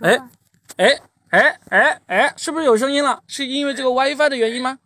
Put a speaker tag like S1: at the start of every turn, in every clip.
S1: 哎哎哎哎哎，是不是有声音了？是因为 这个 WiFi 的原因吗？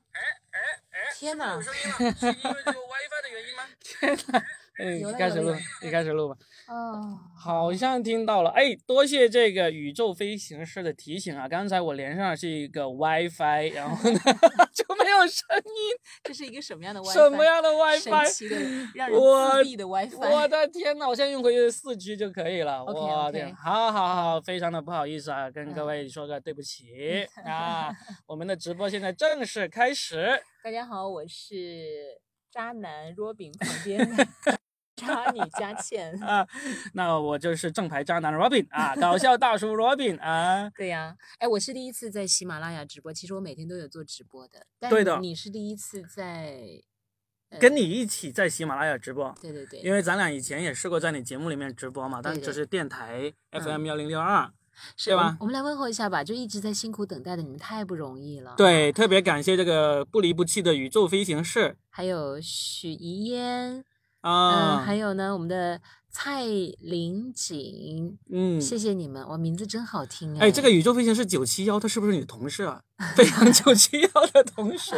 S2: 天哪！
S1: 是因为这个 WiFi 的原因吗？天哪！哎，
S2: 有
S1: 你
S2: 了
S1: 开始
S2: 有
S1: 录
S2: 了
S1: 吧，你开始录吧。
S2: 哦，
S1: 好像听到了，哎，多谢这个宇宙飞行师的提醒啊！刚才我连上的是一个 WiFi，然后呢 就没有声音，
S2: 这是一个什么样的 WiFi？
S1: 什么样的
S2: 神
S1: WiFi？
S2: 奇的，让人
S1: 我
S2: 自闭的 WiFi。
S1: 我的天呐，我现在用回去四 G 就可以了。我
S2: OK，OK
S1: 天，好好好，非常的不好意思啊，跟各
S2: 嗯
S1: 位说个对不起 啊！我们的直播现在正式开始，
S2: 大家好，我是渣男 Robin 旁边 的渣女佳倩。
S1: 那我就是正牌渣男 Robin 啊，搞笑大叔 Robin 啊。
S2: 对呀、哎，我是第一次在喜马拉雅直播，其实我每天都有做直播的。但
S1: 对的
S2: 你是第一次在，呃
S1: 跟你一起在喜马拉雅直播，
S2: 对对对，
S1: 因为咱俩以前也试过在你节目里面直播嘛，但
S2: 对的
S1: 只是电台
S2: 嗯
S1: FM 幺零六二，
S2: 是
S1: 对
S2: 我们
S1: 吧
S2: 我们来问候一下吧，就一直在辛苦等待的你们太不容易了。，
S1: 对，特别感谢这个不离不弃的宇宙飞行士
S2: 还有许怡嫣，嗯，
S1: 啊
S2: 还，有呢，我们的蔡林锦，
S1: 嗯，
S2: 谢谢你们，我名字真好听
S1: 哎，这个宇宙飞行士九七幺，他是不是你的同事啊？ 飞扬九七幺的同 事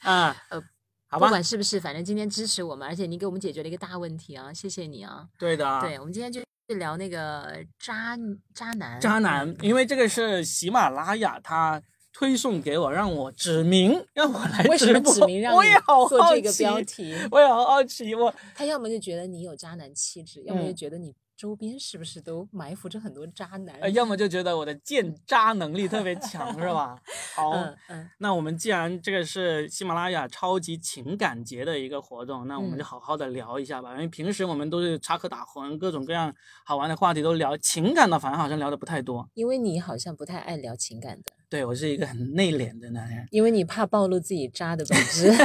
S1: 啊，
S2: 呃
S1: 好
S2: 不
S1: 吧，
S2: 管是不是，反正今天支持我们，而且你给我们解决了一个大问题啊，谢谢你啊。
S1: 对的啊，
S2: 对，我们今天就聊那个渣渣男，嗯
S1: 渣男，因为这个是喜马拉雅它推送给我，让我指名，让我来
S2: 为什
S1: 直
S2: 么
S1: 播，
S2: 指明让
S1: 我也好
S2: 你做
S1: 好
S2: 这个
S1: 奇
S2: 标题？
S1: 我也好好奇，我
S2: 他要么就觉得你有渣男气质，要么就
S1: 嗯
S2: 觉得你周边是不是都埋伏着很多渣男？
S1: 呃要么就觉得我的见渣能力特别强，是吧？ 好，
S2: 嗯嗯，
S1: 那我们既然这个是喜马拉雅超级情感节的一个活动，那我们
S2: 嗯
S1: 就好好的聊一下吧。因为平时我们都是插科打诨，各种各样好玩的话题都聊，情感的反而好像聊的不太多。
S2: 因为你好像不太爱聊情感的，
S1: 对我是一个很内敛的男人，
S2: 因为你怕暴露自己渣的本质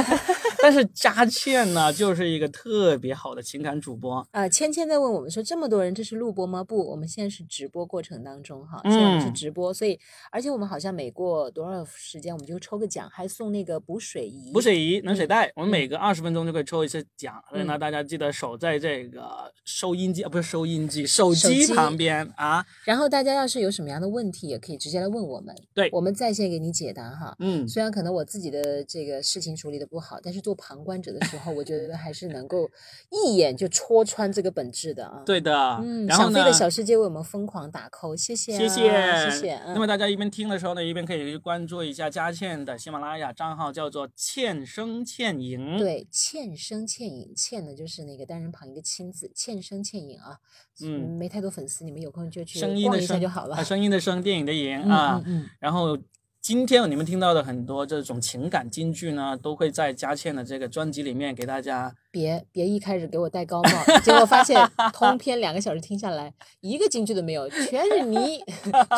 S1: 但是佳倩呢，就是一个特别好的情感主播。
S2: 啊。芊芊在问我们说，这么多人，这是录播吗？不，我们现在是直播过程当中哈，现在我们是
S1: 嗯
S2: 直播，所以而且我们好像每过多少时间我们就抽个奖，还送那个补水仪，
S1: 补水仪、冷水
S2: 嗯
S1: 袋，我们每隔二十分钟就可以抽一次奖，所以呢，
S2: 嗯
S1: 大家记得守在这个收音机啊，不是收音机，手
S2: 手
S1: 机
S2: 机
S1: 旁边啊。
S2: 然后大家要是有什么样的问题，也可以直接来问我们，
S1: 对
S2: 我们在线给你解答哈。
S1: 嗯，
S2: 虽然可能我自己的这个事情处理的不好，但是做旁观者的时候，我觉得还是能够一眼就戳穿这个本质的啊。，
S1: 对的。
S2: 嗯，
S1: 然后
S2: 想
S1: 呢？
S2: 飞的小世界为我们疯狂打 call，谢谢啊、
S1: 谢
S2: 谢
S1: 谢，
S2: 谢，嗯
S1: 那么大家一边听的时候呢，一边可以去关注一下佳倩的喜马拉雅账号，叫做“倩声倩影”。，
S2: 对，欠生欠影，欠呢就是那个单人旁一个亲字，欠生欠影啊。
S1: 嗯
S2: 没太多粉丝，你们有空就去
S1: 声音
S2: 逛
S1: 的
S2: 一下
S1: 声
S2: 就好了
S1: 啊，。声音的声，电影的影
S2: 嗯
S1: 啊
S2: 嗯。嗯，
S1: 然后今天你们听到的很多这种情感金句呢，都会在佳倩的这个专辑里面给大家。
S2: 别别一开始给我戴高帽，结果发现通篇两个小时听下来，一个京剧都没有，全 是泥，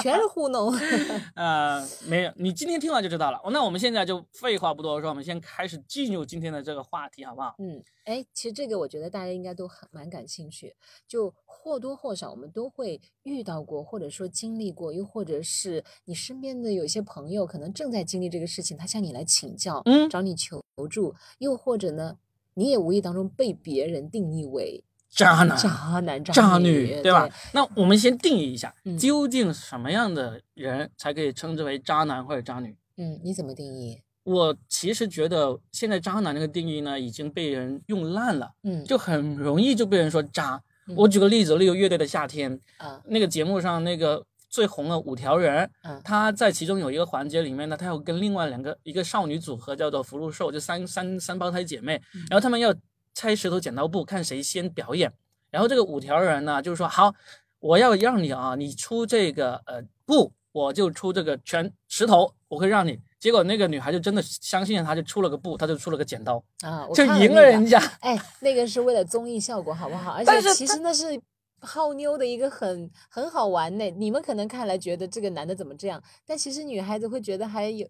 S2: 全是糊弄。
S1: 呃，没有，你今天听完就知道了。那我们现在就废话不多说，我们先开始进入今天的这个话题，好不好？
S2: 嗯，哎，其实这个我觉得大家应该都很蛮感兴趣，就或多或少我们都会遇到过，或者说经历过，又或者是你身边的有一些朋友可能正在经历这个事情，他向你来请教，
S1: 嗯
S2: 找你求助，又或者呢，你也无意当中被别人定义为
S1: 渣男，
S2: 渣男、渣
S1: 渣
S2: 女，
S1: 女，对吧？？那我们先定义一下，
S2: 嗯
S1: 究竟什么样的人才可以称之为渣男或者渣女？
S2: 嗯，你怎么定义？
S1: 我其实觉得现在渣男这个定义呢，已经被人用烂了，
S2: 嗯，
S1: 就很容易就被人说渣。
S2: 嗯
S1: 我举个例子，例如乐队的夏天
S2: 啊
S1: 那个节目上那个最红的五条人，
S2: 啊
S1: 他在其中有一个环节里面呢，他要跟另外两个一个少女组合叫做福禄寿，就三三三胞胎姐妹，
S2: 嗯
S1: 然后他们要拆石头剪刀布，看谁先表演。然后这个五条人呢，就是说好，我要让你啊，你出这个呃布，我就出这个全石头，我会让你。结果那个女孩就真的相信了他，就出了个布，他就出了个剪刀，
S2: 啊！我
S1: 就
S2: 看
S1: 赢
S2: 那
S1: 了
S2: 个
S1: 人家。
S2: 哎，那个是为了综艺效果，好不好？而
S1: 但
S2: 且
S1: 是
S2: 其
S1: 他
S2: 实那是泡妞的一个很很好玩呢。你们可能看来觉得这个男的怎么这样，但其实女孩子会觉得还有，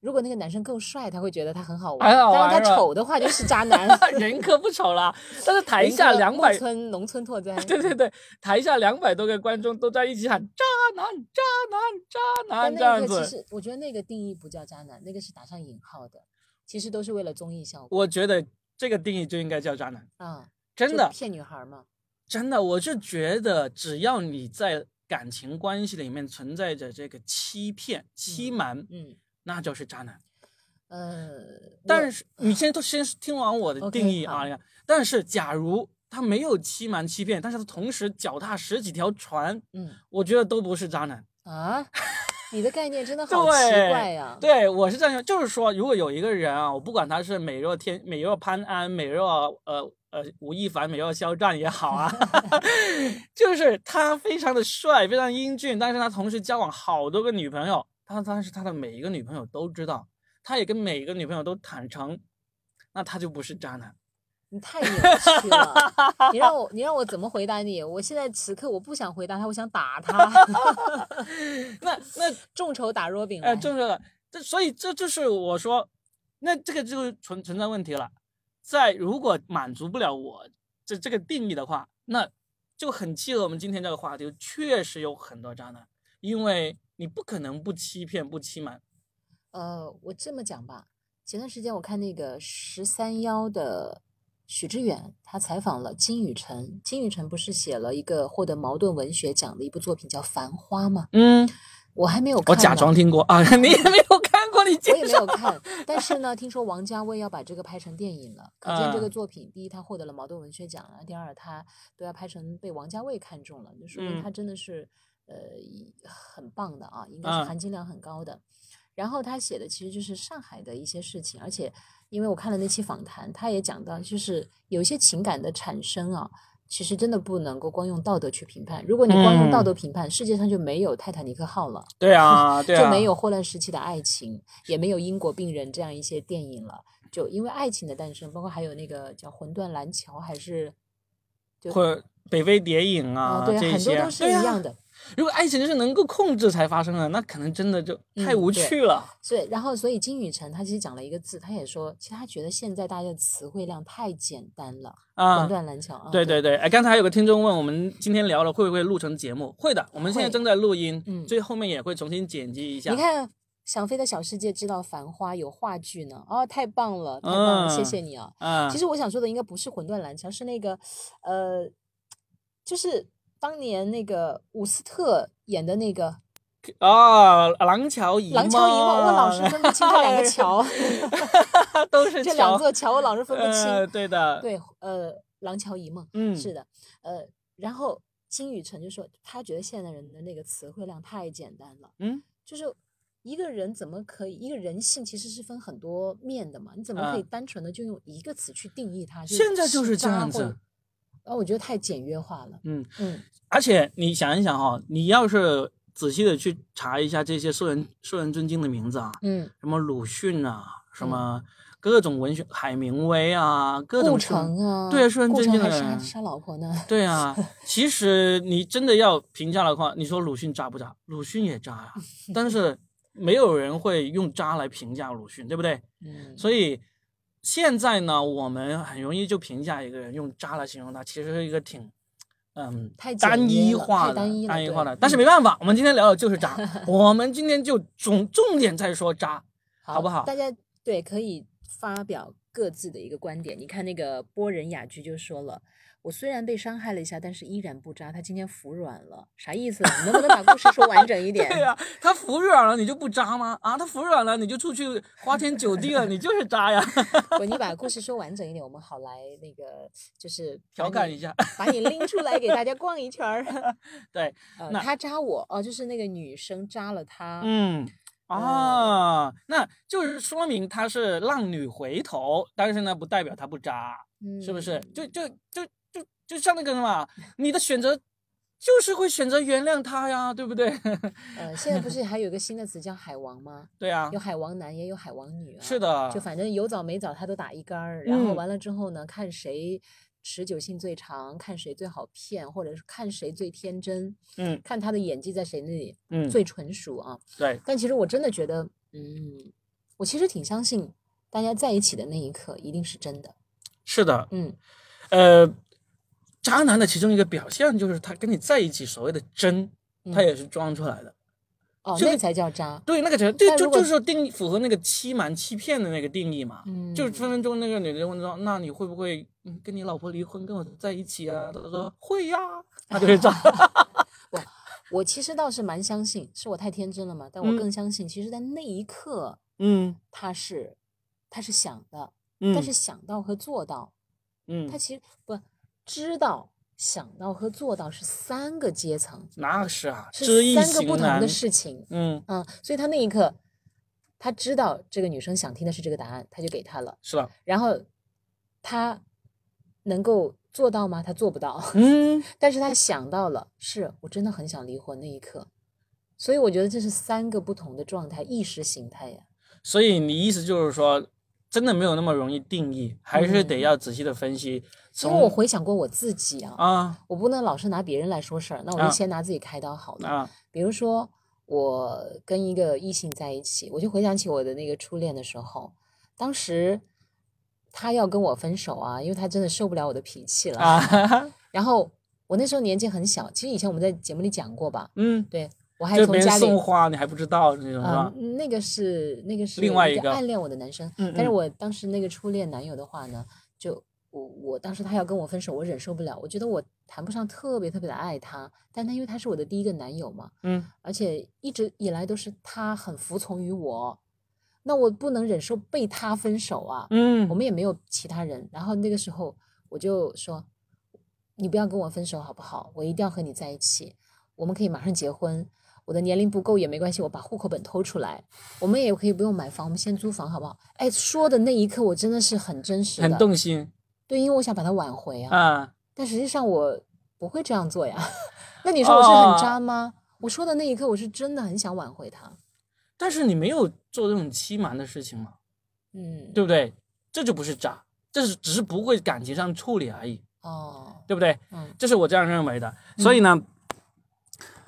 S2: 如果那个男生够帅，她会觉得他很好玩；
S1: 很好玩
S2: 但是
S1: 是吧
S2: 他丑的话就是渣 男。
S1: 人可不丑啦，但是台
S2: 人
S1: 下
S2: 说
S1: 两
S2: 木
S1: 百，
S2: 村农 村拓哉，
S1: 对对对，台下两百多个观众都在一起喊渣男、渣男、渣
S2: 但
S1: 男这样
S2: 那个其
S1: 子。
S2: 实我觉得那个定义不叫渣男，那个是打上引号的，其实都是为了综艺效果
S1: 我觉得这个定义就应该叫渣男，
S2: 啊，
S1: 真
S2: 就
S1: 的。
S2: 骗女孩嘛。
S1: 真的，我是觉得只要你在感情关系里面存在着这个欺骗、欺瞒，
S2: 嗯
S1: 那就是渣男。
S2: 呃，
S1: 但
S2: 我
S1: 是你先都先听完我的
S2: OK，
S1: 定义啊，
S2: 好
S1: 你看，但是假如他没有欺瞒欺骗，但是他同时脚踏十几条船，
S2: 嗯
S1: 我觉得都不是渣男。
S2: 啊，你的概念真的好奇
S1: 对
S2: 怪呀、
S1: 对，我是这样想，就是说，如果有一个人啊，我不管他是美若天、美若潘安、美若呃呃吴亦凡、美若肖战也好啊， 就是他非常的帅，非常英俊，但是他同时交往好多个女朋友，他但是他的每一个女朋友都知道，他也跟每一个女朋友都坦诚，那他就不是渣男。
S2: 你太扭曲了，你让我你让我怎么回答你？我现在此刻我不想回答他，我想 打他，
S1: 那那
S2: 众筹打若饼来。
S1: 哎，正确的，这所以这就是我说，那这个就存存在问题了。在如果满足不了我这这个定义的话，那就很契合我们今天这个话题，确实有很多渣男，因为你不可能不欺骗、不欺瞒。
S2: 呃，我这么讲吧，前段时间我看那个十三幺的许知远，他采访了金宇澄。金宇澄不是写了一个获得茅盾文学奖的一部作品叫《繁花》吗？
S1: 嗯，
S2: 我还没有看，
S1: 我假装，听过啊， 你也没有看过，你
S2: 我也
S1: 介
S2: 没
S1: 绍
S2: 有看。但是呢，听说王家卫要把这个拍成电影了，可见这个
S1: 啊
S2: 作品，第一他获得了茅盾文学奖啊，第二他都要拍成被王家卫看中了，就说明
S1: 嗯
S2: 他真的是、呃一很棒的啊，应该是
S1: 啊
S2: 含金量很高的。然后他写的其实就是上海的一些事情，而且因为我看了那期访谈，他也讲到，就是有一些情感的产生啊，其实真的不能够光用道德去评判。如果你光用道
S1: 嗯
S2: 德评判，世界上就没有泰坦尼克号了，
S1: 对啊，对啊，
S2: 就没有霍乱时期的爱情，也没有英国病人这样一些电影了。就因为爱情的诞生，包括还有那个叫《魂断蓝桥》，还是
S1: 或者北非谍影啊，
S2: 对啊，
S1: 这
S2: 很多
S1: 些
S2: 都是
S1: 对
S2: 一
S1: 啊
S2: 样的。
S1: 如果爱情是能够控制才发生的，那可能真的就太
S2: 嗯
S1: 无
S2: 对
S1: 趣了。
S2: 所以，然后，所以金宇澄他其实讲了一个字，他也说，其实他觉得现在大家的词汇量太简单了。
S1: 啊。
S2: 魂断蓝桥啊，
S1: 对对对，哎，刚才还有个听众问我们今天聊了会不会录成节目？会的，我们现在
S2: 会
S1: 正在录音，
S2: 嗯
S1: 最后面也会重新剪辑一下。
S2: 你看，想飞的小世界知道《繁花》有话剧呢，啊，太棒了，太棒了，谢
S1: 嗯
S2: 谢你啊。
S1: 啊，
S2: 其实我想说的应该不是《魂断蓝桥》，是那个，呃，就是当年那个伍斯特演的那个
S1: 啊，廊桥遗
S2: 《
S1: 梦，
S2: 廊桥遗梦》，我老是
S1: 啊
S2: 分不清这两个桥，
S1: 都是
S2: 这两
S1: 桥
S2: 座桥我老是分不
S1: 呃
S2: 清。
S1: 对的，，
S2: 对，呃，《廊桥遗梦》。
S1: 嗯，
S2: 是的，呃，然后金宇澄就说，他觉得现代人的那个词汇量太简单了，
S1: 嗯，
S2: 就是一个人怎么可以，一个人性其实是分很多面的嘛，你怎么可以
S1: 嗯
S2: 单纯的就用一个词去定义它？
S1: 现在就是这
S2: 渣
S1: 样
S2: 或
S1: 子
S2: 者，啊，我觉得太简约化了，
S1: 嗯
S2: 嗯，
S1: 而且你想一想哈、你要是仔细的去查一下这些受人受人尊敬的名字啊，
S2: 嗯，
S1: 什么鲁迅啊，什么各种文学，海明威啊，各种
S2: 顾
S1: 这种
S2: 城啊，
S1: 对说人
S2: 顾
S1: 尊
S2: 城
S1: 敬
S2: 还
S1: 的
S2: 杀
S1: 人
S2: 杀老婆呢，
S1: 对啊，其实你真的要评价的话，你说鲁迅渣不渣？鲁迅也渣 呀、但是没有人会用渣来评价鲁迅，对不对？
S2: 嗯，
S1: 所以现在呢，我们很容易就评价一个人，用渣来形容他，其实是一个挺。嗯，
S2: 太简
S1: 单
S2: 约
S1: 一
S2: 了太
S1: 化的，
S2: 单一了对
S1: 化的，但是
S2: 嗯
S1: 没办法，我们今天聊的就是 渣，我们今天就重重点在说渣，好不好
S2: 大家对可以发表各自的一个观点。你看那个波人雅居就说了。我虽然被伤害了一下，但是依然不渣。他今天服软了，啥意思？你能不能把故事说 完整一点？
S1: 对呀、他服软了你就不渣吗？啊，他服软了你就出去花天酒地了，你就是渣 呀，
S2: 不，你把故事说完整一点，我们好来那个就是
S1: 调
S2: 把
S1: 侃
S2: 你
S1: 一，下。
S2: 把你拎出来给大家逛一圈儿。
S1: 对，
S2: 呃，
S1: 那
S2: 他扎我哦，就是那个女生扎了他。
S1: 嗯。
S2: 呃
S1: 啊，那就是说明她是浪女回头，但是呢，不代表她不渣，
S2: 嗯
S1: 是不是？就就就就就像那个什么，你的选择就是会选择原谅她呀，对不对？
S2: 呃，现在不是还有个新的词叫海王吗？
S1: 对啊
S2: 有，海王男，也有海王女啊。
S1: 是的
S2: 就，反正有早没早他都打一杆儿，然后
S1: 嗯
S2: 完了之后呢，看谁持久性最长，看谁最好骗，或者是看谁最天真，
S1: 嗯
S2: 看他的演技在谁那里
S1: 嗯，
S2: 最纯熟啊。
S1: 对，
S2: 但其实我真的觉得，嗯，我其实挺相信大家在一起的那一刻一定是真的，
S1: 是的，
S2: 嗯
S1: 呃，渣男的其中一个表现就是他跟你在一起所谓的真，他
S2: 嗯
S1: 也是装出来的。
S2: 哦，
S1: 就
S2: 那
S1: 是
S2: 才叫渣，
S1: 对，那个就就
S2: 但
S1: 就
S2: 如果
S1: 就是定义符合那个欺瞒、欺骗的那个定义嘛。
S2: 嗯，
S1: 就是分分钟那个女的就问说：“那你会不会嗯 跟你老婆离婚，跟我在一起啊？”他说：“会呀、那就是渣。
S2: 哇，我其实倒是蛮相信，是我太天真了嘛？但我
S3: 嗯
S2: 更相信，其实，在那一刻，
S3: 嗯
S2: 他是他是想的，
S3: 嗯，
S2: 但是想到和做到，
S1: 嗯
S2: 他，其实不知道、想到和做到是三个阶层，
S1: 那是啊，知
S2: 是
S1: 易
S2: 三个不
S1: 行
S2: 同
S1: 难
S2: 的。事情。
S1: 嗯，
S2: 嗯，所以他那一刻，他知道这个女生想听的是这个答案，他就给她了。
S1: 是的，
S2: 然后他能够做到吗？他做不到，
S1: 嗯，
S2: 但是他想到了，是我真的很想离婚那一刻。所以我觉得这是三个不同的状态，意识形态呀。
S1: 所以你意思就是说，真的没有那么容易定义，还是得
S2: 嗯
S1: 要仔细的分析。
S2: 因为
S1: 从
S2: 我回想过我自己啊，
S1: 啊
S2: 我不能老是拿别人来说事儿，那我
S1: 啊
S2: 就先拿自己开刀好了。
S1: 啊，
S2: 比如说，我跟一个异性在一起，我就回想起我的那个初恋的时候，当时他要跟我分手啊，因为他真的受不了我的脾气了。
S1: 啊，哈哈
S2: 然后我那时候年纪很小，其实以前我们在节目里讲过吧，
S1: 嗯，
S2: 对我还
S1: 就
S2: 从
S1: 别
S2: 家
S1: 人
S2: 里
S1: 送花你还不知道那种是
S2: 啊、
S1: 吧？
S2: 那个是那个是
S1: 另外一
S2: 一
S1: 个
S2: 暗恋我的男生，
S1: 嗯
S2: 但是
S1: 嗯
S2: 我当时那个初恋男友的话呢，就我我当时他要跟我分手，我忍受不了，我觉得我谈不上特别特别的爱他，但他因为他是我的第一个男友嘛，
S1: 嗯，
S2: 而且一直以来都是他很服从于我，那我不能忍受被他分手啊，
S1: 嗯，
S2: 我们也没有其他人，然后那个时候我就说，你不要跟我分手好不好？我一定要和你在一起，我们可以马上结婚。我的年龄不够也没关系，我把户口本偷出来，我们也可以不用买房，我们先租房好不好？哎，说的那一刻我真的是很真实的，
S1: 很动心
S2: 对，因为我想把它挽回啊，
S1: 啊。
S2: 但实际上我不会这样做呀。 那你说我是很
S1: 哦
S2: 渣吗？我说的那一刻我是真的很想挽回他，
S1: 但是你没有做这种欺瞒的事情嘛，
S2: 嗯，
S1: 对不对？这就不是渣，这是只是不会感情上处理而已，
S2: 哦，
S1: 对不对？
S2: 嗯
S1: 这是我这样认为的。所以呢，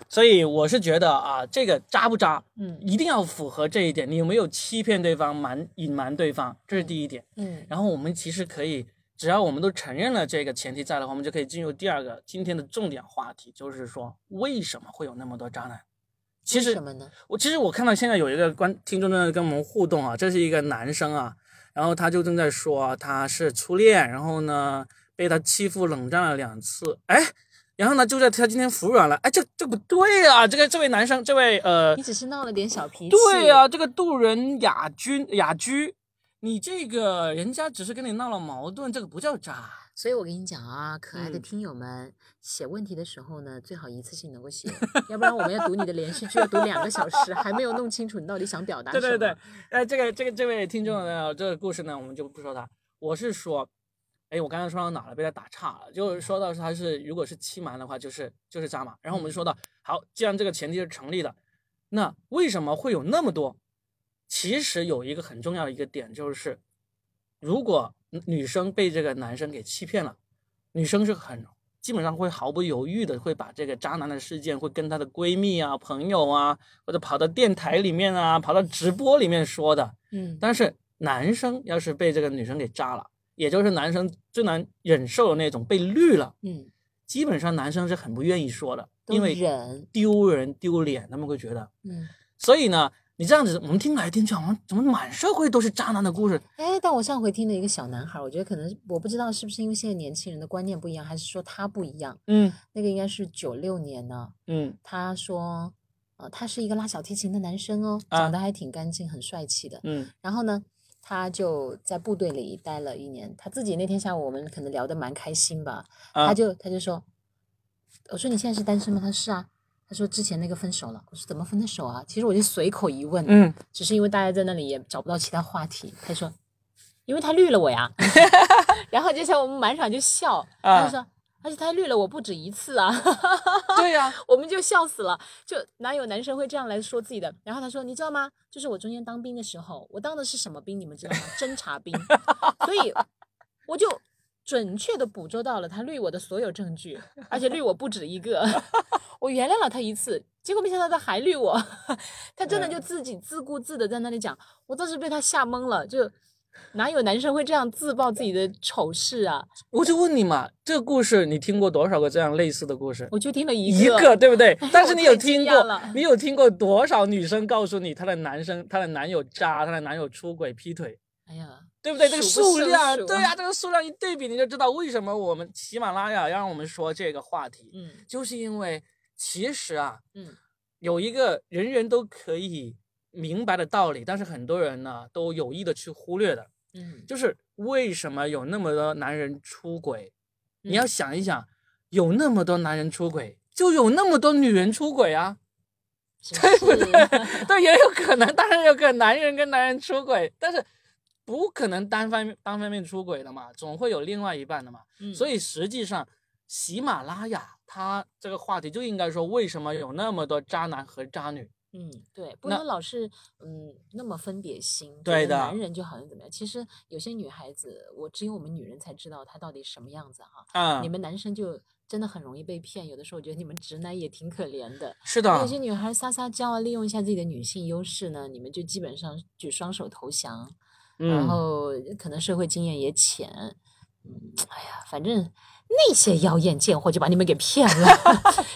S1: 所以我是觉得啊，这个渣不渣，
S2: 嗯
S1: 一定要符合这一点。你有没有欺骗对方、瞒隐瞒对方，这是第一点。
S2: 嗯
S1: 然后我们其实可以，只要我们都承认了这个前提在的话，我们就可以进入第二个今天的重点话题，就是说为什么会有那么多渣男？其
S2: 为
S1: 实
S2: 什么呢？
S1: 我其实我看到现在有一个观听众正在跟我们互动啊，这是一个男生啊，然后他就正在说啊他是初恋，然后呢被他欺负冷战了两次，哎，然后呢就在他今天服软了，哎，这这不对啊，这个这位男生，这位呃
S2: 你，只是闹了点小脾气，
S1: 对呀、啊，这个渡人雅君雅居，你这个人家只是跟你闹了矛盾，这个不叫渣，
S2: 所以我跟你讲啊，可爱的
S1: 嗯
S2: 听友们，写问题的时候呢，最好一次性能够 写，要不然我们要读你的连续剧要读两个小时，还没有弄清楚你到底想表达什
S1: 对
S2: 么。
S1: 对对，呃，这个这个这位听众呢，这个故事呢，我们就不说他。我是说，哎，我刚才说到哪了？被他打岔了。就是说到他是如果是欺瞒的话，就是就是渣嘛。然后我们就说到，好，既然这个前提是成立的，那为什么会有那么多？其实有一个很重要的一个点就是，如果女生被这个男生给欺骗了，女生是很基本上会毫不犹豫的会把这个渣男的事件会跟她的闺蜜啊、朋友啊，或者跑到电台里面啊、跑到直播里面说的。
S2: 嗯，
S1: 但是男生要是被这个女生给渣了，也就是男生最难忍受的那种被绿了，
S2: 嗯，
S1: 基本上男生是很不愿意说的，
S2: 都
S1: 因为
S2: 忍，
S1: 丢人丢脸，他们会觉得。
S2: 嗯，
S1: 所以呢，你这样子，我们听来听去，好像怎么满社会都是渣男的故事？
S2: 哎，但我上回听了一个小男孩儿，我觉得可能我不知道是不是因为现在年轻人的观念不一样，还是说他不一样。
S1: 嗯
S2: 那个应该是九六年呢，
S1: 嗯
S2: 他说，呃，他是一个拉小提琴的男生哦，
S1: 啊
S2: 长得还挺干净，很帅气的。
S1: 嗯
S2: 然后呢，他就在部队里待了一年。他自己那天下午我们可能聊得蛮开心吧，
S1: 啊
S2: 他就他就说，我说你现在是单身吗？他说是啊。他说之前那个分手了。我说怎么分的手啊？其实我就随口一问，
S1: 嗯，
S2: 只是因为大家在那里也找不到其他话题。他说，因为他绿了我呀。然后接下来我们满场就笑，他
S1: 啊
S2: 就说。而且他绿了我不止一次啊，
S1: 对呀、
S2: 我们就笑死了，就哪有男生会这样来说自己的？然后他说，你知道吗？就是我中间当兵的时候，我当的是什么兵，你们知道吗？侦察 兵，所以我就准确的捕捉到了他绿我的所有证据，而且绿我不止一个， 我原谅了他一次，结果没想到他还绿我， 他真的就自己自顾自的在那里讲，我当时被他吓懵了，就哪有男生会这样自曝自己的丑事啊？
S1: 我就问你嘛，这个故事你听过多少个这样类似的故事？
S2: 我就听了
S1: 一
S2: 个，
S1: 个，对不对？但是
S2: 我
S1: 你
S2: 太
S1: 有听
S2: 惊讶
S1: 过
S2: 了，
S1: 你有听过多少女生告诉你她的男生、她的男友渣、她的男友出轨、劈腿，
S2: 哎呀，
S1: 对不对？这个
S2: 数不
S1: 数
S2: 胜
S1: 量，
S2: 数
S1: 对
S2: 啊
S1: 呀、这个数量一对比，你就知道为什么我们喜马拉雅让我们说这个话题，
S2: 嗯
S1: 就是因为其实啊，
S2: 嗯，
S1: 有一个人人都可以明白的道理，但是很多人呢都有意的去忽略的，
S2: 嗯，
S1: 就是为什么有那么多男人出轨？你要
S2: 嗯
S1: 想一想，有那么多男人出轨，就有那么多女人出轨啊。
S2: 对不对？
S1: 对，也有可能，当然有可能男人跟男人出轨，但是不可能单方面单方面出轨的嘛，总会有另外一半的嘛。
S2: 嗯
S1: 所以实际上，喜马拉雅它这个话题就应该说，为什么有那么多渣男和渣女？
S2: 嗯，对，不
S1: 那
S2: 能老是嗯那么分别心，觉
S1: 对的
S2: 得男人就好像怎么样？其实有些女孩子，我只有我们女人才知道她到底什么样子哈。
S1: 啊、
S2: 你们男生就真的很容易被骗，有的时候我觉得你们直男也挺可怜的。
S1: 是
S2: 有
S1: 的，
S2: 些女孩撒撒娇啊，利用一下自己的女性优势呢，你们就基本上举双手投降，然
S1: 嗯，
S2: 后可能社会经验也浅。嗯，哎呀，反正那些妖艳贱货就把你们给骗了。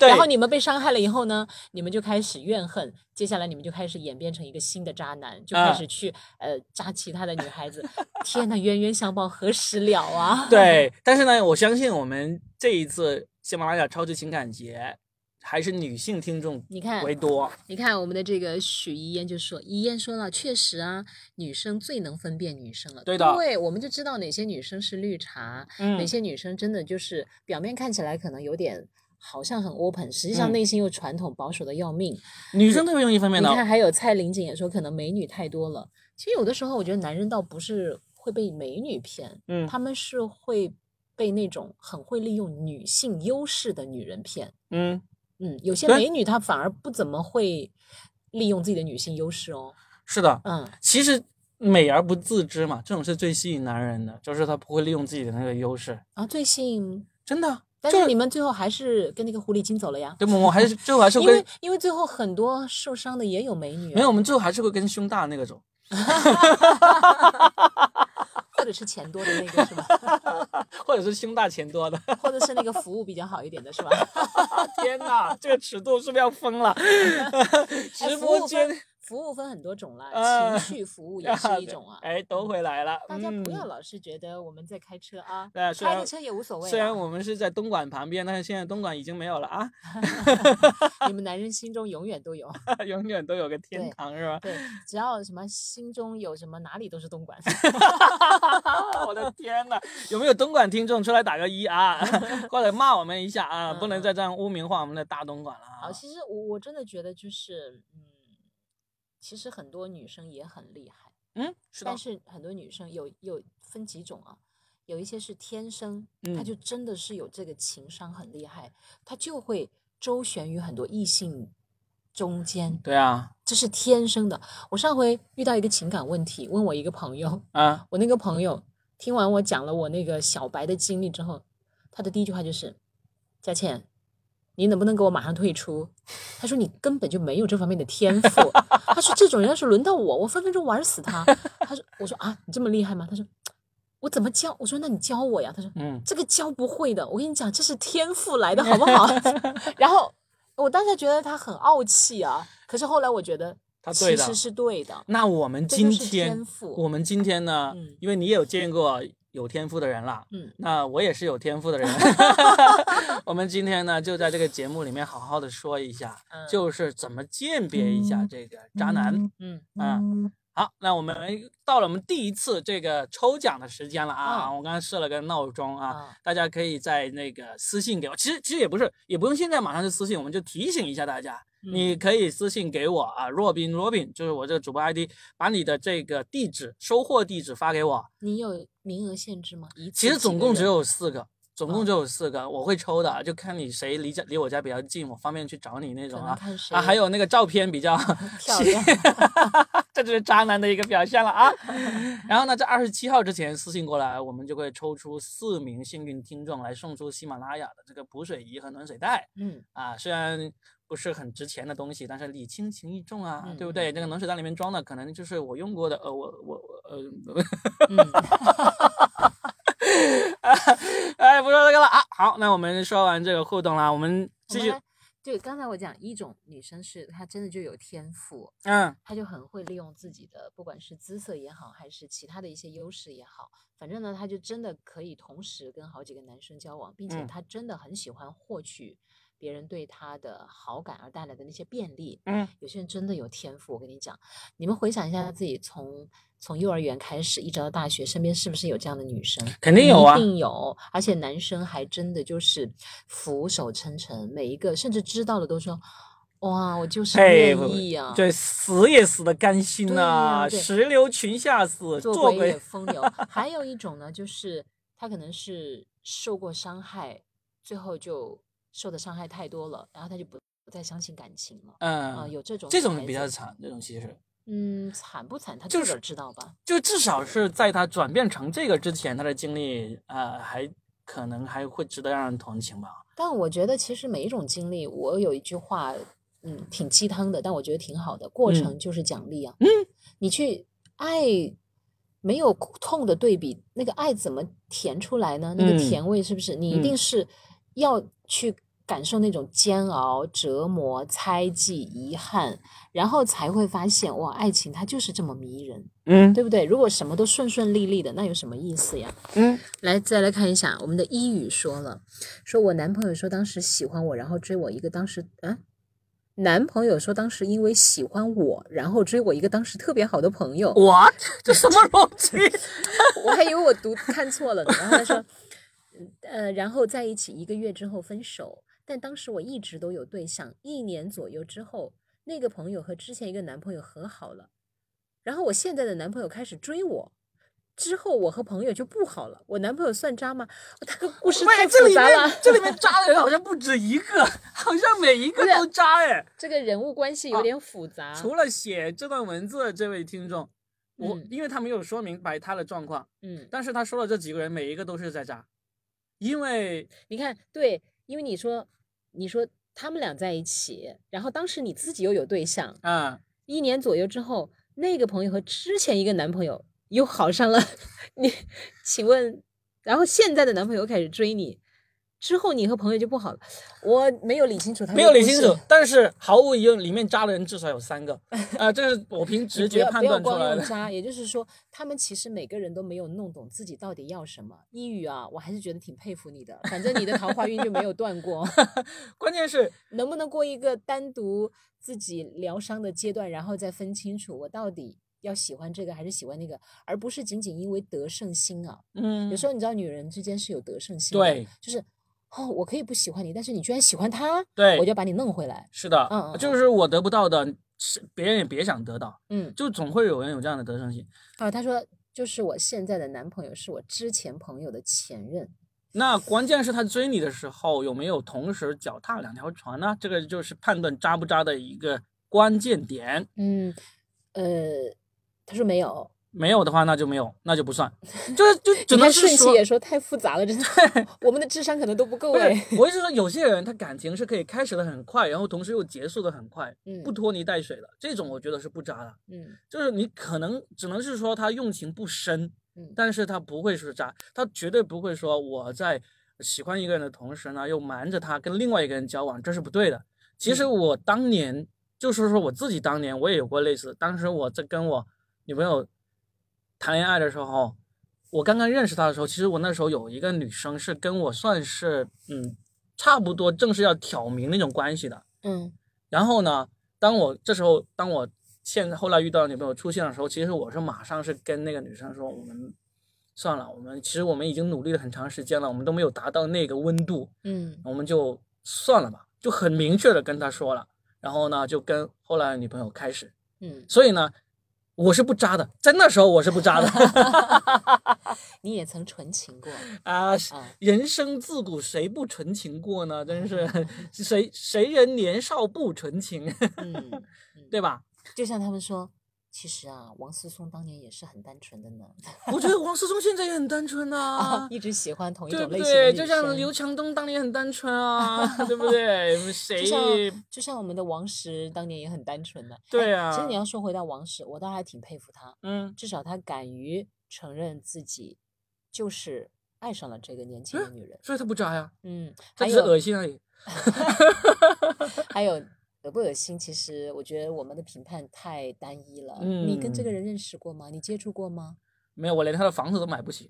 S1: 对，
S2: 然后你们被伤害了以后呢，你们就开始怨恨，接下来你们就开始演变成一个新的渣男，就开
S1: 啊
S2: 始去、呃渣其他的女孩子。天呐，冤冤相报何时了啊？，
S1: 对，但是呢，我相信我们这一次喜马拉雅超级情感节还是女性听众
S2: 你看，
S1: 为多，
S2: 你看我们的这个许一嫣就说，一嫣说了，确实啊，女生最能分辨女生了。
S1: 对的
S2: 对，我们就知道哪些女生是绿茶，哪
S1: 嗯，
S2: 些女生真的就是表面看起来可能有点好像很 open，实际上
S1: 嗯
S2: 内心又传统保守的要命。
S1: 女生特别容易分辨
S2: 你
S1: 的，
S2: 看，还有蔡玲姐也说，可能美女太多了。其实有的时候，我觉得男人倒不是会被美女骗，
S1: 嗯
S2: 他们是会被那种很会利用女性优势的女人骗。
S1: 嗯。
S2: 嗯，有些
S1: 对
S2: 美女她反而不怎么会利用自己的女性优势哦。
S1: 是的，
S2: 嗯，
S1: 其实美而不自知嘛，这种是最吸引男人的，就是他不会利用自己的那个优势，
S2: 然后啊最近，
S1: 真的。
S2: 但
S1: 就是
S2: 你们最后还是跟那个狐狸精走了呀？
S1: 对，我们还是最后还是
S2: 因
S1: 会
S2: 为
S1: 跟
S2: 因为最后很多受伤的也有美女啊，
S1: 没有，我们最后还是会跟胸大那个走，
S2: 或者是钱多的那个是吧？
S1: 或者是胸大钱多的。
S2: 或者是那个服务比较好一点的是吧？
S1: 天哪，这个尺度是不是要疯了？
S2: 哎
S1: 直
S2: 服
S1: 播
S2: 务
S1: 间
S2: 分服务分很多种啦，
S1: 呃
S2: 情绪服务也是一种啊。
S1: 哎，都回来了。
S2: 大家不要
S1: 嗯
S2: 老是觉得我们在开车啊，
S1: 对虽
S2: 开
S1: 然
S2: 个车也无所谓啊。
S1: 虽然我们是在东莞旁边，但是现在东莞已经没有了啊，
S2: 你们男人心中永远都有，
S1: 永远都有个天
S2: 对
S1: 堂是吧？
S2: 对，只要什么心中有什么，哪里都是 东莞。
S1: 我的天呐， 有没有东莞听众出来打个一啊，或者骂我们一下啊？
S2: 嗯
S1: 不能再这样污名化我们的大东莞了
S2: 啊，
S1: 啊！
S2: 其实我我真的觉得就是，嗯，其实很多女生也很厉害，
S1: 嗯，是的
S2: 但，是很多女生有有分几种啊，有一些是天生，她
S1: 嗯
S2: 就真的是有这个情商很厉害，她就会周旋于很多异性中间，
S1: 对啊，
S2: 这是天生的。我上回遇到一个情感问题，问我一个朋友，
S1: 啊，
S2: 我那个朋友听完我讲了我那个小白的经历之后，他的第一句话就是：“佳倩，你能不能给我马上退出？”他说：“你根本就没有这方面的天赋。”他说：“这种人要是轮到我，我分分钟玩死他。”他说：“我说啊，你这么厉害吗？”他说：“我怎么教？”我说：“那你教我呀。”他说：“
S1: 嗯，
S2: 这个教不会的，我跟你讲，这是天赋来的，好不好？” 然后我当时觉得他很傲气啊，可是后来我觉得
S1: 他对
S2: 其
S1: 的
S2: 实是对的。
S1: 那我们
S2: 这
S1: 今
S2: 就是天
S1: 天，
S2: 赋
S1: 我们今天呢
S2: 嗯，
S1: 因为你也有见过有天赋的人啦，
S2: 嗯
S1: 那我也是有天赋 的人， 我们今天呢就在这个节目里面好好的说一下，
S2: 嗯
S1: 就是怎么鉴别一下这个渣男。
S2: 嗯。
S1: 啊，好，那我们到了我们第一次这个抽奖的时间了啊！
S2: 嗯
S1: 我刚刚设了个闹钟啊，
S2: 啊
S1: 大家可以在那个私信给我。其实其实也不是，也不用现在马上就私信，我们就提醒一下大家，
S2: 嗯
S1: 你可以私信给我啊，Robin Robin，就是我这个主播 ID，把你的这个地址收货地址发给我。
S2: 你有名额限制吗？一
S1: 其
S2: 次
S1: 实
S2: 几
S1: 总
S2: 个
S1: 共只
S2: 人嗯
S1: 有四个，总共只有四个，我会抽的，啊就看你谁离家离我家比较近，我方便去找你那
S2: 可
S1: 种
S2: 能
S1: 啊。
S2: 看谁
S1: 啊，还有那个照片比较
S2: 漂亮
S1: 这就是渣男的一个表现了啊。 然后呢，在二十七号之前私信过来，我们就会抽出四名幸运听众来送出喜马拉雅的这个补水仪和暖水袋
S2: 嗯
S1: 啊。虽然不是很值钱的东西，但是礼轻情意重啊，
S2: 嗯
S1: 对不
S2: 嗯
S1: 对？这个暖水袋里面装的可能就是我用过的，呃，我我我呃，
S2: 嗯，
S1: 哎，不说这个了啊。好，那我们说完这个互动啦，我们
S2: 我
S1: 继
S2: 们
S1: 续
S2: 来。对，刚才我讲一种女生是她真的就有天赋，
S1: 嗯
S2: 她就很会利用自己的不管是姿色也好，还是其他的一些优势也好，反正呢，她就真的可以同时跟好几个男生交往，并且
S1: 嗯
S2: 她真的很喜欢获取别人对他的好感而带来的那些便利。
S1: 嗯，
S2: 有些人真的有天赋，我跟你讲，你们回想一下自己从从幼儿园开始一直到大学，身边是不是有这样的女生？
S1: 肯定有啊
S2: 一定有，而且男生还真的就是俯首称臣，每一个甚至知道了都说，哇，我就是
S1: 佩
S2: 愿
S1: 服
S2: 意啊，
S1: 哎对，死也死的甘心
S2: 对
S1: 呐、
S2: 呀对
S1: 石榴裙下死，
S2: 做
S1: 做
S2: 鬼也
S1: 鬼。
S2: 风流。还有一种呢，就是他可能是受过伤害，最后就受的伤害太多了，然后他就不不再相信感情了。啊、
S1: 嗯，
S2: 有这种
S1: 这种
S2: 孩
S1: 比
S2: 子
S1: 较，惨，这种其实
S2: 嗯，惨不惨？他
S1: 就
S2: 自个
S1: 是
S2: 儿知道吧？
S1: 就至少是在他转变成这个之前，他的经历啊、呃还可能还会值得让人同情吧。
S2: 但我觉得其实每一种经历，我有一句话，嗯，挺鸡汤的，但我觉得挺好的。过
S1: 嗯
S2: 程就是奖励啊，嗯，你去爱。没有痛的对比，那个爱怎么甜出来呢？那
S1: 嗯
S2: 个甜味是不是？你一
S1: 嗯
S2: 定是要去感受那种煎熬、折磨、猜忌、遗憾，然后才会发现哇，爱情它就是这么迷人，
S1: 嗯
S2: 对不对？如果什么都顺顺利利的，那有什么意思呀？
S1: 嗯，
S2: 来，再来看一下我们的一语说了，说我男朋友说当时喜欢我，然后追我一个当时啊，男朋友说当时因为喜欢我，然后追我一个当时特别好的朋友，我
S1: 我 这什么逻 辑？
S2: 还以为我读看错了呢。然后他说，呃，然后在一起一个月之后分手，但当时我一直都有对象，一年左右之后，那个朋友和之前一个男朋友和好了，然后我现在的男朋友开始追我。之后我和朋友就不好了，我男朋友算渣吗？他个故事
S1: 不
S2: 太
S1: 是这
S2: 复
S1: 里
S2: 杂了
S1: 面。这里面渣的人好像不止一个，好像每一个
S2: 不是
S1: 都渣哎。
S2: 这个人物关系有
S1: 啊
S2: 点复杂。
S1: 除了写这段文字的这位听众，我、
S2: 嗯
S1: 因为他没有说明白他的状况，
S2: 嗯，
S1: 但是他说了这几个人每一个都是在渣，因为
S2: 你看，对，因为你说，你说他们俩在一起，然后当时你自己又有对象，
S1: 啊、
S2: 一年左右之后，那个朋友和之前一个男朋友又好上了， 你请问，然后现在的男朋友开始追你，之后你和朋友就不好了。我没有理清楚他，
S1: 没有理清楚，，但是毫无疑问，里面渣的人至少有三 个，啊，这是我凭直
S2: 你不
S1: 觉
S2: 要
S1: 判
S2: 不要
S1: 断出
S2: 光
S1: 来
S2: 用
S1: 的。
S2: 渣，也就是说，他们其实每个人都没有弄懂自己到底要什么。一语啊，我还是觉得挺佩服你的，反正你的桃花运就没有断过。
S1: 关键是，
S2: 能不能过一个单独自己疗伤的阶段，然后再分清楚我到底要喜欢这个还是喜欢那个，而不是仅仅因为得胜心啊。
S1: 嗯，
S2: 有时候你知道，女人之间是有得胜心的，
S1: 对
S2: 就是哦，我可以不喜欢你，但是你居然喜欢他，
S1: 对
S2: 我就把你弄回来。
S1: 是的，
S2: 嗯嗯嗯
S1: 就是我得不到的，是别人也别想得到，
S2: 嗯，
S1: 就总会有人有这样的得胜心。
S2: 啊，他说就是我现在的男朋友是我之前朋友的前任，
S1: 那关键是他追你的时候有没有同时脚踏两条船呢？这个就是判断渣不渣的一个关键点。
S2: 嗯，呃，他说没有，
S1: 没有的话，那就没有，那就 不算，就是就只能
S2: 你看
S1: 是
S2: 顺其
S1: 说，
S2: 也说太复杂了，真的，我们的智商可能都不够
S1: 不是
S2: 哎。，
S1: 我是说，有些人他感情是可以开始的很快，然后同时又结束的很快，
S2: 嗯
S1: 不拖泥带水的，这种我觉得是不渣的。
S2: 嗯
S1: 就是你可能只能是说他用情不深，
S2: 嗯
S1: 但是他不会是渣，他绝对不会说我在喜欢一个人的同时呢，又瞒着他跟另外一个人交往，这是不对的。其实
S2: 嗯
S1: 我当年就是说我自己当年我也有过类似，当时我在跟我女朋友谈恋爱的时候，我刚刚认识她的时候，其实我那时候有一个女生是跟我算是嗯差不多正式要挑明那种关系的，
S2: 嗯
S1: 然后呢，当我这时候，当我现在后来遇到女朋友出现的时候，其实我是马上是跟那个女生说，我们算了，我们其实我们已经努力了很长时间了，我们都没有达到那个温度，
S2: 嗯
S1: 我们就算了吧，就很明确的跟她说了。然后呢，就跟后来的女朋友开始，
S2: 嗯，
S1: 所以呢，我是不渣的，在那时候我是不渣的
S2: 你也曾纯情 过
S1: 啊。
S2: 啊？
S1: 人生自古谁不纯情过呢？真是谁谁人年少不纯情，
S2: 嗯，
S1: 对吧？
S2: 就像他们说，其实啊，王思聪当年也是很单纯的呢，
S1: 我觉得王思聪现在也很单纯啊，
S2: 一直喜欢同一
S1: 对
S2: 种
S1: 不
S2: 类型的
S1: 对？
S2: 女
S1: 就像
S2: 生
S1: 刘强东当年很单纯 啊，对不对？谁
S2: 就像就像我们的王石当年也很单纯的。哎
S1: 对
S2: 其实
S1: 啊
S2: 你要说回到王石，我倒还挺佩服他，
S1: 嗯？
S2: 至少他敢于承认自己就是爱上了这个年轻的 女人。
S1: 所以他不渣呀，
S2: 嗯，
S1: 他
S2: 还
S1: 只是
S2: 有
S1: 恶心而已。
S2: 还有恶不恶心，其实我觉得我们的评判太单一了。你跟这个
S1: 嗯
S2: 人认识过吗？你接触过吗？
S1: 没有，我连他的房子都买不起。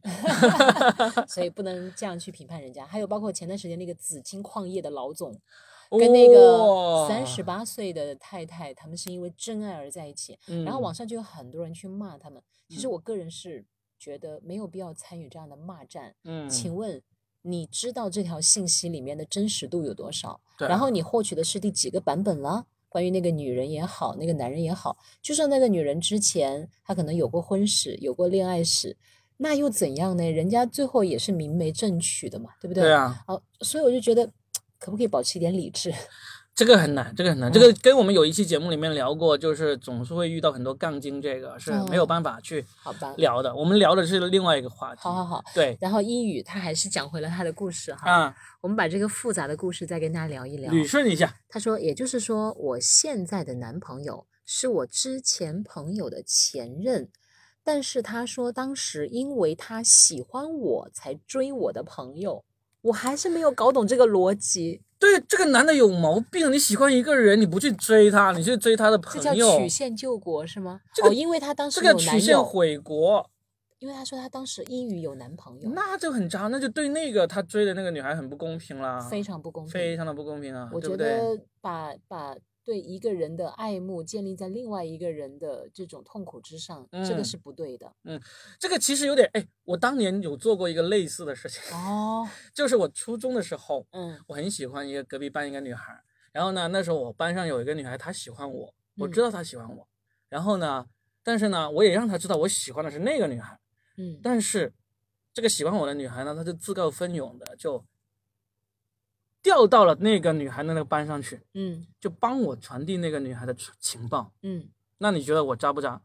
S2: 所以不能这样去评判人家。还有包括前段时间那个紫金矿业的老总， 跟那个
S1: 哇
S2: 三十八岁的太太，他们是因为真爱而在一起。
S1: 嗯
S2: 然后网上就有很多人去骂他们。其实我个人是觉得没有必要参与这样的骂战。
S1: 嗯，
S2: 请问你知道这条信息里面的真实度有多少？
S1: 对
S2: 然后你获取的是第几个版本了？关于那个女人也好，那个男人也好，就算那个女人之前她可能有过婚史，有过恋爱史，那又怎样呢？人家最后也是明媒正娶的嘛，对不对？
S1: 对。啊，
S2: 哦，所以我就觉得，可不可以保持一点理智？
S1: 这个很难，这个很难，
S2: 嗯
S1: 这个跟我们有一期节目里面聊过，就是总是会遇到很多杠精，这个是
S2: 嗯
S1: 没有办法去
S2: 好吧。
S1: 聊的。我们聊的是另外一个话题。
S2: 好好好。
S1: 对
S2: 然后一语他还是讲回了他的故事哈，
S1: 啊，
S2: 我们把这个复杂的故事再跟大家聊一聊。
S1: 捋顺一下。
S2: 他说，也就是说，我现在的男朋友是我之前朋友的前任，但是他说当时因为他喜欢我才追我的朋友，我还是没有搞懂这个逻辑，
S1: 对，这个男的有毛病。你喜欢一个人，你不去追他，你去追他的
S2: 这
S1: 朋
S2: 叫
S1: 友
S2: 曲，线救国是吗？
S1: 这个
S2: 哦，因为他当时
S1: 这
S2: 有
S1: 个
S2: 男
S1: 曲线
S2: 友，
S1: 悔国，
S2: 因为他说他当时英语有男朋友，
S1: 那就很渣，那就对那个他追的那个女孩很不公平啦，
S2: 非常不公平。
S1: 非常的不公平啊，
S2: 我
S1: 对
S2: 觉
S1: 不对？
S2: 得把把对一个人的爱慕建立在另外一个人的这种痛苦之上，这个
S1: 嗯
S2: 是不对的。
S1: 这个其实有点，哎，我当年有做过一个类似的事情，
S2: 哦，
S1: 就是我初中的时候，
S2: 嗯
S1: 我很喜欢一个隔壁班一个女孩儿，然后呢，那时候我班上有一个女孩，她喜欢我，我
S2: 嗯
S1: 知道她喜欢我，然后呢，但是呢，我也让她知道我喜欢的是那个女孩，
S2: 嗯，
S1: 但是这个喜欢我的女孩呢，她就自告奋勇的就调到了那个女孩的那个班上去，
S2: 嗯
S1: 就帮我传递那个女孩的情情报。
S2: 嗯
S1: 那你觉得我渣不渣？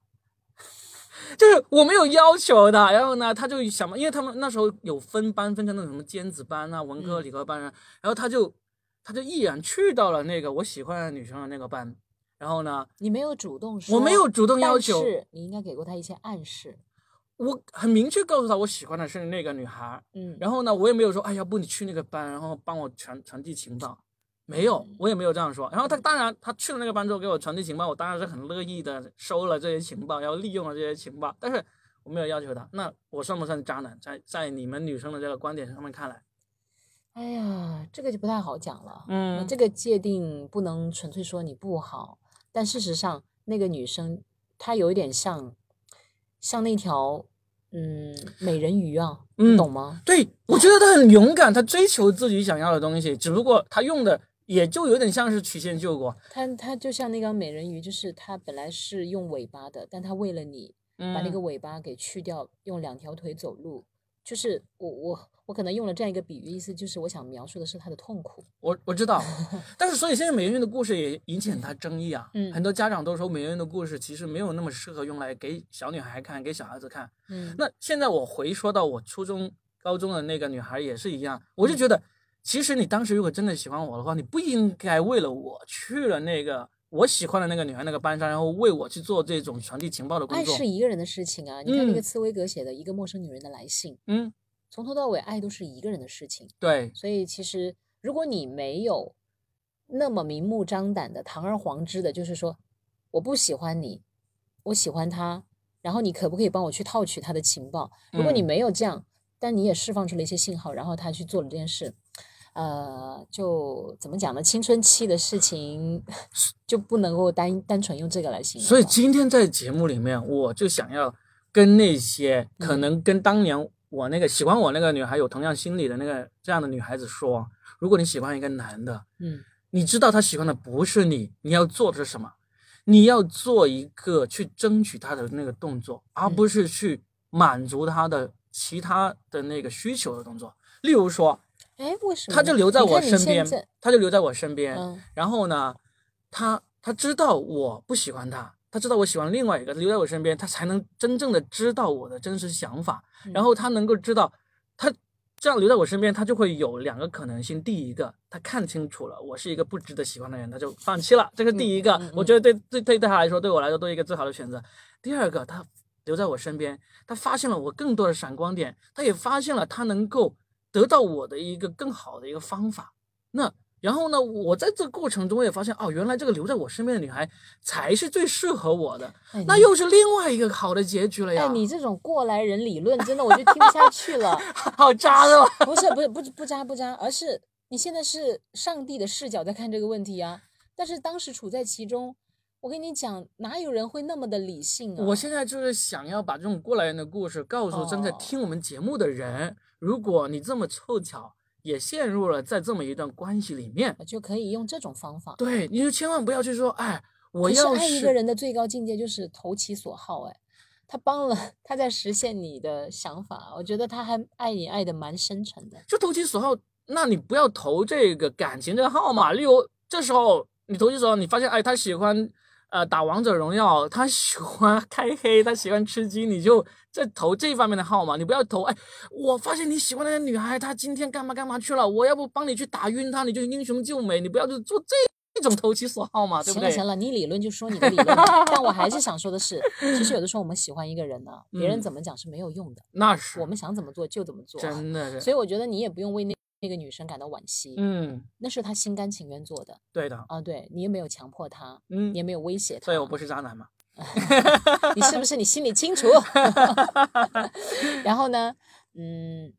S1: 就是我没有要求的，然后呢，他就想嘛，因为他们那时候有分班，分成那种什么尖子班啊、文科、
S2: 嗯
S1: 理科班啊，然后他就他就毅然去到了那个我喜欢的女生的那个班，然后呢，
S2: 你没有主动说，
S1: 我没有主动要
S2: 但
S1: 求，
S2: 是你应该给过他一些暗示。
S1: 我很明确告诉他我喜欢的是那个女孩，
S2: 嗯，
S1: 然后呢，我也没有说，哎，要不你去那个班，然后帮我传传递情报。没有
S2: 嗯，
S1: 我也没有这样说。然后他当然，他去了那个班之后给我传递情报，我当然是很乐意的收了这些情报，然后利用了这些情报。但是我没有要求他，那我算不算渣男？在在你们女生的这个观点上面看来，
S2: 哎呀，这个就不太好讲了。那
S1: 嗯
S2: 这个界定不能纯粹说你不好，但事实上，那个女生她有一点像，像那条嗯美人鱼啊，你
S1: 嗯
S2: 懂吗？
S1: 对我觉得他很勇敢，他追求自己想要的东西，只不过他用的也就有点像是曲线救国。
S2: 它它就像那个美人鱼，就是它本来是用尾巴的，但它为了你
S1: 嗯，
S2: 把那个尾巴给去掉，用两条腿走路。就是我我我可能用了这样一个比喻，意思就是我想描述的是它的痛苦。
S1: 我我知道， 但是所以现在美人鱼的故事也引起很大争议啊。
S2: 嗯
S1: 很多家长都说美人鱼的故事其实没有那么适合用来给小女孩看，给小孩子看。
S2: 嗯
S1: 那现在我回说到我初中、高中的那个女孩也是一样，我就
S2: 嗯
S1: 觉得，其实你当时如果真的喜欢我的话，你不应该为了我去了那个我喜欢的那个女孩那个班上，然后为我去做这种传递情报的工
S2: 爱
S1: 作。
S2: 哎是一个人的事情啊，你看那个
S1: 嗯
S2: 茨威格写的《一个陌生女人的来信》，
S1: 嗯，
S2: 从头到尾爱都是一个人的事情。
S1: 对，
S2: 所以其实如果你没有那么明目张胆的、堂而皇之的，就是说我不喜欢你，我喜欢他，然后你可不可以帮我去套取他的情报？如果你
S1: 嗯
S2: 没有这样，但你也释放出了一些信号，然后他去做了这件事。呃，就怎么讲呢？青春期的事情就不能够单单纯用这个来形容
S1: 所以
S2: 了
S1: 今天在节目里面，我就想要跟那些可
S2: 嗯
S1: 能跟当年我那个喜欢我那个女孩有同样心理的那个这样的女孩子说：如果你喜欢一个男的，
S2: 嗯
S1: 你知道他喜欢的不是你，你要做的是什么？你要做一个去争取他的那个动作，而
S2: 嗯
S1: 不是去满足他的其他的那个需求的动作。例如说，
S2: 哎，为什么
S1: 他就留在
S2: 你
S1: 我
S2: 看你
S1: 身
S2: 现
S1: 边
S2: 在，
S1: 他就留在我身边，
S2: 嗯
S1: 然后呢，他他知道我不喜欢他，他知道我喜欢另外一个，留在我身边，他才能真正的知道我的真实想法，
S2: 嗯
S1: 然后他能够知道，他这样留在我身边，他就会有两个可能性。第一个，他看清楚了我是一个不值得喜欢的人，他就放弃了，这是第一个。
S2: 嗯嗯嗯
S1: 我觉得对对对对他来说，对我来说都是一个最好的选择。第二个，他留在我身边，他发现了我更多的闪光点，他也发现了他能够得到我的一个更好的一个方法。那然后呢，我在这个过程中也发现，哦，原来这个留在我身边的女孩才是最适合我的，
S2: 哎
S1: 那
S2: 你
S1: 又是另外一个好的结局了呀！
S2: 哎，你这种过来人理论，真的我就听不下去了。
S1: 好渣的吧？
S2: 不是不是不不渣不渣，而是你现在是上帝的视角在看这个问题啊，但是当时处在其中，我跟你讲，哪有人会那么的理性啊？
S1: 我现在就是想要把这种过来人的故事告诉正在
S2: 哦
S1: 听我们节目的人，如果你这么凑巧也陷入了在这么一段关系里面，
S2: 就可以用这种方法。
S1: 对，你就千万不要去说，哎，我
S2: 可是
S1: 要
S2: 爱一个人的最高境界就是投其所好，哎，他帮了，他在实现你的想法，我觉得他还爱你爱的蛮深沉的。
S1: 就投其所好，那你不要投这个感情这个号码。例如这时候你投其所好，你发现哎，他喜欢呃打王者荣耀，他喜欢 开黑，他喜欢吃鸡，你就在投这方面的号码。你不要投哎，我发现你喜欢那个女孩，她今天干嘛干嘛去了，我要不帮你去打晕她，你就英雄救美。你不要就做这这种投其所好嘛，对不
S2: 行了
S1: 对
S2: 行？了，你理论就说你的理论吧，但我还是想说的是，其实有的时候我们喜欢一个人呢、别人
S1: 嗯
S2: 怎么讲是没有用的，
S1: 那是
S2: 我们想怎么做就怎么做。啊
S1: 真的
S2: 所
S1: 是，
S2: 以我觉得你也不用为那那个女生感到惋惜，
S1: 嗯，
S2: 那是她心甘情愿做的
S1: 对的，
S2: 啊。对你也没有强迫她，
S1: 嗯
S2: 你也，没有威胁她。
S1: 所以我不是渣男嘛，
S2: 你是不是你心里清楚？ 然后呢，嗯，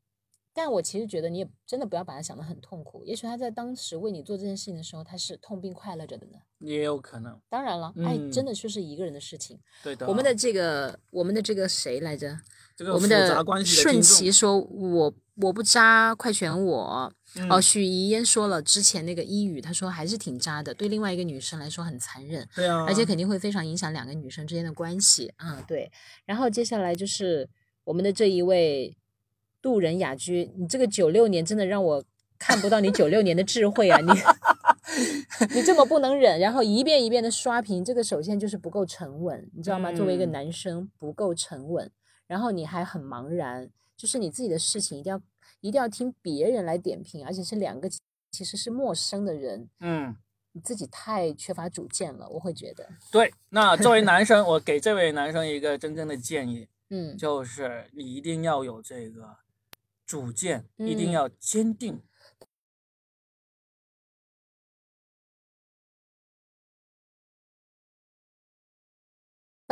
S2: 但我其实觉得你也真的不要把他想得很痛苦，也许他在当时为你做这件事情的时候，他是痛并快乐着的呢。
S1: 也有可能，
S2: 当然了，爱真
S1: 嗯
S2: 的就是一个人的事情。
S1: 对的。
S2: 我们的这个，我们的这个谁来着？
S1: 这个
S2: 我们
S1: 复杂关系的
S2: 顺
S1: 听众
S2: 其说，我我不渣，快选我。
S1: 嗯
S2: 哦，许怡嫣说了之前那个一语，她说还是挺渣的，对另外一个女生来说很残忍。
S1: 对啊，
S2: 而且肯定会非常影响两个女生之间的关系啊。对，然后接下来就是我们的这一位渡人雅居，你这个九六年真的让我看不到你九六年的智慧啊！你 你这么不能忍，然后一遍一遍的刷屏，这个首先就是不够沉稳，你知道吗？作为一个
S1: 嗯
S2: 男生不够沉稳，然后你还很茫然，就是你自己的事情一定要一定要听别人来点评，而且是两个其实是陌生的人。
S1: 嗯，
S2: 你自己太缺乏主见了，我会觉得，
S1: 对。那作为男生，我给这位男生一个真正的建议，
S2: 嗯，
S1: 就是你一定要有这个主见，一定
S2: 嗯
S1: 要坚定。！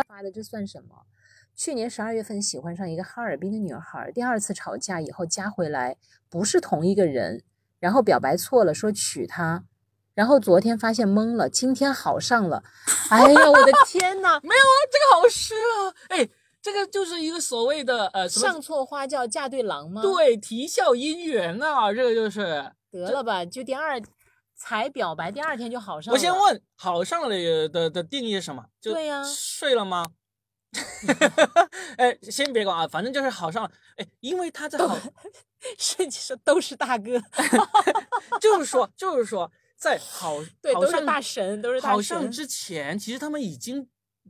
S2: 发的这算什么？去年十二月份喜欢上一个哈尔滨的女孩，第二次吵架以后加回来不是同一个人，然后表白错了，说娶她，然后昨天发现懵了，今天好上了，哎呀，我的天呐
S1: 没有啊，这个好诗啊，哎，这个就是一个所谓的呃什么
S2: 上错花轿嫁对郎吗？，
S1: 对啼笑姻缘呐、这个就是。
S2: 得了吧，就第二才表白，第二天就好上了。
S1: 我先，问，好上了的的的定义是什么？就
S2: 对呀
S1: 睡了 吗？哎，先别管啊，反正就是好上了。哎，因为他在好，
S2: 是是都是大哥，
S1: 就是说，就是说，在好
S2: 对，
S1: 好
S2: 都
S1: 上
S2: 是大神，都是大神。
S1: 好像之前其实他们已经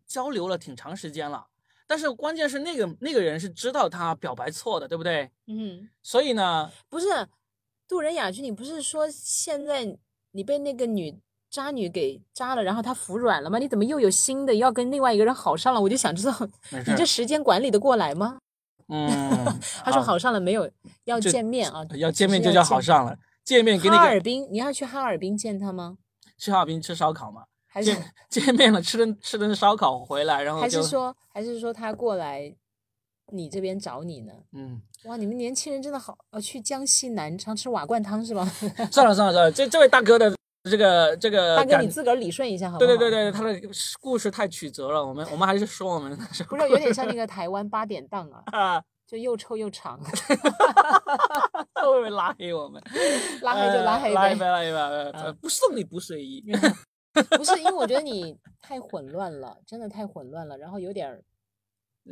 S1: 交流了挺长时间了，但是关键是那个那个人是知道他表白错的，对不对？
S2: 嗯。
S1: 所以呢，
S2: 不是，渡人雅君，你不是说现在你被那个女渣女给渣了，然后她服软了吗？你怎么又有新的要跟另外一个人好上了？我就想知道，
S1: 没
S2: 你这时间管理的过来吗？
S1: 嗯，
S2: 他说好上了没有？要
S1: 这
S2: 见面啊，
S1: 要
S2: 只
S1: 见
S2: 是
S1: 面就叫
S2: 见
S1: 好。上了，见面给你
S2: 哈尔
S1: 个
S2: 滨，你要去哈尔滨见他吗？
S1: 去哈尔滨吃烧烤 嘛，
S2: 还是
S1: 见见面了吃顿吃顿烧烤回来，然后
S2: 还
S1: 就是
S2: 说还是说他过来你这边找你呢？
S1: 嗯，
S2: 哇，你们年轻人真的好，呃，去江西南昌吃瓦罐汤是吧？
S1: 算了算了算了，这这位大哥的这个这个
S2: 大哥，
S1: 呃感
S2: 你。自个儿理顺一下好不
S1: 对
S2: 好？
S1: 对对对，他的故事太曲折了，我们我们还是说我们的那
S2: 不是有点像那个台湾八点档啊，
S1: 啊，
S2: 就又臭又长。
S1: 会不会拉黑我们？
S2: 拉黑就拉
S1: 呃
S2: 黑
S1: 拉黑
S2: 呗，嗯
S1: 拉黑呗，呃不送你不睡衣。
S2: 不是因为我觉得你太混乱了，真的太混乱了，然后有点儿，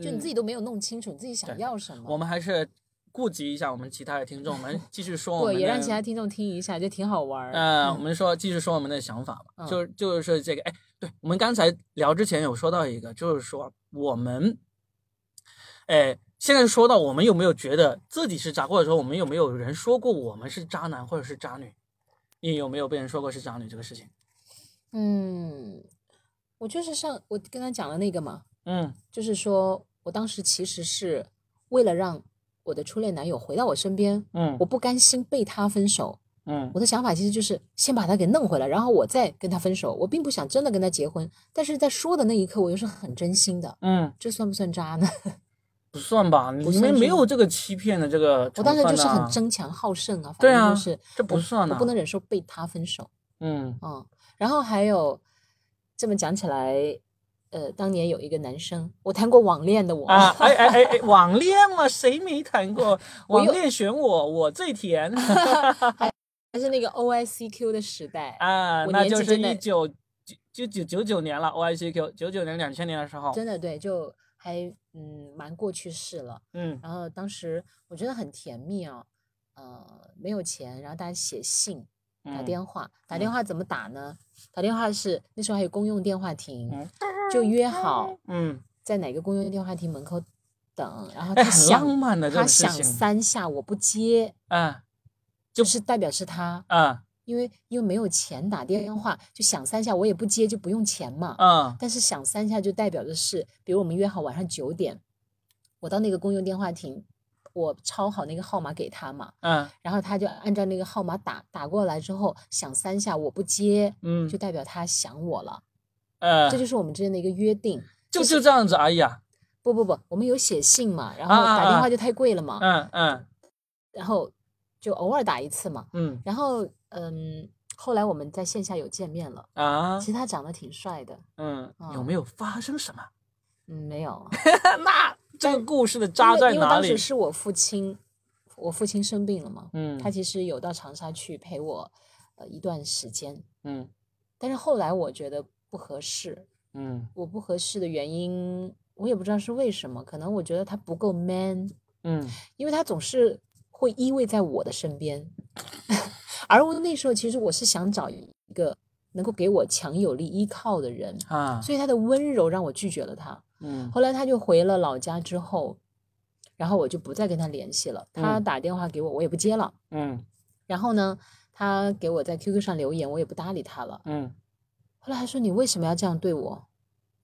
S2: 就你自己都没有弄清楚你自己想
S1: 对
S2: 要什么。
S1: 嗯我们还是顾及一下我们其他的听众，我们继续说我们的。
S2: 对，也让其他听众听一下，就挺好玩儿。
S1: 呃，我
S2: 嗯
S1: 们说继续说我们的想法嘛，
S2: 嗯
S1: 就就是这个，哎，对我们刚才聊之前有说到一个，就是说我们，哎，现在说到我们有没有觉得自己是渣，或者说我们有没有人说过我们是渣男或者是渣女？你有没有被人说过是渣女这个事情？
S2: 嗯，我就是上我跟他讲了那个嘛，
S1: 嗯
S2: 就是说我当时其实是为了让我的初恋男友回到我身边，
S1: 嗯
S2: 我不甘心被他分手，
S1: 嗯
S2: 我的想法其实就是先把他给弄回来，然后我再跟他分手。我并不想真的跟他结婚，但是在说的那一刻，我又是很真心的。
S1: 嗯，
S2: 这算不算渣呢？
S1: 不算吧？里
S2: 不算
S1: 面
S2: 是
S1: 没
S2: 吗
S1: 有这个欺骗的这个
S2: 我
S1: 成
S2: 当
S1: 分
S2: 时
S1: 啊。
S2: 就是很争强好胜啊，
S1: 对
S2: 反正
S1: 啊
S2: 就是
S1: 这不
S2: 我
S1: 算
S2: 我不
S1: 啊
S2: 能忍受被他分手，
S1: 嗯
S2: 嗯，然后还有这么讲起来，呃，当年有一个男生，我谈过网恋的我，
S1: 啊，哎哎哎哎，网恋嘛，谁没谈过？
S2: 我
S1: 网
S2: 有
S1: 恋选我，我最 甜
S2: 还是那个 O I C Q 的时代，
S1: 啊！
S2: 我
S1: 那
S2: 年纪
S1: 就是
S2: 真的
S1: 一九九九九九年了，OICQ 九九年两千年的时候，
S2: 真的对，就还嗯蛮过去式了。
S1: 嗯
S2: 然后当时我觉得很甜蜜啊，呃，没有钱，然后大家写信、打
S1: 嗯
S2: 电话，打
S1: 嗯
S2: 电话怎么打呢？打电话是那时候还有公用电话亭，
S1: 嗯
S2: 就约好
S1: 嗯，
S2: 在哪个公用电话亭门口等，然后
S1: 哎，
S2: 啊他
S1: 很浪
S2: 响，
S1: 漫的这
S2: 他
S1: 种事
S2: 响
S1: 情
S2: 三下我不接，
S1: 啊
S2: 就是代表是他，
S1: 啊
S2: 因为因为没有钱打电话，就响三下我也不接，就不用钱嘛。
S1: 啊
S2: 但是响三下就代表的是，比如我们约好晚上九点，我到那个公用电话亭，我抄好那个号码给他嘛，
S1: 啊
S2: 然后他就按照那个号码打打过来之后响三下，我不接，
S1: 嗯
S2: 就代表他想我了，
S1: 呃，
S2: 这就是我们之间的一个约定。
S1: 就就这样子而已啊，
S2: 不不不，我们有写信嘛，然后
S1: 啊啊
S2: 打电话
S1: 啊
S2: 就太贵了嘛，
S1: 嗯嗯
S2: 然后就偶尔打一次嘛，
S1: 嗯
S2: 然后嗯，后来我们在线下有见面了，
S1: 啊
S2: 其实他长得挺帅的，
S1: 嗯，有
S2: 啊
S1: 没有发生什么？
S2: 嗯，没有。
S1: 那这个故事的
S2: 因
S1: 渣
S2: 为
S1: 在
S2: 因为
S1: 哪
S2: 当
S1: 里
S2: 时？是我父亲，我父亲生病了嘛，
S1: 嗯
S2: 他其实有到长沙去陪我，呃，一段时间。
S1: 嗯
S2: 但是后来我觉得不合适，
S1: 嗯
S2: 我不合适的原因，我也不知道是为什么，可能我觉得他不够 man，
S1: 嗯
S2: 因为他总是会依偎在我的身边， 而我那时候其实我是想找一个能够给我强有力依靠的人，
S1: 啊
S2: 所以他的温柔让我拒绝了他。
S1: 嗯
S2: 后来他就回了老家之后，然后我就不再跟他联系了。他
S1: 嗯
S2: 打电话给我，我也不接了。
S1: 嗯
S2: 然后呢，他给我在 QQ 上留言，我也不搭理他了。
S1: 嗯
S2: 后来他说：“你为什么要这样对我？”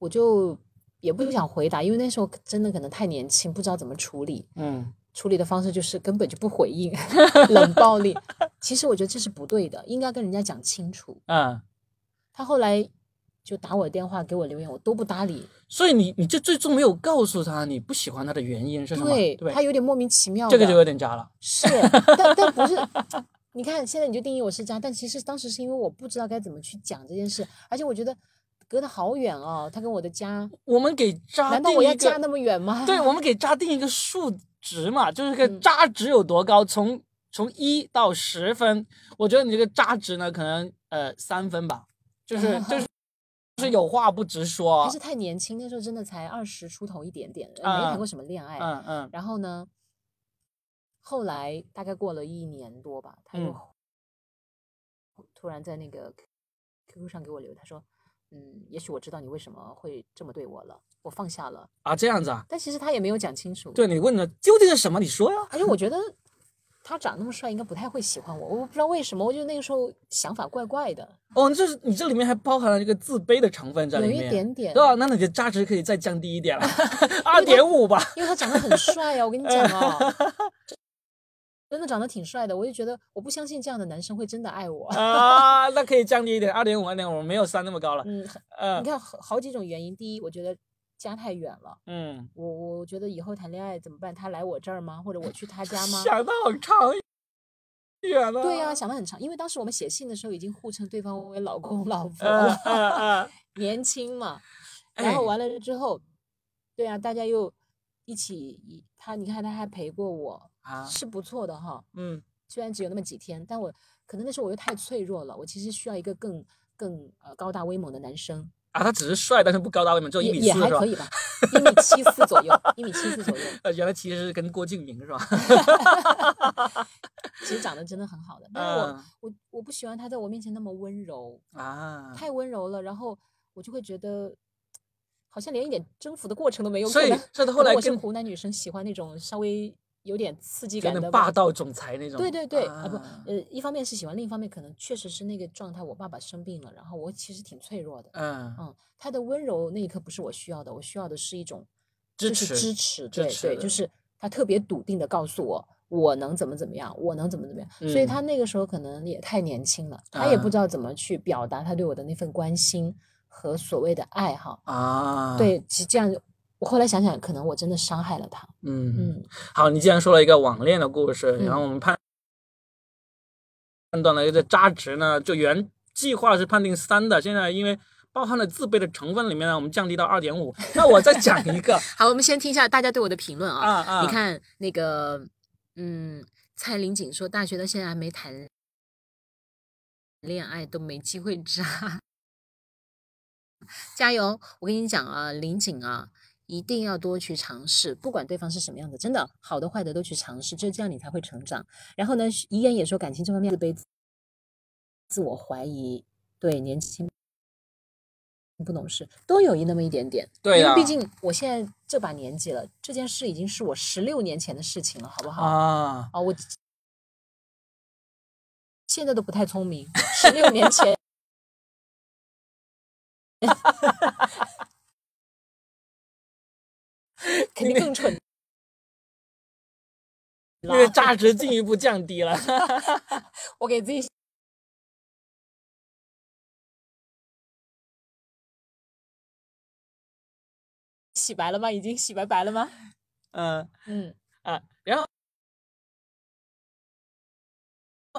S2: 我就也不想回答，因为那时候真的可能太年轻，不知道怎么处理。
S1: 嗯
S2: 处理的方式就是根本就不回应， 冷暴力。其实我觉得这是不对的，应该跟人家讲清楚。
S1: 啊，
S2: 他后来就打我电话，给我留言，我都不搭理。
S1: 所以你你就最终没有告诉他你不喜欢他的原因是什么？对不
S2: 他
S1: 对，
S2: 有点莫名其妙的。
S1: 这个就有点渣了。
S2: 是，但但不是，你看现在你就定义我是渣，但其实当时是因为我不知道该怎么去讲这件事，而且我觉得隔得好远哦，他跟我的家，
S1: 我们给渣
S2: 难道
S1: 定
S2: 我要
S1: 一
S2: 嫁
S1: 个，
S2: 那么远吗？
S1: 对，我们给渣定一个数值嘛，就是这个
S2: 嗯
S1: 渣值有多高，从从一到十分，我觉得你这个渣值呢，可能呃三分吧，就是 就是就是有话不直说
S2: 还，是太年轻，那时候真的才二十出头一点点，没
S1: 啊
S2: 谈过什么恋爱。
S1: 嗯嗯
S2: 然后呢，后来大概过了一年多吧，他又
S1: 嗯
S2: 突然在那个 QQ 上给我留，他说：“嗯，也许我知道你为什么会这么对我了，我放下了。
S1: 啊这样子啊”，
S2: 但其实他也没有讲清楚。
S1: 对你问了究竟是什么，你说呀，
S2: 而且我觉得他长那么帅，应该不太会喜欢我。我不知道为什么，我就那个时候想法怪怪的，
S1: 哦，你这是你这里面还包含了这个自卑的成分在
S2: 有
S1: 里
S2: 一
S1: 面，
S2: 点点
S1: 对啊，那你的价值可以再降低一点 了，二点五吧。
S2: 因为他长得很帅啊！我跟你讲 哦，真的长得挺帅的。我就觉得我不相信这样的男生会真的 爱我。
S1: 啊，那可以降低一点，二点五、二点五，没有三那么高了。
S2: 嗯，你
S1: 嗯
S2: 看好好几种原因。第一，我觉得家太远了，
S1: 嗯，
S2: 我我觉得以后谈恋爱怎么办？他来我这儿吗？或者我去他家吗？
S1: 想到很长远啊了。
S2: 对呀、想的很长，因为当时我们写信的时候已经互称对方为老公 老婆
S1: 呃
S2: 了。
S1: 呃呃，
S2: 年轻嘛，然后
S1: 哎
S2: 完了之后，对啊，大家又一起一他，你看他还陪过我，
S1: 啊，
S2: 是不错的哈。
S1: 嗯
S2: 虽然只有那么几天，但我可能那时候我又太脆弱了，我其实需要一个更更呃高大威猛的男生，
S1: 啊，他只是帅，但是不高大威猛，只有一
S2: 也
S1: 米
S2: 也
S1: 四
S2: 还
S1: 是吧
S2: 可？以吧，一米七四左右，一米七四左右，
S1: 呃，原来其实是跟郭敬明是吧？
S2: 其实长得真的很好的，但是我、
S1: 嗯
S2: 我我不喜欢他在我面前那么温柔，
S1: 啊，
S2: 太温柔了，然后我就会觉得。好像连一点征服的过程都没有，
S1: 所
S2: 可
S1: 以
S2: 能
S1: 所以他
S2: 可
S1: 后
S2: 能
S1: 来
S2: 我是
S1: 跟
S2: 湖南女生，喜欢那种稍微有点刺激
S1: 有
S2: 感
S1: 点
S2: 的
S1: 霸
S2: 吧。
S1: 道总裁那种。
S2: 对对对，啊不，
S1: 啊
S2: 呃，一方面是喜欢，另一方面可能确实是那个状态。我爸爸生病了，然后我其实挺脆弱的。
S1: 嗯，
S2: 嗯，他的温柔那一刻不是我需要的，我需要的是一种
S1: 支
S2: 就是
S1: 持
S2: 支持，
S1: 支
S2: 对
S1: 持
S2: 对，
S1: 的
S2: 就是他特别笃定的告诉我，我能怎么怎么样，我能怎么怎么样。所以
S1: 嗯
S2: 他那个时候可能也太年轻了，他也不
S1: 啊
S2: 知道怎么去表达他对我的那份关心和所谓的爱哈。
S1: 啊，
S2: 对，其实这样我后来想想，可能我真的伤害了他。
S1: 嗯，
S2: 嗯
S1: 好，你既然说了一个网恋的故事，
S2: 嗯
S1: 然后我们判判断了一个渣值呢，就原计划是判定三的，现在因为包含了自卑的成分里面呢，我们降低到二点五。那我再讲一个
S2: 好，我们先听一下大家对我的评论 啊。
S1: 啊啊，
S2: 你看那个，嗯，蔡林锦说，大学到现在还没谈恋爱，都没机会渣。 加油！我跟你讲啊，林锦啊，一定要多去尝试，不管对方是什么样的，真的好的坏的都去尝试，就这样你才会成长。然后呢，遗言也说，感情这方面自卑、自我怀疑，对年轻。不懂事都有一那么一点点，
S1: 对
S2: 因为
S1: 呀
S2: 毕竟我现在这把年纪了，这件事已经是我十六年前的事情了，好不好？啊、
S1: 啊，
S2: 我现在都不太聪明，十六年前 肯定更蠢。
S1: 因为渣值进一步降低了。
S2: 我给自己洗白了吗？已经洗白白了吗？
S1: 嗯
S2: 嗯，
S1: 啊，然后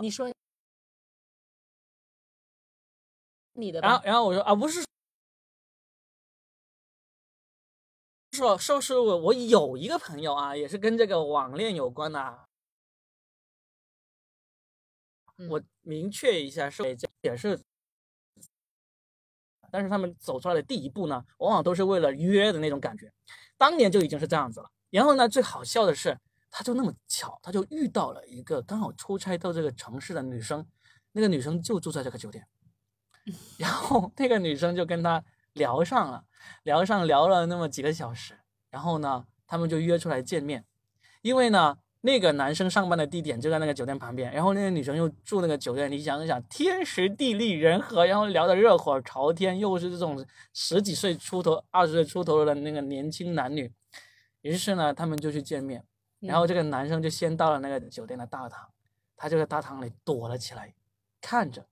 S2: 你说你的
S1: 然后
S2: 吧。
S1: 然后我说啊，不是说说是我我有一个朋友啊，也是跟这个网恋有关的、啊。
S2: 嗯
S1: 我明确一下是也也是，但是他们走出来的第一步呢，往往都是为了约的那种感觉。当年就已经是这样子了。然后呢，最好笑的是，他就那么巧，他就遇到了一个刚好出差到这个城市的女生，那个女生就住在这个酒店，然后那个女生就跟他聊上了，聊上聊了那么几个小时，然后呢，他们就约出来见面，因为呢。那个男生上班的地点就在那个酒店旁边，然后那个女生又住那个酒店，你想一想，天时地利人和，然后聊得热火朝天，又是这种十几岁出头、二十岁出头的那个年轻男女，于是呢，他们就去见面，然后这个男生就先到了那个酒店的大堂，他就在大堂里躲了起来，看着，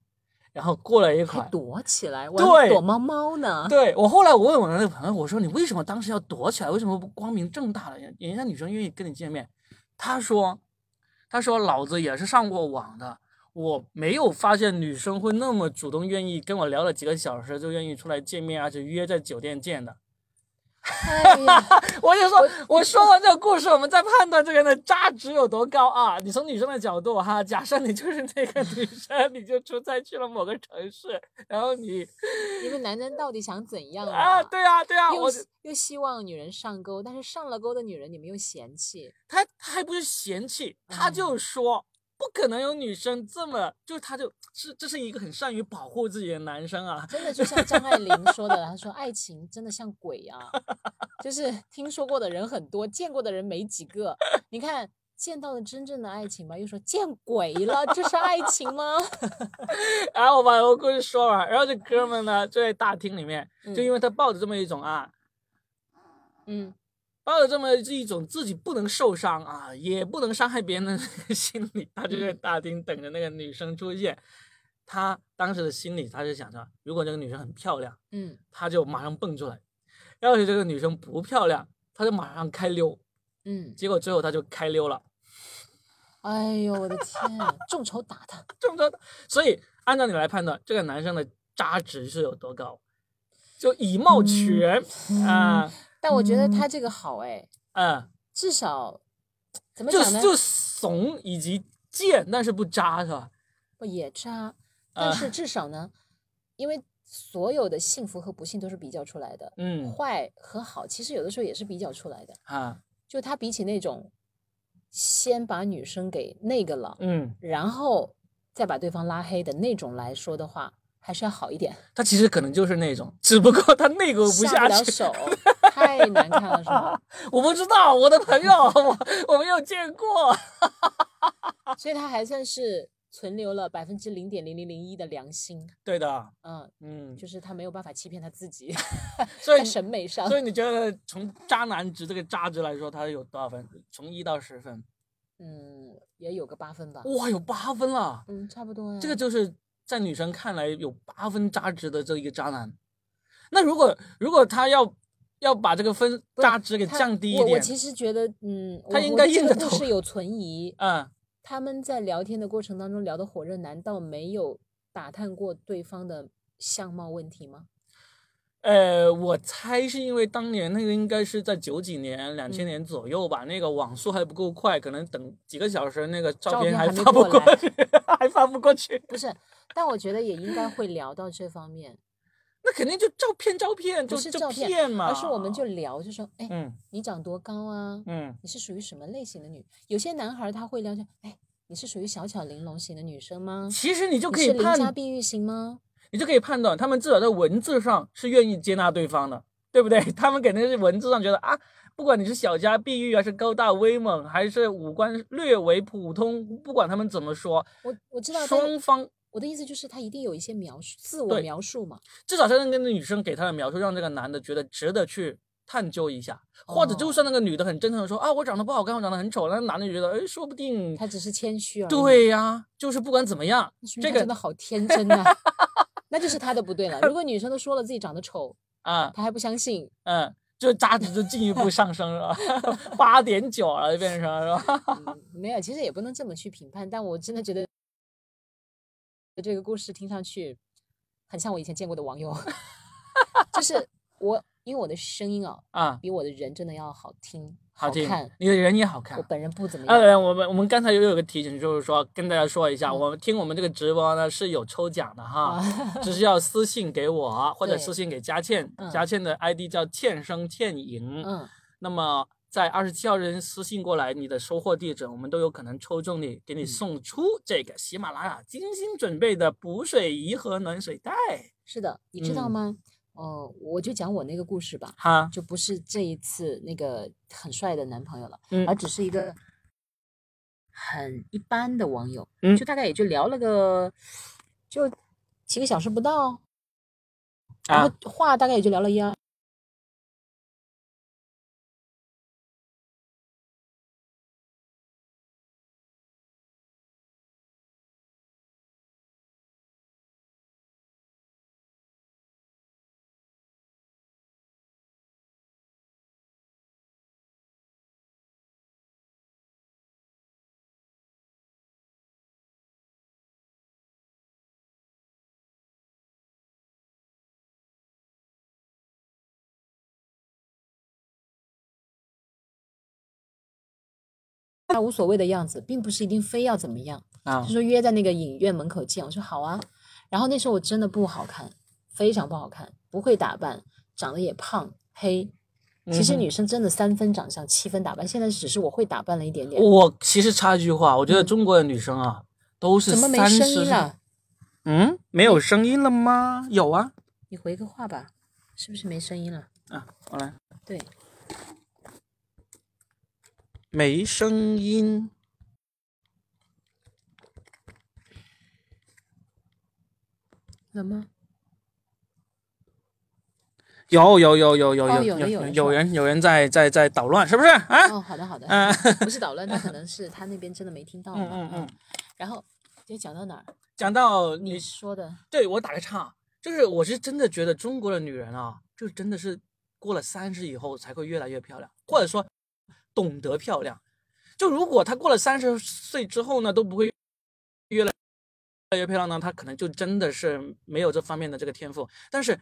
S1: 然后过了一会
S2: 还
S1: 儿，
S2: 躲起来，我还
S1: 对
S2: 躲猫猫呢。
S1: 对 我后来我问我的那个朋友，我说你为什么当时要躲起来？为什么不光明正大的？人人家女生愿意跟你见面，他说，他说老子也是上过网的。我没有发现女生会那么主动，愿意跟我聊了几个小时就愿意出来见面，而且约在酒店见的。
S2: 哎呀，
S1: 我就说，我说完这个故事，我们再判断这个人的渣值有多高啊！你从女生的角度哈，假设你就是那个女生，你就出差去了某个城市，然后你
S2: 你们男人到底想怎样
S1: 啊，对啊，对啊，
S2: 又
S1: 我
S2: 希又希望女人上钩，但是上了钩的女人你们又嫌弃，
S1: 他他还不是嫌弃，他
S2: 嗯
S1: 就说。不可能有女生这么，就是他就是这是一个很善于保护自己的男生啊，
S2: 真的就像张爱玲说的，她说爱情真的像鬼 呀、就是听说过的人很多，见过的人没几个。你看见到了真正的爱情吧，又说见鬼了，这是爱情吗？
S1: 然后我把我故事说完，然后这哥们呢就在大厅里面，就因为他抱着这么一种啊，
S2: 嗯，
S1: 抱着这么一种自己不能受伤啊，也不能伤害别人的那个 心理，他就在大厅等着那个女生出现。他当时的心里，他就想着，如果这个女生很漂亮，
S2: 嗯
S1: 他就马上蹦出来；要是这个女生不漂亮，他就马上开溜。
S2: 嗯嗯，
S1: 结果最后他就开溜了，
S2: 哎呦我的天啊，众筹打他，
S1: 这么多。所以按照你来判断，这个男生的渣值是有多高？就以貌
S2: 嗯
S1: 取人啊，
S2: 但我觉得他这个好哎，
S1: 嗯，
S2: 至少怎么
S1: 就
S2: 讲呢？
S1: 就怂以及贱，但是不渣是吧？
S2: 不也渣，
S1: 啊
S2: 但是至少呢，因为所有的幸福和不幸都是比较出来的，
S1: 嗯
S2: 坏和好其实有的时候也是比较出来的。
S1: 啊，
S2: 就他比起那种先把女生给那个了，
S1: 嗯。
S2: 然后再把对方拉黑的那种来说的话，还是要好一点，
S1: 他其实可能就是那种，只不过他内沟不下
S2: 下不了
S1: 去。
S2: 手，太难看了，是吗？
S1: 我不知道我的朋友，我我没有见过。
S2: 所以他还算是存留了百分之零点零零零一的良心，
S1: 对的，
S2: 嗯，
S1: 嗯，
S2: 就是他没有办法欺骗他自己，
S1: 所以
S2: 在审美上
S1: 所以你觉得从渣男值这个渣值来说，他有多少分？从一到十分，
S2: 嗯，也有个八分吧。
S1: 哇，有八分了。
S2: 嗯，差不多呀。
S1: 这个就是在女生看来有八分渣值的这一个渣男。那如果如果他要要把这个分
S2: 不是
S1: 价值给
S2: 他
S1: 降低一
S2: 我我
S1: 点。
S2: 其实觉得，嗯，我
S1: 他应该
S2: 我对
S1: 硬着
S2: 这个
S1: 头
S2: 故事有存疑。
S1: 嗯，
S2: 他们在聊天的过程当中聊得火热，难道没有打探过对方的相貌问题吗？
S1: 呃，我猜是因为当年那个应该是在九几年、两
S2: 嗯
S1: 千年左右吧，那个网速还不够快，可能等几个小时那个照
S2: 照
S1: 片
S2: 片还没
S1: 发不
S2: 过
S1: 过
S2: 来
S1: 去， 还发不过 去。
S2: 不是，但我觉得也应该会聊到这方面，
S1: 那肯定就照片照片，
S2: 不
S1: 就是就
S2: 照片
S1: 骗嘛。
S2: 而是我们就聊，就说，哎，
S1: 哦嗯
S2: 你长多高啊？
S1: 嗯
S2: 你是属于什么类型的女？有些男孩他会聊着，哎，你是属于小巧玲珑型的女生吗？
S1: 其实你就
S2: 你
S1: 可以
S2: 是邻家
S1: 判，
S2: 碧玉型吗？
S1: 你就可以判断，他们至少在文字上是愿意接纳对方的，对不对？ 他们肯定是文字上觉得啊，不管你是小家碧玉，还啊是高大威猛，还是五官略为普通，不管他们怎么说，
S2: 我我知道，但
S1: 双方
S2: 我的意思就是他一定有一些描述，自我
S1: 对
S2: 描述嘛。
S1: 至少是那个女生给他的描述，让这个男的觉得值得去探究一下，或者就
S2: 哦
S1: 算那个女的很真诚的说啊，我长得不好看，我长得很丑，那男的就觉得，哎，说不定
S2: 他只是谦虚而已。
S1: 对呀、就是不管怎么样，
S2: 那说明
S1: 这
S2: 他
S1: 个
S2: 真的好天真呐、 那就是他的不对了。如果女生都说了自己长得丑，
S1: 啊，
S2: 他还不相信，
S1: 嗯，就价值就进一步上升了， 八点九了，就变成了是吧？
S2: 嗯没有，其实也不能这么去评判。但我真的觉得这个故事听上去很像我以前见过的网友， 就是我因为我的声音啊，
S1: 啊，
S2: 比我的人真的要好听、
S1: 好听
S2: 看。，
S1: 你的人也好看
S2: 我。本人不怎么样，
S1: 呃，我们我们刚才又有个提醒，就是说跟大家说一
S2: 嗯
S1: 下，我们听我们这个直播呢是有抽奖的哈，只是要私信给我或者
S2: 啊对
S1: 私信给佳倩
S2: 嗯，
S1: 佳倩的 ID 叫倩声倩影。
S2: 嗯，
S1: 那么在二十七号人私信过来你的收货地址，我们都有可能抽中你，给你
S2: 嗯
S1: 送出这个喜马拉雅精心准备的补水仪和暖水袋。
S2: 是的，你知道
S1: 嗯
S2: 吗？哦、我就讲我那个故事吧，
S1: 哈，
S2: 就不是这一次那个很帅的男朋友了。
S1: 嗯
S2: 而只是一个很一般的网友，
S1: 嗯
S2: 就大概也就聊了个就几个小时不到，然
S1: 啊
S2: 后话大概也就聊了一二。他无所谓的样子，并不是一定非要怎么样。
S1: 啊
S2: 他，说约在那个影院门口见，我说好啊。然后那时候我真的不好看，非常不好看，不会打扮，长得也胖黑。其实
S1: 嗯哼
S2: 女生真的三分长相，七分打扮。现在只是我会打扮了一点点，
S1: 我其实插一句话，我觉得
S2: 嗯
S1: 中国的女生啊都是
S2: 怎么没
S1: 30
S2: 声音啊了？
S1: 嗯，没有声音了吗？有啊，
S2: 你回个话吧，是不是没声音了？
S1: 啊，我来，
S2: 对，
S1: 没声音。
S2: 怎么？
S1: 有有有有有
S2: 哦
S1: 有
S2: 有的有
S1: 有
S2: 的
S1: 有
S2: 是吧
S1: 人有人在在在捣乱，是不是啊？
S2: 哦，好的好的，
S1: 嗯
S2: 不是捣乱，他可能是他那边真的没听到嘛。
S1: 嗯嗯嗯。
S2: 然后就讲到哪儿？
S1: 讲到
S2: 你
S1: 你
S2: 说的
S1: 对我打个岔，就是我是真的觉得中国的女人啊，就真的是过了三十以后才会越来越漂亮，或者说懂得漂亮。就如果她过了三十岁之后呢，都不会越来越漂亮呢，她可能就真的是没有这方面的这个天赋。但是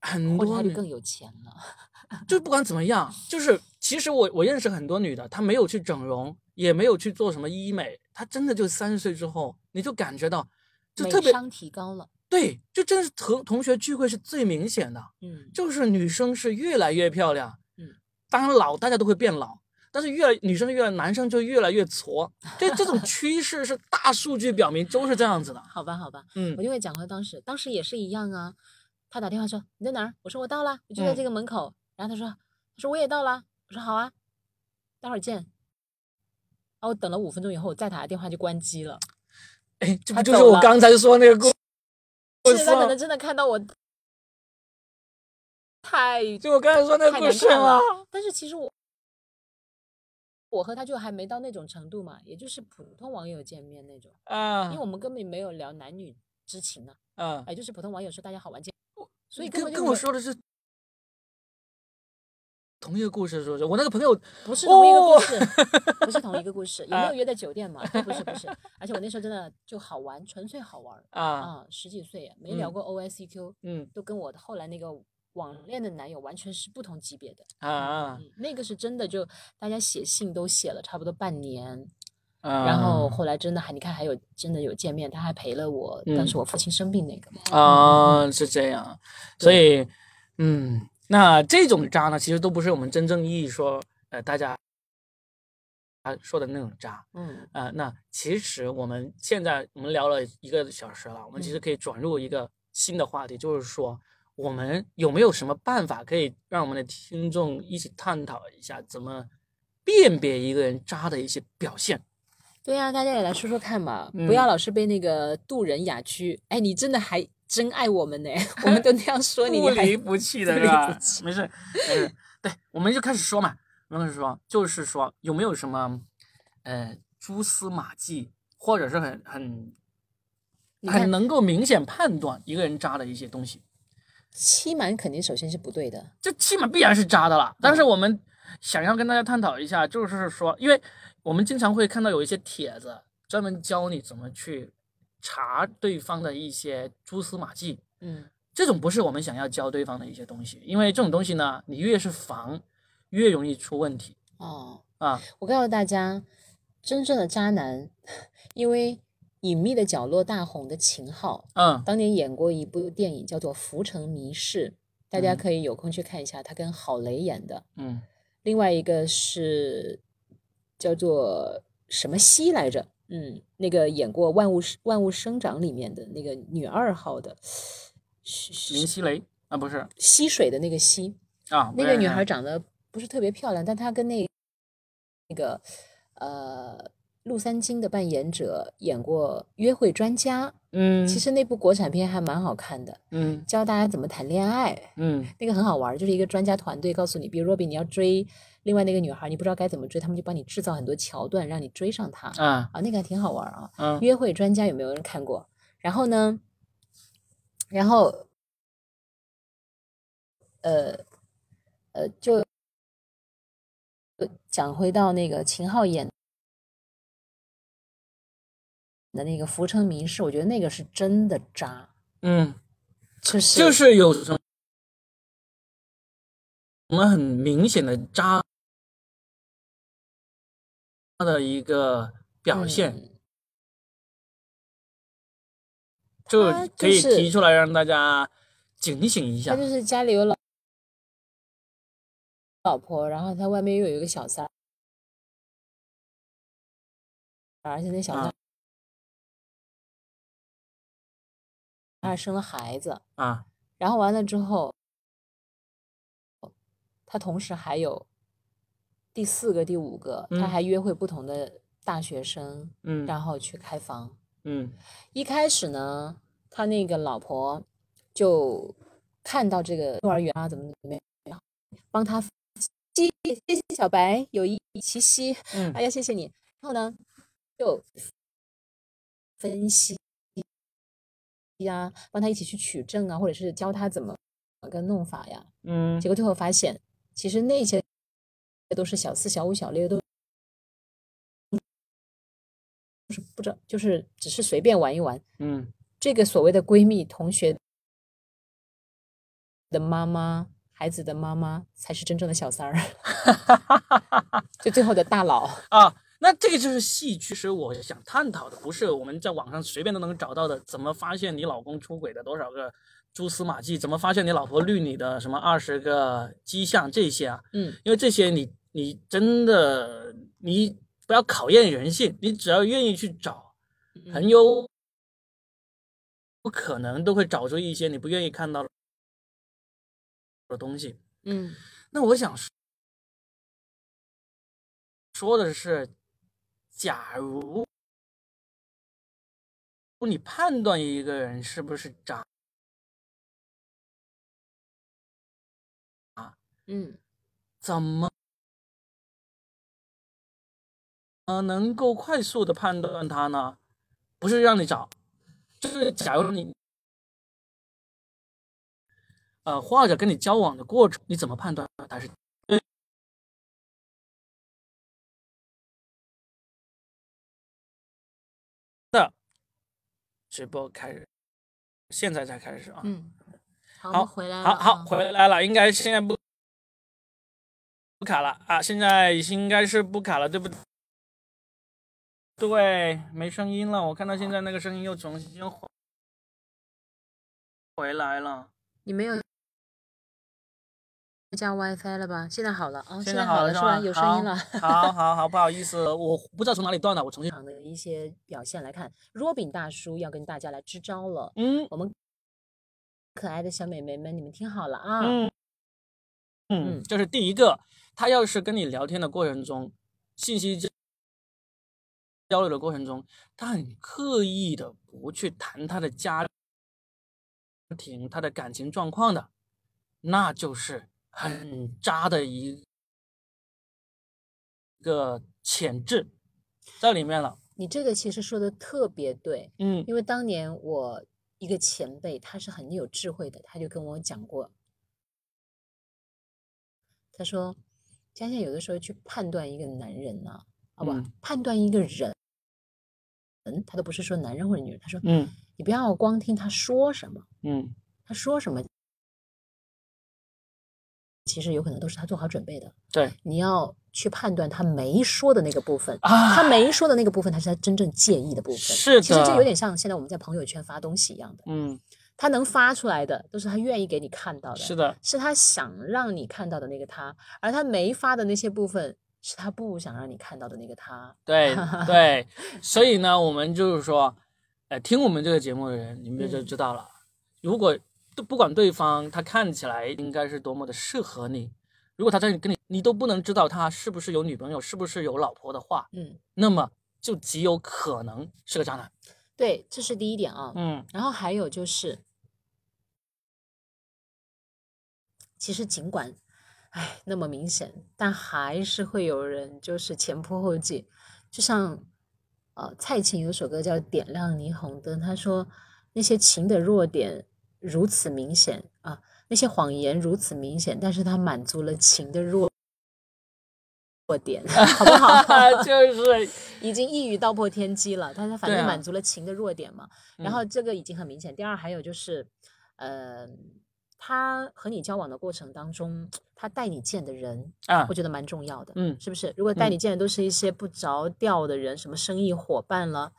S1: 很
S2: 或者
S1: 多
S2: 他
S1: 女
S2: 就更有钱了。
S1: 就不管怎么样，就是其实我我认识很多女的，她没有去整容，也没有去做什么医美，她真的就三十岁之后，你就感觉到就
S2: 美
S1: 特别
S2: 商提高了，
S1: 对，就真是同同学聚会是最明显的，
S2: 嗯，
S1: 就是女生是越来越漂亮，
S2: 嗯，
S1: 当然老大家都会变老，但是越来女生越来男生就越来越 矬，这这种趋势是大数据表明都是这样子的，
S2: 好吧好吧，
S1: 嗯
S2: 我就会讲回当时，当时也是一样啊。他打电话说你在哪儿？我说我到了，我就在
S1: 嗯
S2: 这个门口。然后他说他说我也到了，我说好啊，待会儿见。然后我等了五分钟以后，我再打电话就关机了。
S1: 哎，这不
S2: 他
S1: 就是
S2: 走
S1: 我
S2: 啊了
S1: 刚才说那个 故故
S2: 是
S1: 事
S2: 他可
S1: 吗
S2: 能？真的看到我太
S1: 就我刚才说那个
S2: 太
S1: 故
S2: 难
S1: 事
S2: 看
S1: 吗
S2: 了？。但是其实我我和他就还没到那种程度嘛，也就是普通网友见面那种，因
S1: 啊
S2: 为我们根本没有聊男女之情啊，
S1: 啊！
S2: 哎，就是普通网友说大家好玩见，所以根
S1: 跟
S2: 本就
S1: 跟我
S2: 没
S1: 说的是同一个故事，是不是？我那个朋友
S2: 不是同一个故事，
S1: 哦
S2: 不是同一个故事，
S1: 啊
S2: 也没有约在酒店嘛，都不是不是。而且我那时候真的就好玩，纯粹好玩
S1: 啊，
S2: 啊，十几岁没聊过 O I C Q，
S1: 嗯
S2: 都跟我后来那个网恋的男友完全是不同级别的。
S1: 啊啊
S2: 嗯，那个是真的，就大家写信都写了差不多半年，
S1: 啊，
S2: 嗯然后后来真的还你看还有真的有见面，他还陪了我，当
S1: 嗯
S2: 时我父亲生病那个嘛。
S1: 啊，是这样，所以，嗯，那这种渣呢，其实都不是我们真正意义说，呃，大家啊说的那种渣
S2: 嗯
S1: 啊、呃那其实我们现在我们聊了一个小时了，我们其实
S2: 嗯
S1: 可以转入一个新的话题，就是说，我们有没有什么办法可以让我们的听众一起探讨一下，怎么辨别一个人渣的一些表现？
S2: 对呀、大家也来说说看嘛，
S1: 嗯
S2: 不要老是被那个渡人雅居。哎，你真的还真爱我们呢，我们都那样说你，
S1: 不
S2: 你还
S1: 离不弃的
S2: 不
S1: 是吧
S2: 离不 弃？
S1: 没事，没事。对，我们就开始说嘛，我们开始说，就是说有没有什么呃蛛丝马迹，或者是很很
S2: 你看
S1: 很能够明显判断一个人渣的一些东西，
S2: 欺瞒肯定首先是不对的。
S1: 这起码必然是渣的了。但
S2: 嗯
S1: 是我们想要跟大家探讨一下，就是说，因为我们经常会看到有一些帖子专门教你怎么去查对方的一些蛛丝马迹，
S2: 嗯，
S1: 这种不是我们想要教对方的一些东西，因为这种东西呢，你越是防，越容易出问题
S2: 哦，
S1: 啊。
S2: 我告诉大家，真正的渣男， 因为《隐秘的角落》大红的秦昊，
S1: 嗯
S2: 当年演过一部电影叫做《浮城谜事》，大家
S1: 嗯
S2: 可以有空去看一下，他跟郝蕾演的。
S1: 嗯
S2: 另外一个是叫做什么西来着？嗯，那个演过《万物生万物生长》里面的那个女二号的是
S1: 林
S2: 是
S1: 熙蕾啊，不是
S2: 溪水的那个溪，
S1: 啊，
S2: 那个女孩
S1: 不是
S2: 长得不是特别漂亮，但她跟那那个呃陆三金的扮演者演过《约会专家》，
S1: 嗯，
S2: 其实那部国产片还蛮好看的，
S1: 嗯
S2: 教大家怎么谈恋爱。
S1: 嗯
S2: 那个很好玩儿，就是一个专家团队告诉你，比如 Robin 你要追另外那个女孩儿，你不知道该怎么追，他们就帮你制造很多桥段让你追上她
S1: 啊
S2: 啊，那个还挺好玩儿啊。
S1: 嗯
S2: 约会专家有没有人看过？然后呢，然后呃呃，就呃讲回到那个秦昊演的那个《浮城谜事》，我觉得那个是真的渣，
S1: 嗯，
S2: 就是
S1: 就是有什么我们很明显的渣的一个表现，
S2: 嗯
S1: 就
S2: 他就
S1: 可以
S2: 是
S1: 提出来让大家警醒一下
S2: 他。就是家里有老老婆，然后他外面又有一个小三儿，而且那小三
S1: 啊
S2: 儿还生了孩子，
S1: 啊
S2: 然后完了之后，他同时还有第四个、第五个，他
S1: 嗯
S2: 还约会不同的大学生，
S1: 嗯
S2: 然后去开房。
S1: 嗯
S2: 一开始呢，他那个老婆就看到这个幼儿园啊，怎么怎么样，帮他西谢谢小白，有一齐西，
S1: 嗯
S2: 哎呀，谢谢你。然后呢，就分析呀、帮他一起去取证啊，或者是教他怎么个弄法呀。
S1: 嗯
S2: 结果最后发现，其实那些都是小四、小五、小六都。就是不知道，就是只是随便玩一玩，
S1: 嗯
S2: 这个所谓的闺蜜、同学的妈妈、孩子的妈妈，才是真正的小三儿， 就最后的大佬。
S1: 啊，那这个就是戏剧。其实我想探讨的不是我们在网上随便都能找到的，怎么发现你老公出轨的多少个蛛丝马迹，怎么发现你老婆绿你的什么二十个迹象这些啊，
S2: 嗯，
S1: 因为这些你你真的你不要考验人性，你只要愿意去找，
S2: 嗯
S1: 很有不可能都会找出一些你不愿意看到的东西。
S2: 嗯，
S1: 那我想说说的是，假如你判断一个人是不是渣，
S2: 嗯，
S1: 怎么呃能够快速的判断他呢？不是让你找，就是假如你呃或者跟你交往的过程，你怎么判断他是？直播开始，现在才开始啊。
S2: 嗯，好，我
S1: 好
S2: 们回来了
S1: 好
S2: 啊，
S1: 好，回来了，应该
S2: 嗯
S1: 现在不不卡了啊，现在应该是不卡了，对不对？对，没声音了，我看到现在那个声音又重新回回来了，
S2: 你没有加 WiFi 了吧？现在好了啊，现
S1: 在
S2: 好
S1: 了
S2: 是
S1: 吧？
S2: 吧？有声音了。
S1: 好好 好好，不好意思，我不知道从哪里断了，我重新。
S2: 场的一些表现来看，Robin 大叔要跟大家来支招了。
S1: 嗯
S2: 我们可爱的小美眉们，你们听好了啊！
S1: 嗯嗯，
S2: 嗯
S1: 就是第一个，他要是跟你聊天的过程中，信息交交流的过程中，他很刻意的不去谈他的家庭、他的感情状况的，那就是很渣的一个潜质在里面了。
S2: 你这个其实说的特别对，
S1: 嗯
S2: 因为当年我一个前辈，他是很有智慧的，他就跟我讲过，他说，佳佳有的时候去判断一个男人呐、好吧，
S1: 嗯
S2: 判断一个人，嗯，他都不是说男人或者女人，他说，
S1: 嗯
S2: 你不要光听他说什么，
S1: 嗯
S2: 他说什么，其实有可能都是他做好准备的，
S1: 对
S2: 你要去判断他没说的那个部分。
S1: 啊，
S2: 他没说的那个部分，他是他真正介意的部分。
S1: 是
S2: 其实这
S1: 的
S2: 有点像现在我们在朋友圈发东西一样的，
S1: 嗯
S2: 他能发出来的都是他愿意给你看到的，
S1: 是的，
S2: 是他想让你看到的那个他，而他没发的那些部分是他不想让你看到的那个他。
S1: 对对，所以呢，我们就是说，呃，听我们这个节目的人，你们就
S2: 嗯
S1: 知道了。如果都不管对方他看起来应该是多么的适合你，如果他在跟你，你都不能知道他是不是有女朋友，是不是有老婆的话，
S2: 嗯，
S1: 那么就极有可能是个渣男。
S2: 对，这是第一点啊。
S1: 嗯
S2: 然后还有就是，其实尽管，哎，那么明显，但还是会有人就是前仆后继。就像，呃，蔡琴有首歌叫《点亮霓虹灯》，她说那些情的弱点如此明显啊，那些谎言如此明显，但是它满足了情的弱弱点， 好不好？
S1: 就是
S2: 已经一语道破天机了，但是反
S1: 对
S2: 正
S1: 啊
S2: 满足了情的弱点嘛。 然
S1: 嗯
S2: 后这个已经很明显。第二还有就是，呃，他和你交往的过程当中，他带你见的人，
S1: 啊
S2: 我，觉得蛮重要的，
S1: 嗯
S2: 是不是？如果带
S1: 嗯
S2: 你见的都是一些不着调的人，什么生意伙伴了，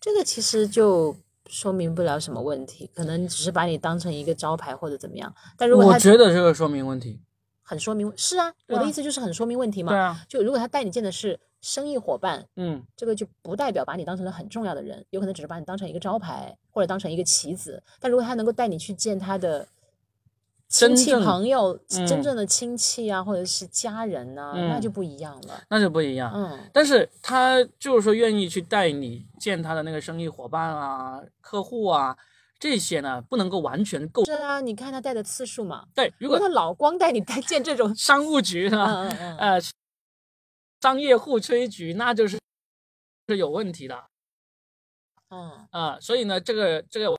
S2: 这个其实就。说明不了什么问题，可能只是把你当成一个招牌或者怎么样。但如果
S1: 我
S2: 他
S1: 觉得这个说明问题。
S2: 很说明，是啊，
S1: 对
S2: 我
S1: 啊
S2: 的意思就是很说明问题嘛。
S1: 对啊，
S2: 就如果他带你见的是生意伙伴，
S1: 嗯
S2: 这个就不代表把你当成了很重要的人，有可能只是把你当成一个招牌或者当成一个棋子。但如果他能够带你去见他的亲
S1: 真
S2: 戚
S1: 正
S2: 朋友、真
S1: 嗯
S2: 正的亲戚啊，或者是家人呐、那
S1: 嗯
S2: 就不一样了。
S1: 那就不一样。
S2: 嗯，
S1: 但是他就是说愿意去带你见他的那个生意伙伴啊、客户啊这些呢，不能够完全够
S2: 是啊，你看他带的次数嘛，
S1: 对。如
S2: 如果
S1: 果，
S2: 他老光带你带见这种
S1: 商务局呢，
S2: 嗯嗯嗯，
S1: 呃，商业互吹局，那就是是有问题的啊、
S2: 嗯
S1: 所以呢，这个这个我。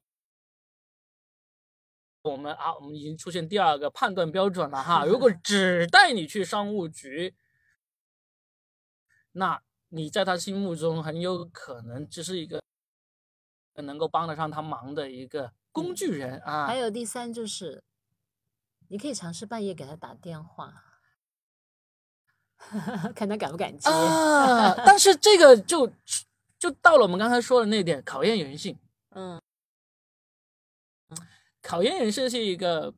S1: 我们啊，我们已经出现第二个判断标准了哈。如果只带你去商务局，那你在他心目中很有可能只是一个能够帮得上他忙的一个工具人啊。
S2: 还有第三就是，你可以尝试半夜给他打电话， 看他敢不敢接。
S1: 啊，但是这个就就到了我们刚才说的那点，考验人性。嗯
S2: 嗯，
S1: 考验人性是一个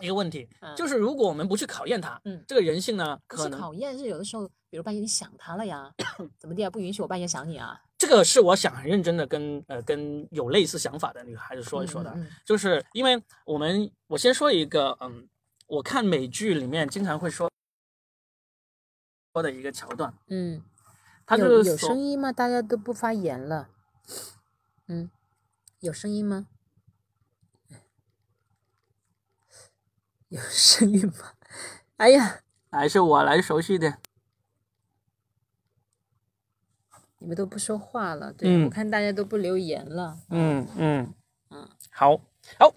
S1: 一个问题，
S2: 嗯
S1: 就是如果我们不去考验他，
S2: 嗯
S1: 这个人性呢，
S2: 不
S1: 可
S2: 是
S1: 能
S2: 考验，是有的时候，比如半夜你想他了 呀，怎么地啊？不允许我半夜想你啊？
S1: 这个是我想很认真的跟呃跟有类似想法的女孩子说一说的，
S2: 嗯嗯嗯
S1: 就是因为我们我先说一个，嗯，我看美剧里面经常会说说的一个桥段，
S2: 嗯，
S1: 他
S2: 有
S1: 就是
S2: 有
S1: 说
S2: 声音吗？大家都不发言了。嗯，有声音吗？ 有声音吗？哎呀，
S1: 还是我来熟悉一点，
S2: 你们都不说话了，对、我
S1: 嗯
S2: 看大家都不留言了。
S1: 嗯嗯
S2: 嗯，
S1: 好，好，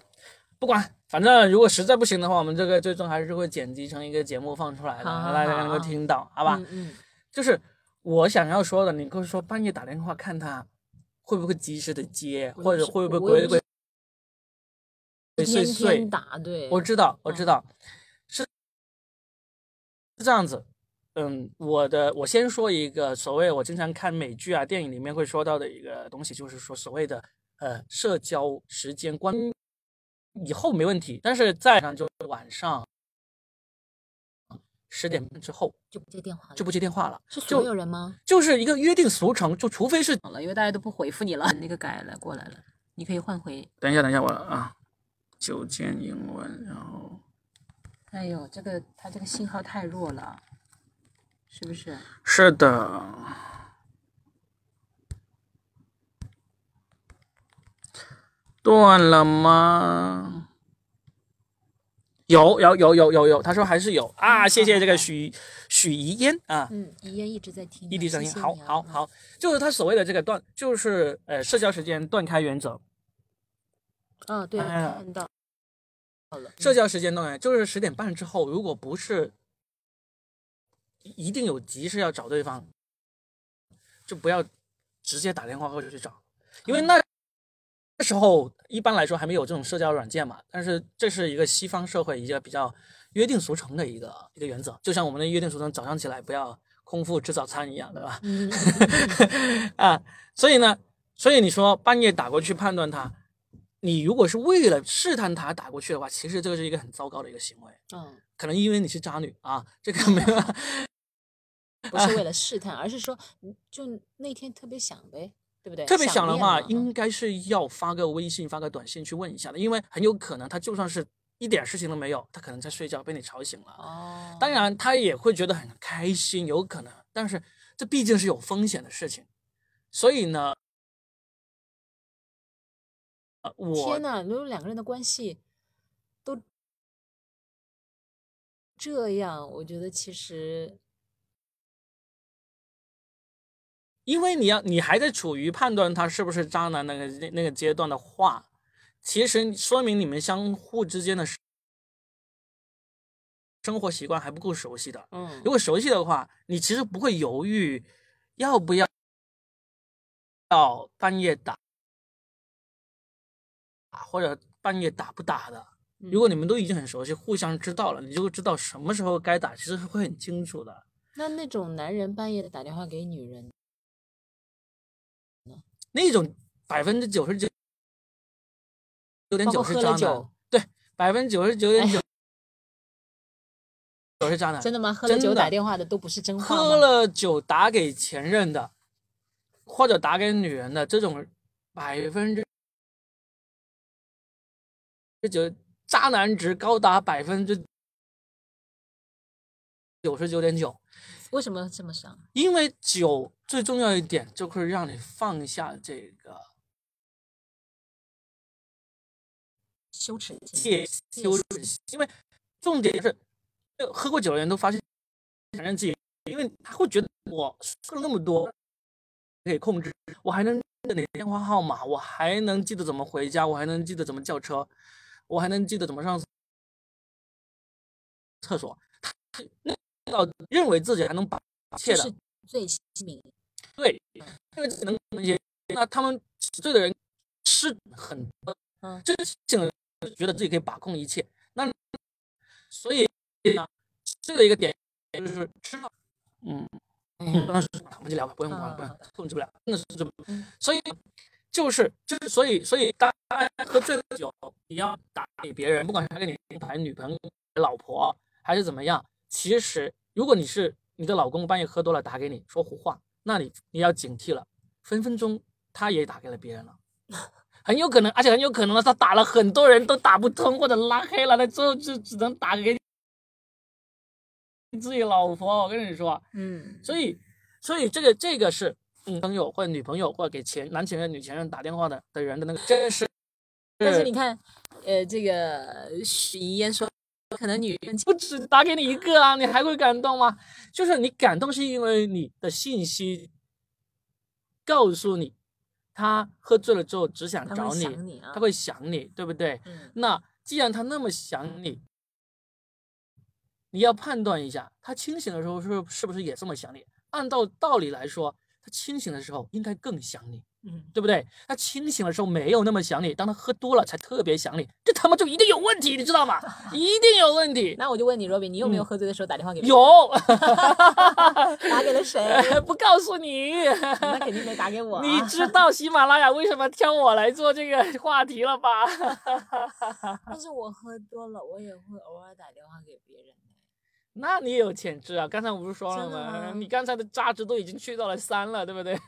S1: 不管，反正如果实在不行的话，我们这个最终还是会剪辑成一个节目放出来的，
S2: 好好
S1: 让大家
S2: 好
S1: 能够
S2: 啊
S1: 听到，好
S2: 好
S1: 吧？
S2: 嗯嗯
S1: 就是我想要说的，你跟我说半夜打电话看他，会不会及时的接，
S2: 嗯
S1: 或
S2: 我也
S1: 者
S2: 是
S1: 会不会
S2: 我
S1: 鬼
S2: 也
S1: 鬼
S2: 不
S1: 鬼
S2: 是
S1: 祟
S2: 天
S1: 祟
S2: 天？打，对，
S1: 我知道，我
S2: 嗯
S1: 知道，是是这样子。嗯，我的我先说一个所谓我经常看美剧啊、电影里面会说到的一个东西，就是说所谓的呃社交时间观，以后没问题，但是在上就晚上十点半之后
S2: 就不接电话了，
S1: 就不接电话了，
S2: 是所
S1: 就
S2: 有人吗？
S1: 就是一个约定俗成，就除非是
S3: 好了，因为大家都不回复你了，那个改了过来了，你可以换回。
S1: 等一下，等一下，我啊，九键英文，然后
S3: 哎呦，这个他这个信号太弱了，是不是？
S1: 是的，断了吗？有有有有有有，他说还是有啊，谢谢这个许许怡嫣啊，
S2: 嗯，怡嫣一直在听啊，
S1: 异地声
S2: 谢
S1: 音，
S2: 谢
S1: 好
S2: 你啊
S1: 好，好，就是他所谓的这个断，就是呃社交时间断开原则，
S2: 嗯，啊对，我
S1: 哎呀
S2: 看到了，
S1: 社交时间段就是十点半之后，如果不是一定有急事要找对方，就不要直接打电话或者去找，因为那那时候一般来说还没有这种社交软件嘛。但是这是一个西方社会一个比较约定俗成的一个一个原则，就像我们的约定俗成，早上起来不要空腹吃早餐一样，对吧？
S2: 嗯，
S1: 啊，所以呢，所以你说半夜打过去判断他，你如果是为了试探他打过去的话，其实这个是一个很糟糕的一个行为。
S2: 嗯，
S1: 可能因为你是渣女啊，这个没有
S2: 不是为了试探，而是说，嗯就那天特别想呗，对不对？
S1: 特别想的
S2: 念啊
S1: 话，
S2: 嘛
S1: 应该是要发个微信、发个短信去问一下的，因为很有可能他就算是一点事情都没有，他可能在睡觉被你吵醒了。
S2: 哦，
S1: 当然，他也会觉得很开心，有可能，但是这毕竟是有风险的事情，所以呢，呃我
S2: 天呐，如果两个人的关系都这样，我觉得其实
S1: 因为你要你还在处于判断他是不是渣男那个那那个阶段的话，其实说明你们相互之间的生生活习惯还不够熟悉的。
S2: 嗯
S1: 如果熟悉的话，你其实不会犹豫要不要要半夜打，或者半夜打不打的。如
S2: 嗯
S1: 果你们都已经很熟悉，互相知道了，你就会知道什么时候该打，其实会很清楚的。
S2: 那那种男人半夜打电话给女人，
S1: 那种百分之九十九九点
S2: 包
S1: 九
S2: 括
S1: 是
S2: 喝
S1: 渣
S2: 了
S1: 男
S2: 酒，，哎
S1: 对，百分之九十九点九九是渣男。
S2: 真的吗？喝了
S1: 啊真
S2: 酒打
S1: 的
S2: 电话的都不是真话吗
S1: 喝了酒打给前任的，或者打给女人的这种百分之这九渣男值高达百分之九十九点九，
S2: 为什么这么想？
S1: 因为酒最重要一点就会让你放下这个
S2: 羞耻心
S1: 戒羞耻心，因为重点是，呃喝过酒的人都发现承认自己，因为他会觉得我说了那么多，可以控制，我还能记得你的电话号码，我还能记得怎么回家，我还能记得怎么叫车，我还能记得怎么上厕所。他那到认为自己还能把一切
S2: 就
S1: 的嗯
S2: 是最吸引
S1: 对，这个只能也那他们这个人是很多
S2: 嗯
S1: 这个事情觉得自己可以把控一切，那所以呢，这个一个点就是吃到，嗯，嗯，不能说我们就聊吧，不用管了，不用
S2: 嗯
S1: 控制不了，真的是控制不了
S2: 嗯。
S1: 所以就是就是所以所以大家喝醉了酒，你要打给别人，不管是打给你牌女朋友、老婆还是怎么样，其实如果你是你的老公半夜喝多了打给你说胡话，那你你要警惕了，分分钟他也打给了别人了。很有可能，而且很有可能呢，他打了很多人都打不通，或者拉黑了，那最后就只能打给自己老婆。我跟你说，
S2: 嗯，
S1: 所以，所以这个这个是嗯，朋友或者女朋友或者给前男前任、女前任打电话的的人的那个，真是
S2: 但是你看，呃，这个许怡嫣说，可能女人
S1: 不止打给你一个啊，你还会感动吗？就是你感动是因为你的信息告诉你，他喝醉了之后只想
S2: 他
S1: 找
S2: 会
S1: 你，
S2: 想你啊，
S1: 他会想你，对不对？
S2: 嗯
S1: 那既然他那么想你，你要判断一下，他清醒的时候是是不是也这么想你？按照道理来说，他清醒的时候应该更想你，
S3: 嗯，
S1: 对不对？他清醒的时候没有那么想你，当他喝多了才特别想你，这他妈就一定有问题，你知道吗？一定有问题。
S2: 那我就问你，若比，你有没有
S1: 嗯
S2: 喝醉的时候打电话给别人？
S1: 有，
S2: 打给了谁？
S1: 不告诉你，
S2: 那肯定没打给我啊。
S1: 你知道喜马拉雅为什么挑我来做这个 话题了吧？
S2: 但是我喝多了，我也会偶尔打电话给别人。
S1: 那你也有潜质啊！刚才我不是说了
S2: 真的
S1: 吗？
S2: 吗
S1: 你刚才的渣值都已经去到了三了，对不对？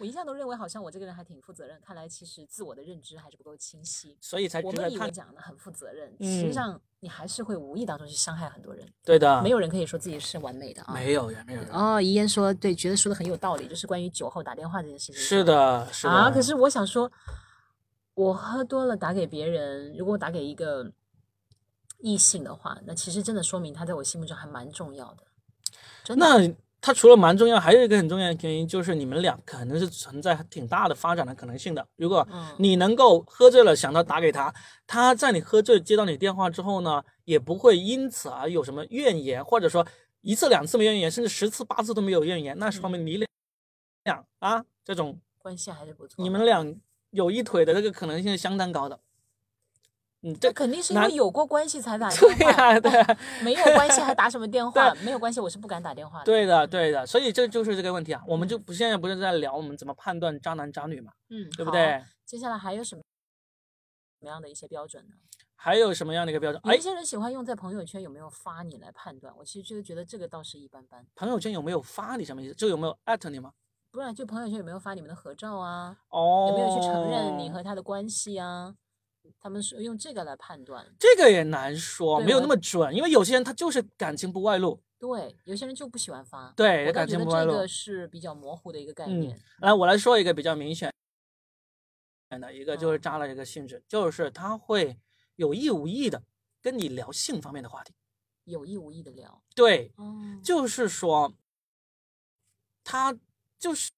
S2: 我一向都认为好像我这个人还挺负责任，看来其实自我的认知还是不够清晰。
S1: 所以才值
S2: 我
S1: 得
S2: 们以为
S1: 看。
S2: 讲的很负责任，实
S1: 嗯
S2: 际上你还是会无意当中去伤害很多人。
S1: 对的，
S2: 没有人可以说自己是完美的啊。
S1: 没有呀，没有人。
S2: 哦，遗言说对，觉得说的很有道理，就是关于酒后打电话这件事情。
S1: 是的，是的。
S2: 啊，可是我想说，我喝多了打给别人，如果我打给一个异性的话，那其实真的说明他在我心目中还蛮重要的。真的，
S1: 那它除了蛮重要，还有一个很重要的原因就是你们俩可能是存在挺大的发展的可能性的。如果
S2: 嗯
S1: 你能够喝醉了想到打给他，他在你喝醉接到你电话之后呢，也不会因此而有什么怨言，或者说一次两次没怨言，甚至十次八次都没有怨言，那说
S2: 嗯
S1: 明你俩俩啊这种
S2: 关系还是不错。
S1: 你们俩有一腿的这个可能性是相当高的。嗯，这
S2: 那肯定是因
S1: 哪
S2: 为有过关系才打电
S1: 对
S2: 话，哦
S1: 啊，对啊。
S2: 没有关系还打什么 电话？没有关系，我是不敢打电话的。
S1: 对的，对的，所以这就是这个问题啊。我们就不现在不是在聊我们怎么判断渣男渣女嘛，
S2: 嗯，
S1: 对不
S2: 好
S1: 对？？
S2: 接下来还有什么什么样的一些标准呢？
S1: 还有什么样的一个标准？
S2: 有
S1: 哎
S2: 一，些人喜欢用在朋友圈有没有发你来判断，我其实就觉得这个倒是一般般。
S1: 朋友圈有没有发你什么意思？就有没有艾特你吗？
S2: 不然就朋友圈有没有发你们的合照啊？
S1: 哦，
S2: 有没有去承认你和他的关系啊？他们是用这个来判断。
S1: 这个也难说，
S2: 对
S1: 没有
S2: 我
S1: 那么准，因为有些人他就是感情不外露。
S2: 对，有些人就不喜欢发。
S1: 对，
S2: 我倒
S1: 感
S2: 觉
S1: 情
S2: 得
S1: 不外
S2: 这
S1: 露。嗯
S2: 个是比较模糊的一个概念。
S1: 来，我来说一个比较明显的一个，就是
S2: 嗯
S1: 渣的一个性质，就是他会有意无意的跟你聊性方面的话题。
S2: 有意无意的聊。
S1: 对，
S2: 哦，
S1: 就是说，他就是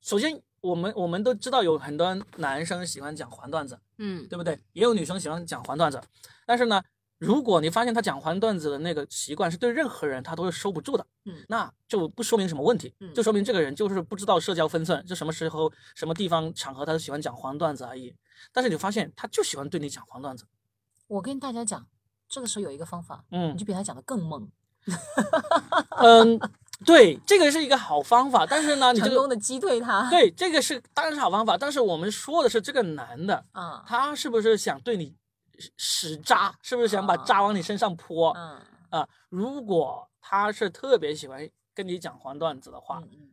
S1: 首先，我们我们都知道有很多男生喜欢讲黄段子，
S2: 嗯
S1: 对不对？也有女生喜欢讲黄段子，但是呢，如果你发现他讲黄段子的那个习惯是对任何人他都是收不住的，
S2: 嗯
S1: 那就不说明什么问题，
S2: 嗯
S1: 就说明这个人就是不知道社交分寸，就什么时候、什么地方、场合他都喜欢讲黄段子而已。但是你发现他就喜欢对你讲黄段子，
S2: 嗯我跟大家讲，这个时候有一个方法，
S1: 嗯
S2: 你就比他讲的更猛，
S1: 嗯，对，这个是一个好方法，但是 呢，你这
S2: 成
S1: 个
S2: 功的击退他。
S1: 对，这个是当然是好方法，但是我们说的是这个男的，
S2: 啊，
S1: 他是不是想对你使使渣，是不是想把
S2: 啊
S1: 渣往你身上泼啊、
S2: 嗯
S1: 如果他是特别喜欢跟你讲黄段子的话，
S2: 嗯嗯，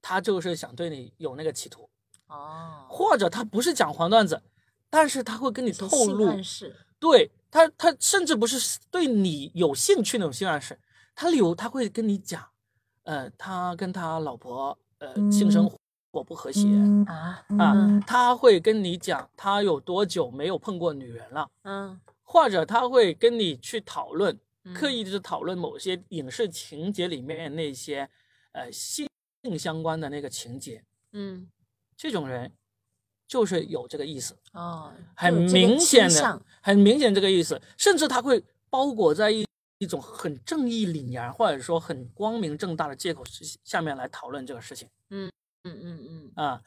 S1: 他就是想对你有那个企图，
S2: 哦，
S1: 或者他不是讲黄段子，但是他会跟你
S2: 一些
S1: 透
S2: 性
S1: 露，
S2: 暗示，
S1: 对他，他甚至不是对你有兴趣那种性暗示，他有他会跟你讲，呃，他跟他老婆呃性生
S2: 嗯
S1: 活不和谐。
S2: 啊，
S1: 啊
S2: 嗯，
S1: 他会跟你讲他有多久没有碰过女人了，
S2: 嗯，
S1: 或者他会跟你去讨论，
S2: 嗯
S1: 刻意就是讨论某些影视情节里面那些呃性相关的那个情节。
S2: 嗯
S1: 这种人就是有这个意思，
S2: 哦，
S1: 很
S2: 就有这个
S1: 明
S2: 倾
S1: 显
S2: 向
S1: 的，很明显这个意思，甚至他会包裹在一一种很正义凛然或者说很光明正大的借口之下面来讨论这个事情
S2: 嗯嗯嗯，
S1: 啊。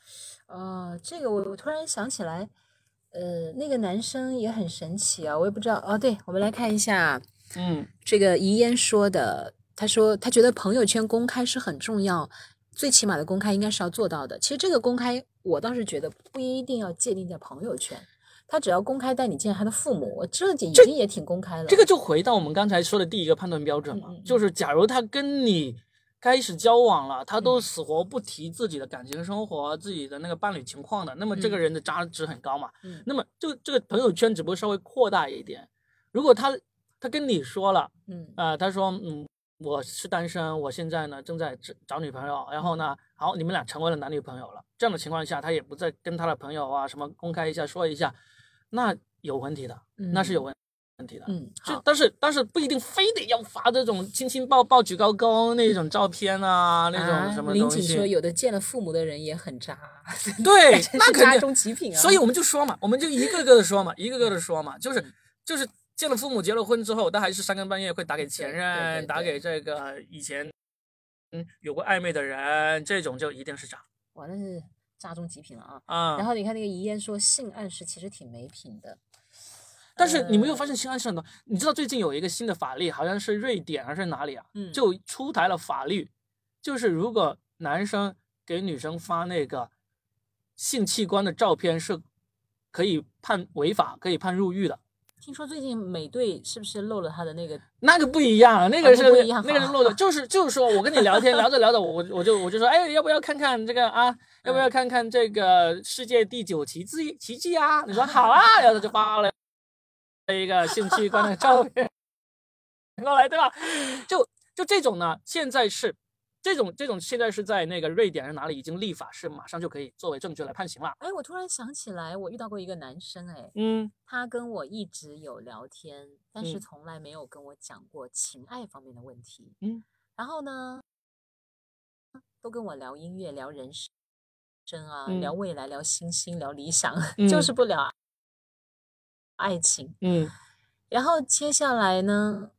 S2: 哦，这个我我突然想起来，呃，那个男生也很神奇啊，我也不知道哦。对，我们来看一下
S1: 嗯，
S2: 这个遗烟说的，他说他觉得朋友圈公开是很重要，最起码的公开应该是要做到的。其实这个公开，我倒是觉得不一定要界定在朋友圈，他只要公开带你见他的父母，我这已经也挺公开了。
S1: 这个就回到我们刚才说的第一个判断标准嘛，
S2: 嗯嗯嗯
S1: 就是假如他跟你开始交往了，他
S2: 嗯
S1: 都死活不提自己的感情生活、自己的那个伴侣情况的，那么这个
S2: 嗯
S1: 人的渣值很高嘛。
S2: 嗯
S1: 那么就这个朋友圈只不过稍微扩大一点，如果他他跟你说了，
S2: 嗯
S1: 啊、他说嗯。我是单身，我现在呢正在找找女朋友，然后呢，好，你们俩成为了男女朋友了。这样的情况下，他也不再跟他的朋友啊什么公开一下说一下，那有问题的，那是有问问题的。
S2: 嗯
S1: 就
S2: 好
S1: 但是但是不一定非得要发这种亲亲抱抱举高高那种照片啊，那种什么
S2: 林
S1: 东
S2: 锦
S1: 西。
S2: 说有的见了父母的人也很渣，，
S1: 对
S2: 真
S1: 那
S2: 是渣
S1: 肯定。
S2: 中极品啊。
S1: 所以我们就说嘛，我们就一个个的说嘛，一个个的说嘛，
S2: 嗯
S1: 就是就是见了父母结了婚之后，但还是三更半夜会打给前
S2: 对对对
S1: 任，
S2: 对
S1: 打给这个以前嗯有过暧昧的人，这种就一定是渣
S2: 哇，那是渣中极品了啊。
S1: 啊。
S2: 然后你看那个遗言说性暗示其实挺没品的，
S1: 但是你没
S2: 呃
S1: 有发现性暗示很多？你知道最近有一个新的法律，好像是瑞典还是哪里啊？
S3: 嗯
S1: 就出台了法律，就是如果男生给女生发那个性器官的照片，是可以判违法，可以判入狱的。
S3: 听说最近美队是不是漏了他的那个？
S1: 那个不一样，那个
S3: 啊
S1: 是、
S3: 那不一样
S1: 那个是
S3: 好
S1: 漏的，就是就是说我跟你聊天聊着聊着，我我就我就说，哎，要不要看看这个啊？要不要看看这个世界第九奇迹奇迹啊？你说好啊，然后他就发了一个性器官的照片过来，对吧？就就这种呢，现在是这种这种现在是在那个瑞典还是哪里已经立法，是马上就可以作为证据来判刑了。
S2: 哎，我突然想起来，我遇到过一个男生，哎，
S1: 嗯，
S2: 他跟我一直有聊天，但是
S1: 嗯
S2: 从来没有跟我讲过情爱方面的问题。
S1: 嗯，
S2: 然后呢，都跟我聊音乐、聊人生啊，
S1: 嗯
S2: 聊未来、聊星星、聊理想，
S1: 嗯
S2: 就是不聊爱情。
S1: 嗯
S2: 然后接下来呢，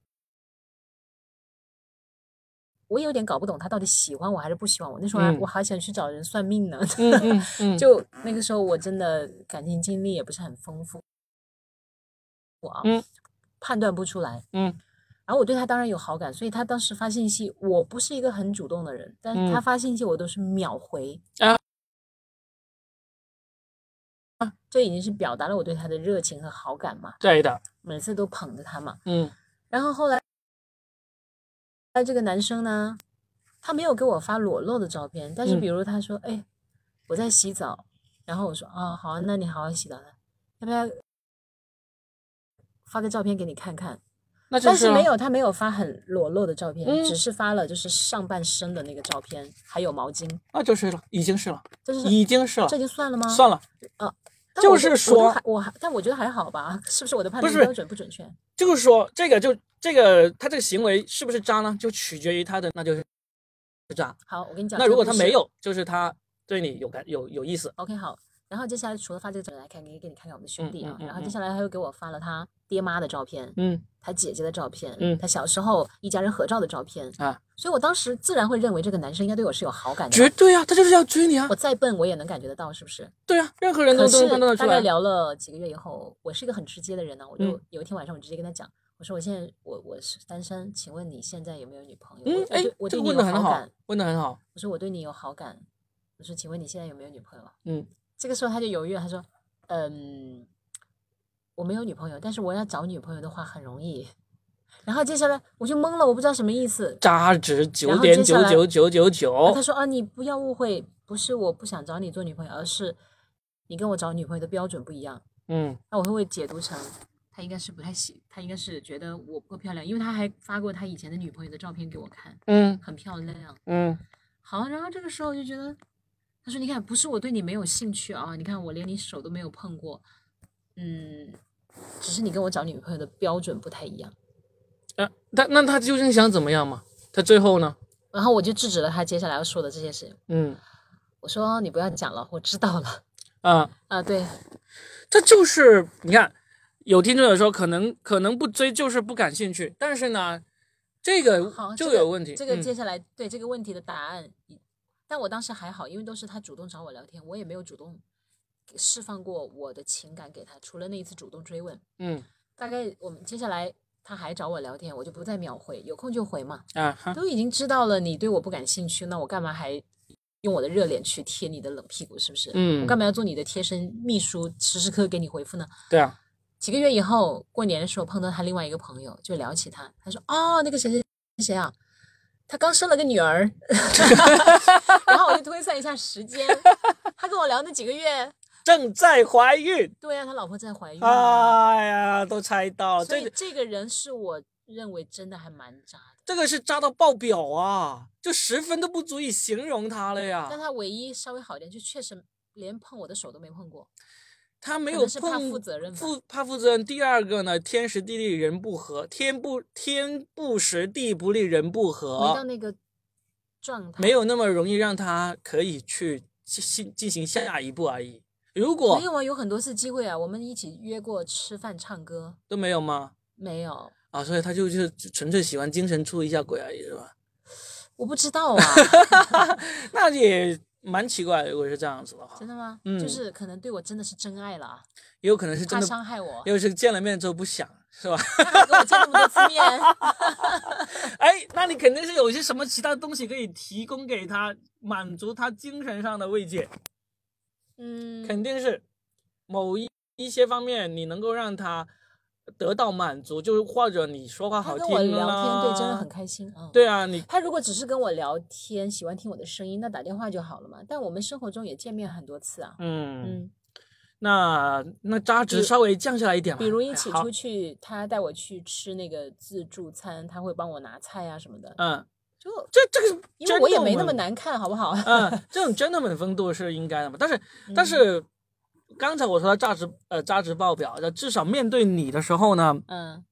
S2: 我有点搞不懂他到底喜欢我还是不喜欢我。那时候还、
S1: 嗯
S2: 我还想去找人算命呢。
S1: 嗯嗯嗯，
S2: 就那个时候我真的感情经历也不是很丰富，我啊，
S1: 嗯
S2: 判断不出来。
S1: 嗯
S2: 然后我对他当然有好感，所以他当时发信息，我不是一个很主动的人，但
S1: 嗯
S2: 是他发信息我都是秒回
S1: 啊
S2: 啊这已经是表达了我对他的热情和好感嘛，
S1: 对的，
S2: 每次都捧着他嘛。
S1: 嗯
S2: 然后后来，那这个男生呢，他没有给我发裸露的照片，但是
S1: 嗯
S2: 比如他说，哎，我在洗澡，然后我说，哦，好啊，那你好好洗澡了，要不要发个照片给你看看？
S1: 那就
S2: 但是
S1: 啊
S2: 没有，他没有发很裸露的照片，
S1: 嗯
S2: 只是发了就是上半身的那个照片，还有毛巾，
S1: 那就是了，已经是了，
S2: 这是
S1: 已经是了
S2: 这。就算了吗？
S1: 算了，
S2: 但
S1: 就
S2: 我
S1: 是
S2: 都我
S1: 说
S2: 都还我还，但我觉得还好吧，是不是我的判
S1: 不
S2: 断
S1: 是
S2: 标准不准确？
S1: 就是说这个就这个他这个行为是不是渣呢，就取决于他的那就是渣。
S2: 好，我跟你讲，
S1: 那
S2: 啊这
S1: 如
S2: 个
S1: 果
S2: 故
S1: 他没
S2: 事
S1: 有，就是他对你有感有有意思。
S2: OK，好。然后接下来除了发这个照片来看，给给你看看我们的兄
S1: 嗯
S2: 弟啊。
S1: 嗯
S2: 然后
S1: 嗯
S2: 接下来他又给我发了他爹妈的照片，
S1: 嗯
S2: 他姐姐的照片，
S1: 嗯
S2: 他小时候一家人合照的照片
S1: 啊。
S2: 所以我当时自然会认为这个男生应该对我是有好感的
S1: 绝
S2: 吧。
S1: 对啊，他就是要追你啊
S2: 我，再笨，我也能感觉得到，是不是？
S1: 对啊，任何人
S2: 可
S1: 都都
S2: 是
S1: 能判断得出
S2: 大概
S1: 来。
S2: 聊了几个月以后，我是一个很直接的人呢、我就
S1: 嗯
S2: 有一天晚上，我直接跟他讲，我说我现在我我是单身，请问你现在有没有女朋友？
S1: 嗯
S2: 我，
S1: 哎
S2: 我对，我
S1: 这
S2: 对
S1: 个
S2: 你
S1: 问
S2: 有
S1: 的很
S2: 好
S1: 好
S2: 感。，
S1: 问的很好。
S2: 我说我对你有好感。我说请问你现在有没有女朋友？
S1: 嗯，
S2: 这个时候他就犹豫了，他说：“嗯，我没有女朋友，但是我要找女朋友的话很容易。”然后接下来我就懵了，我不知道什么意思。
S1: 渣值九
S2: 然后
S1: 点
S2: 接
S1: 九
S2: 下来
S1: 九九九
S2: 然后他
S1: 九。
S2: 说：“啊，你不要误会，不是我不想找你做女朋友，而是你跟我找女朋友的标准不一样。
S1: 嗯”
S2: 那我会不会解读成他应该是不太喜，他应该是觉得我不够漂亮，因为他还发过他以前的女朋友的照片给我看，
S1: 嗯
S2: 很漂亮。
S1: 嗯
S2: 好，然后这个时候我就觉得，他说：“你看，不是我对你没有兴趣啊，你看我连你手都没有碰过，嗯，只是你跟我找女朋友的标准不太一样。
S1: 呃，他那他究竟想怎么样嘛？他最后呢？”
S2: 然后我就制止了他接下来要说的这些事情，
S1: 嗯
S2: 我说：“你不要讲了，我知道了。
S1: 啊、”
S2: 啊，对，
S1: 这就是你看，有听众有说可能可能不追就是不感兴趣，但是呢，这个
S2: 好，
S1: 就
S2: 这个
S1: 有问题。嗯
S2: 这个接下来、对这个问题的答案，但我当时还好，因为都是他主动找我聊天，我也没有主动释放过我的情感给他，除了那一次主动追问。
S1: 嗯
S2: 大概我们接下来他还找我聊天，我就不再秒回，有空就回嘛。
S1: 嗯啊哈，
S2: 都已经知道了你对我不感兴趣，那我干嘛还用我的热脸去贴你的冷屁股？是不是？我
S1: 嗯
S2: 干，嘛要做你的贴身秘书，时时刻刻给你回复呢？
S1: 对啊，
S2: 几个月以后，过年的时候碰到他另外一个朋友，就聊起他，他说：“哦，那个谁谁谁啊，他刚生了个女儿。”然后我就推算一下时间，他跟我聊那几个月，
S1: 正在怀孕，
S2: 对呀、他老婆在怀孕啊。
S1: 哎呀，都猜到了，
S2: 所
S1: 这
S2: 以
S1: 个
S2: 这个人是我认为真的还蛮渣的。
S1: 这个是渣到爆表啊，就十分都不足以形容他了
S2: 但
S1: 呀。
S2: 他唯一稍微好一点，就确实连碰我的手都没碰过。
S1: 他没
S2: 可
S1: 有
S2: 能是怕
S1: 碰
S2: 负责任吧
S1: 负怕负责任。第二个呢，天时地利人不和，天不天不时地不利人不和，
S2: 没到那个状态，
S1: 没有那么容易让他可以去进进进行下一步而已。如果
S2: 没有啊，有很多次机会啊，我们一起约过吃饭、唱歌，
S1: 都没有吗？
S2: 没有。
S1: 啊，所以他就就纯粹喜欢精神出一下轨而已，是吧？
S2: 我不知道啊，
S1: 那也蛮奇怪的。如果是这样子的话
S2: 真，的吗？
S1: 嗯
S2: 就是可能对我真的是真爱了啊，
S1: 也有可能是真
S2: 怕
S1: 的，
S2: 伤害我，
S1: 也有是见了面之后不想，是吧？
S2: 他还跟我见那么多次面，
S1: 哎，那你肯定是有一些什么其他东西可以提供给他，满足他精神上的慰藉，
S2: 嗯，
S1: 肯定是某一一些方面你能够让他得到满足，就是或者你说话
S2: 他
S1: 好
S2: 跟
S1: 听
S2: 我聊天，
S1: 啦
S2: 对，真的很开心啊。嗯
S1: 对啊，你
S2: 他如果只是跟我聊天，喜欢听我的声音，那打电话就好了嘛。但我们生活中也见面很多次啊，
S1: 嗯，
S2: 嗯，
S1: 那那渣值
S2: 比
S1: 稍微降下来一点吧，
S2: 嗯
S1: 哎
S2: 比如一起
S1: 好
S2: 出去，他带我去吃那个自助餐，他会帮我拿菜啊什么的，
S1: 嗯，
S2: 就
S1: 这这个是
S2: 因为我也没
S1: gentleman
S2: 那么难看，好不好？
S1: 嗯，这种 gentleman 风度是应该的嘛。但是，
S2: 嗯
S1: 但是刚才我说的价值呃价值报表，那至少面对你的时候呢，
S2: 嗯，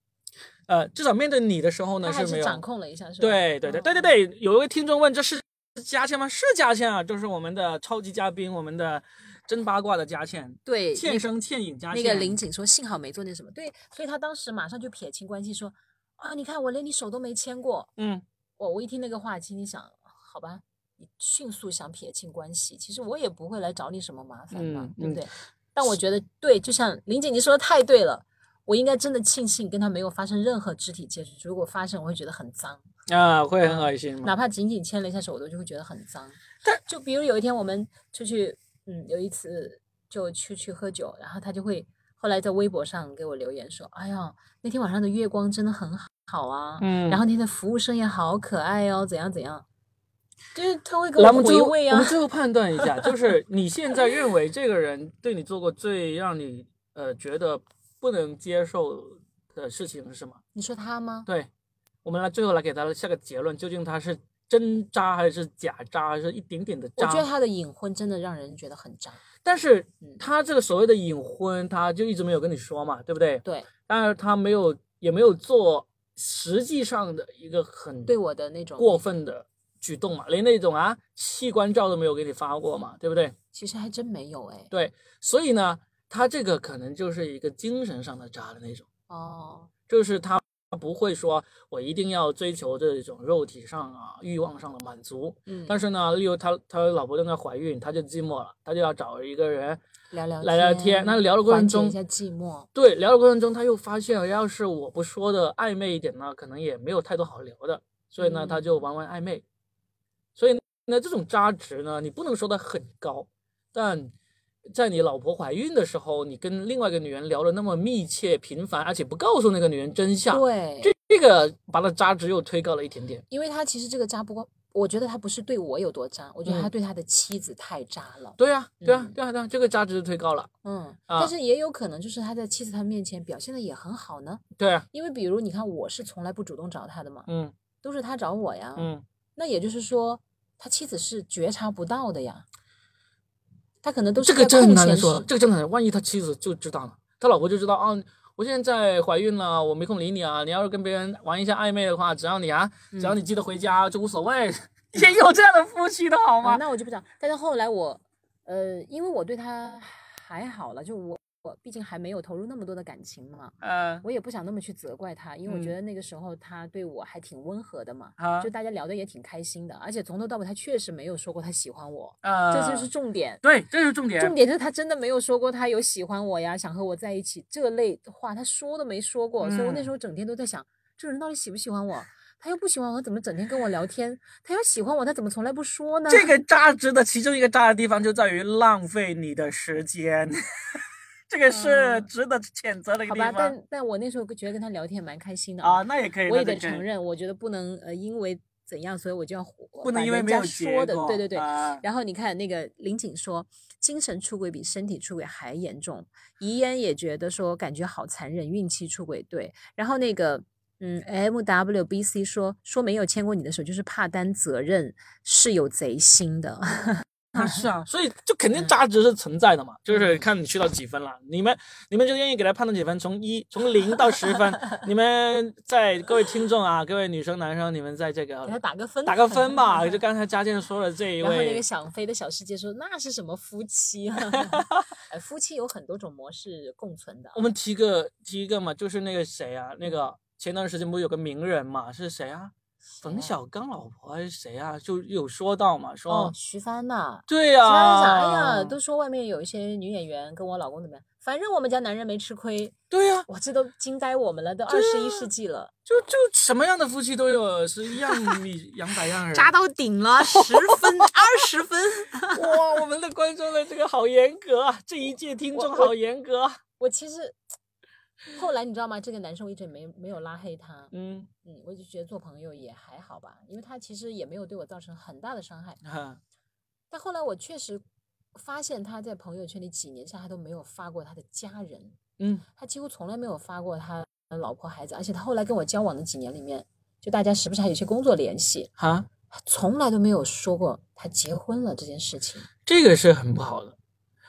S1: 呃，至少面对你的时候呢
S2: 他还
S1: 没
S2: 是
S1: 有
S2: 掌控了一下，是吧？
S1: 对对对对对
S2: 哦，
S1: 对，有一位听众问这是佳倩吗？是佳倩啊，就是我们的超级嘉宾，我们的真八卦的佳倩，
S2: 对
S1: 倩声倩影佳
S2: 那
S1: 倩。
S2: 个林景说，幸好没做那什么，对，所以他当时马上就撇清关系说，啊，你看我连你手都没牵过，
S1: 嗯，
S2: 我我一听那个话，心里想，好吧，你迅速想撇清关系，其实我也不会来找你什么麻烦嘛，
S1: 嗯
S2: 对
S1: 嗯
S2: 不对？但我觉得对，就像林姐你说的太对了，我应该真的庆幸跟他没有发生任何肢体接触，如果发生，我会觉得很脏。
S1: 啊，会很恶心吗？
S2: 哪怕仅仅牵了一下手，我都就会觉得很脏。嗯但就比如有一天我们出去，嗯，有一次就出去喝酒，然后他就会后来在微博上给我留言说：“哎呀，那天晚上的月光真的很好啊，
S1: 嗯，
S2: 然后那天的服务生也好可爱哦，怎样怎样。”就是他会给
S1: 来，
S2: 我
S1: 我们最
S2: 回
S1: 后
S2: 味
S1: 我
S2: 啊
S1: 们，最后判断一下，就是你现在认为这个人对你做过最让你呃觉得不能接受的事情是什么？
S2: 你说他吗？
S1: 对，我们来最后来给他下个结论，究竟他是真渣还是假渣，还是一点点的
S2: 我
S1: 渣？
S2: 觉得他的隐婚真的让人觉得很渣。
S1: 但是
S2: 嗯
S1: 他这个所谓的隐婚，他就一直没有跟你说嘛，对不对？
S2: 对，
S1: 但是他没有，也没有做实际上的一个很
S2: 对我的那种
S1: 过，分的举动嘛，连那种啊器官照都没有给你发过嘛，对不对？
S2: 其实还真没有哎。
S1: 对，所以呢，他这个可能就是一个精神上的渣的那种，
S2: 哦，
S1: 就是他不会说我一定要追求这种肉体上啊欲望上的满足，
S2: 嗯，
S1: 但是呢，例如他他老婆正在怀孕，他就寂寞了，他就要找一个人
S2: 聊聊
S1: 来聊天。那聊的过程
S2: 缓解
S1: 中
S2: 一，下寂寞，
S1: 对聊的过程中，他又发现，要是我不说的暧昧一点呢，可能也没有太多好聊的，所以呢，他
S2: 嗯
S1: 就玩玩暧昧。所以呢，这种渣值呢，你不能说它很高，但在你老婆怀孕的时候，你跟另外一个女人聊的那么密切、频繁，而且不告诉那个女人真相，
S2: 对，
S1: 这这个把它渣值又推高了一点点。
S2: 因为他其实这个渣不光，我觉得他不是对我有多渣，我觉得他
S1: 嗯
S2: 对他的妻子太渣了。
S1: 对啊，对啊
S2: 嗯，
S1: 对啊，对啊，这个渣值就推高了。
S2: 嗯，
S1: 啊
S2: 但是也有可能就是他在妻子他面前表现的也很好呢，
S1: 对啊，
S2: 因为比如你看，我是从来不主动找他的嘛，
S1: 嗯
S2: 都是他找我呀。
S1: 嗯，
S2: 那也就是说，他妻子是觉察不到的呀，他可能都是
S1: 这个
S2: 在
S1: 真
S2: 空
S1: 难
S2: 闲
S1: 说
S2: 时，
S1: 这个真难说。万一他妻子就知道了，他老婆就知道啊，我现在怀孕了，我没空理你啊。你要是跟别人玩一下暧昧的话，只要你啊，只要你记得回
S2: 嗯
S1: 家就无所谓。 也有这样的夫妻的好
S2: 啊
S1: 吗？
S2: 那我就不知道。但是后来我，呃，因为我对他还好了，就我我毕竟还没有投入那么多的感情嘛，
S1: 呃，
S2: 我也不想那么去责怪他，因为我觉
S1: 嗯啊
S2: 得那个时候他对我还挺温和的嘛，
S1: 好，
S2: 就大家聊得也挺开心的，而且从头到尾他确实没有说过他喜欢我，
S1: 呃，
S2: 这就是重点。
S1: 对，这就是重点。
S2: 重点就是他真的没有说过他有喜欢我呀，想和我在一起这类话，他说都没说过，所以我那
S1: 嗯
S2: 时候整天都在想，这个人到底喜不喜欢我？他又不喜欢我，怎么整天跟我聊天？他要喜欢我，他怎么从来不说呢？
S1: 这个渣值的其中一个渣的地方就在于浪费你的时间， 这个是
S2: 嗯
S1: 值得谴责的一个
S2: 好
S1: 地
S2: 吧，
S1: 方
S2: 但但我那时候觉得跟他聊天蛮开心的
S1: 啊。那也可以，
S2: 我
S1: 那
S2: 也
S1: 就
S2: 得
S1: 可以
S2: 承，认，我觉得不能呃因为怎样，所以我就要火
S1: 不能
S2: 把
S1: 因为
S2: 人
S1: 没
S2: 家
S1: 有
S2: 说
S1: 结
S2: 的，
S1: 果。
S2: 对对对。
S1: 啊
S2: 然后你看那个林景说，精神出轨比身体出轨还严重。遗烟也觉得说，感觉好残忍，孕期出轨对。然后那个嗯，M W B C 说说没有牵过你的手，就是怕担责任，是有贼心的。
S1: 啊，是啊，所以就肯定渣值是存在的嘛，就是
S2: 嗯
S1: 看你去到几分了。你们你们就愿意给他判断几分？从一从零到十 分，你们在各位听众啊，各位女生男生，你们在这
S2: 给他
S1: 个
S2: 打个分，啊
S1: 打个分吧。 就刚才佳健说的这一
S2: 然后那个
S1: 位，
S2: 想飞的小世界说，那是什么夫 妻 啊？哎夫妻有很多种模式共存的啊。
S1: 我们提个提一个嘛，就是那个谁啊，那个前段时间不是有个名人嘛，是谁啊？冯小刚老婆还是谁啊？就有说到嘛，说、
S2: 哦，徐帆呐、
S1: 对呀、
S2: 徐帆
S1: 啊，
S2: 啥哎呀，都说外面有一些女演员跟我老公怎么样，反正我们家男人没吃亏，
S1: 对呀、
S2: 哇，这都惊呆我们了，都
S1: 对
S2: 二
S1: 啊
S2: 十一世纪了，
S1: 就就什么样的夫妻都有，是一样 米养百样人。
S4: 扎到顶了，十 分二十分，
S1: 哇，我们的观众的这个好严格啊，这一届听众好严格啊。
S2: 我其实。后来你知道吗？这个男生我一直没没有拉黑他，
S1: 嗯，
S2: 嗯，我就觉得做朋友也还好吧，因为他其实也没有对我造成很大的伤害。
S1: 哈，
S2: 但后来我确实发现他在朋友圈里几年下他都没有发过他的家人，
S1: 嗯，
S2: 他几乎从来没有发过他的老婆孩子，而且他后来跟我交往的几年里面，就大家时不时还有些工作联系，
S1: 哈，
S2: 他从来都没有说过他结婚了这件事情。
S1: 这个是很不好的。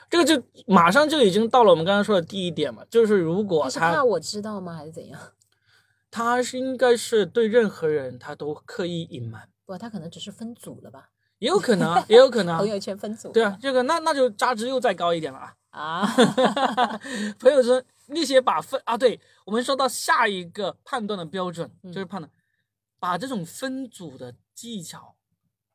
S1: 这个就马上就已经到了我们刚刚说的第一点嘛，就是如果
S2: 他是怕
S1: 他
S2: 我知道吗？还是怎样？
S1: 他是应该是对任何人他都刻意隐瞒，
S2: 不，他可能只是分组了吧，
S1: 也有可能 啊，也有可能啊
S2: 朋，友圈分组。
S1: 对啊，，这个那那就价值又再高一点了啊。
S2: 啊，
S1: 朋友圈那些把分啊，对我们说到下一个判断的标准、就是判断，把这种分组的技巧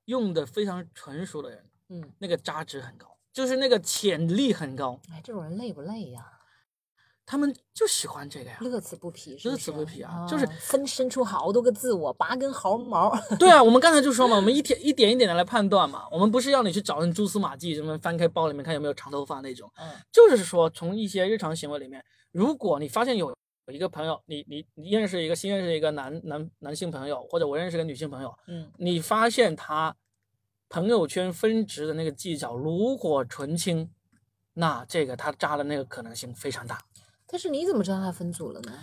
S1: 用的非常纯熟的人，
S2: 嗯，
S1: 那个价值很高，就是那个潜力很高，
S2: 哎，这种人累不累呀？
S1: 他们就喜欢这个 呀。
S2: 乐此不疲，是
S1: 乐
S2: 不
S1: 此
S2: 是
S1: 不疲啊就是
S2: 分身出好多个自我，拔根毫毛。
S1: 对啊，我们刚才就说嘛，我们一点一点一点的来判断嘛，我们不是要你去找人蛛丝马迹，什么翻开包里面看有没有长头发那种，
S2: 嗯，
S1: 就是说，从一些日常行为里面，如果你发现有有一个朋友，你你你认识一个新认识一个男男男性朋友，或者我认识个女性朋友，
S2: 嗯，
S1: 你发现他朋友圈分值的那个技巧炉火纯青，那这个他渣的那个可能性非常大。
S2: 但是你怎么知道他分组了呢？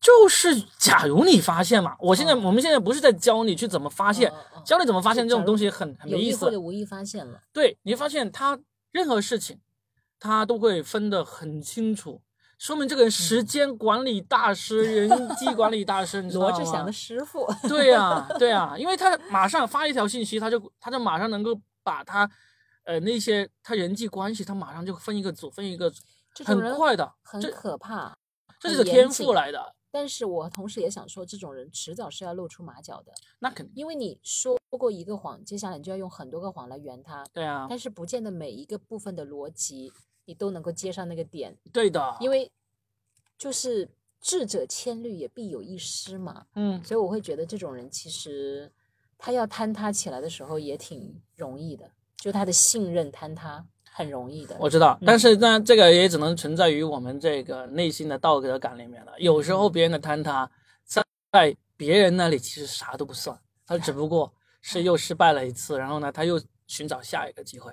S1: 就是假如你发现嘛，我现在、我们现在不是在教你去怎么发现，
S2: 嗯嗯
S1: 教你怎么发现
S2: 就
S1: 这种
S2: 假
S1: 东
S2: 如
S1: 西很很
S2: 有
S1: 没意
S2: 意
S1: 思
S2: 或。者无意发现了，
S1: 对你发现他任何事情，他都会分得很清楚，说明这个人
S2: 嗯
S1: 时间管理大师、人际管理大师，你知道
S2: 罗
S1: 吗？
S2: 志祥的师傅。
S1: 对呀、 对呀、因为他马上发一条信息，他就他就马上能够把他呃那些他人际关系，他马上就分一个组，分一个组，
S2: 这种
S1: 很
S2: 人
S1: 快的，
S2: 很
S1: 这
S2: 可怕。
S1: 这
S2: 很
S1: 是个
S2: 严
S1: 天赋
S2: 谨
S1: 来的，
S2: 但是我同时也想说，这种人迟早是要露出马脚的，
S1: 那肯定
S2: 因为你说过一个谎，接下来你就要用很多个谎来圆他，
S1: 对啊，
S2: 但是不见得每一个部分的逻辑你都能够接上那个点，
S1: 对的，
S2: 因为就是智者千虑也必有一失嘛，
S1: 嗯，
S2: 所以我会觉得这种人其实他要坍塌起来的时候也挺容易的，就他的信任坍塌很容易的。
S1: 我知道，
S2: 嗯
S1: 但是呢，这个也只能存在于我们这个内心的道德感里面了。有时候
S2: 嗯
S1: 别人的坍塌，在在别人那里其实啥都不算，他只不过是又失败了一次，然后呢，他又寻找下一个机会。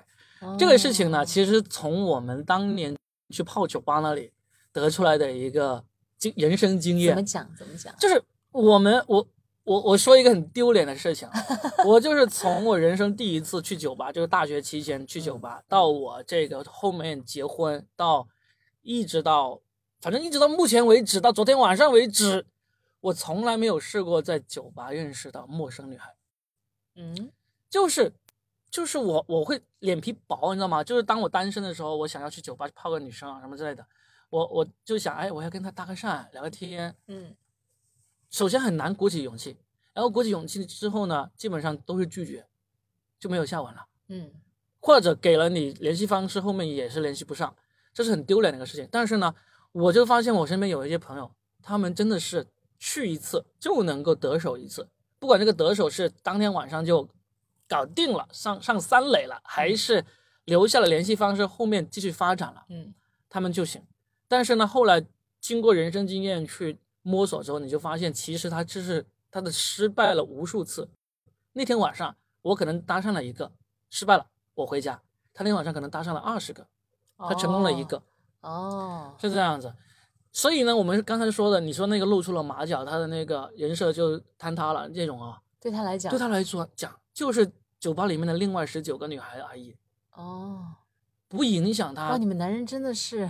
S1: 这个事情呢，
S2: 哦
S1: 其实从我们当年去泡酒吧那里得出来的一个经人生经
S2: 怎么
S1: 验，
S2: 讲怎么讲？
S1: 就是我们我。我我说一个很丢脸的事情啊，我就是从我人生第一次去酒吧，就是大学期间去酒吧，到我这个后面结婚，到一直到反正一直到目前为止，到昨天晚上为止，我从来没有试过在酒吧认识到陌生女孩。
S2: 嗯，
S1: 就是就是我我会脸皮薄，你知道吗？就是当我单身的时候，我想要去酒吧泡个女生啊什么之类的，我我就想，哎，我要跟她搭个讪，聊个天。
S2: 嗯，
S1: 首先很难鼓起勇气，然后鼓起勇气之后呢，基本上都是拒绝，就没有下文了。
S2: 嗯，
S1: 或者给了你联系方式，后面也是联系不上，这是很丢脸的一个事情。但是呢，我就发现我身边有一些朋友，他们真的是去一次就能够得手一次，不管这个得手是当天晚上就搞定了，上上三垒了，还是留下了联系方式，后面继续发展了，
S2: 嗯，
S1: 他们就行。但是呢，后来经过人生经验去摸索之后，你就发现其实他这是他的失败了无数次。那天晚上我可能搭上了一个，失败了，我回家。他那天晚上可能搭上了二十个，他成功了一个，
S2: 哦。
S1: 是这样子。所以呢，我们刚才说的，你说那个露出了马脚，他的那个人设就坍塌了，这种啊，
S2: 对他来讲，
S1: 对他来说讲就是酒吧里面的另外十九个女孩而已，
S2: 哦，
S1: 不影响
S2: 哇，
S1: 他
S2: 哦你。们男人真的是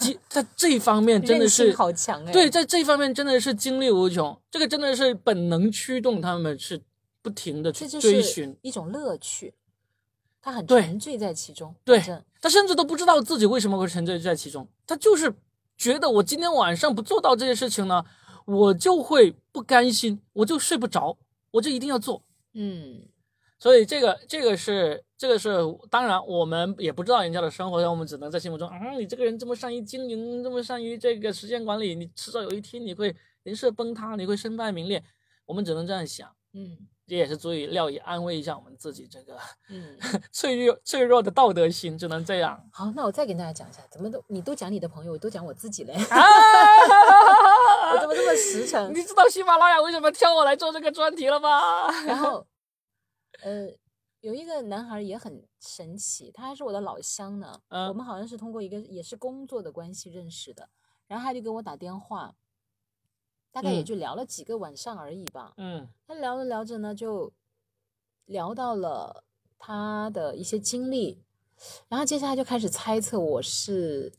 S1: 即在这一方面真的
S2: 韧
S1: 是
S2: 性好强哎，
S1: 对，，在这一方面真的是精力无穷，这个真的是本能驱动他们是不停的去
S2: 这就
S1: 追寻
S2: 是。一种乐趣，他很
S1: 对
S2: 沉醉在其中，
S1: 对
S2: 反正
S1: 他甚至都不知道自己为什么会沉醉在其中，他就是觉得我今天晚上不做到这些事情呢，我就会不甘心，我就睡不着，我就一定要做。
S2: 嗯
S1: 所以这个这个是这个是当然，我们也不知道人家的生活，我们只能在心目中啊，你这个人这么善于经营，这么善于这个时间管理，你迟早有一天你会人设崩塌，你会身败名裂，我们只能这样想，
S2: 嗯
S1: 这也是足以料以安慰一下我们自己这个
S2: 嗯。
S1: 脆弱脆弱的道德心，只能这样。
S2: 好，那我再给大家讲一下，怎么都你都讲你的朋友，我都讲我 自己嘞，我
S1: 啊
S2: 怎么这么 实诚？
S1: 你知道喜马拉雅为什么挑我来做这个专题了吗？
S2: 然后，呃，有一个男孩也很神奇，他还是我的老乡呢。
S1: 嗯
S2: 我们好像是通过一个也是工作的关系认识的，然后他就给我打电话，大概也
S1: 嗯
S2: 就聊了几个晚上而已吧。
S1: 嗯
S2: 他聊着聊着呢，就聊到了他的一些经历，然后接下来就开始猜测我是，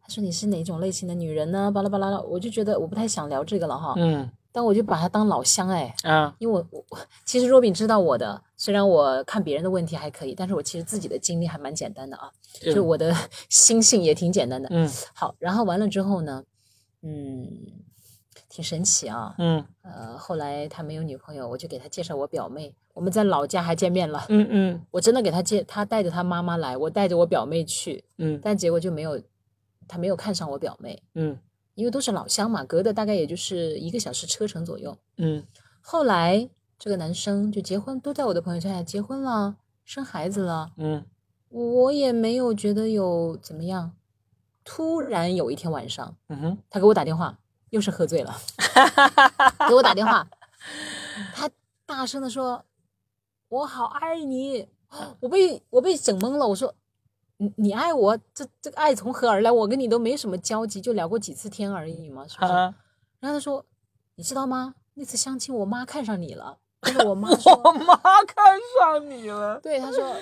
S2: 他说你是哪种类型的女人呢？巴拉巴拉，我就觉得我不太想聊这个了哈，
S1: 嗯
S2: 但我就把他当老乡哎，
S1: 啊
S2: 因为我 我我其实若饼知道我的，虽然我看别人的问题还可以，但是我其实自己的经历还蛮简单的啊，就我的 心性也挺简单的。
S1: 嗯
S2: 好，然后完了之后呢，嗯，挺神奇啊，
S1: 嗯
S2: 呃，后来他没有女朋友，我就给他介绍我表妹，我们在老家还见面了。
S1: 嗯嗯
S2: 我真的给他介，他带着他妈妈来，我带着我表妹去，
S1: 嗯
S2: 但结果就没有，他没有看上我表妹，
S1: 嗯
S2: 因为都是老乡嘛，隔的大概也就是一个小时车程左右。
S1: 嗯
S2: 后来这个男生就结婚，都在我的朋友圈里结婚了，生孩子了，
S1: 嗯
S2: 我也没有觉得有怎么样。突然有一天晚上，
S1: 嗯哼。
S2: 他给我打电话，又是喝醉了，给我打电话，他大声的说：“我好爱你。”我被我被整懵了，我说：“你你爱我，这这个爱从何而来？我跟你都没什么交集，就聊过几次天而已嘛，是不是？”
S1: 啊！
S2: 然后他说：“你知道吗？那次相亲，我妈看上你了。”但是我妈
S1: 我
S2: 说
S1: 妈看上你了：“。”
S2: 对，她说，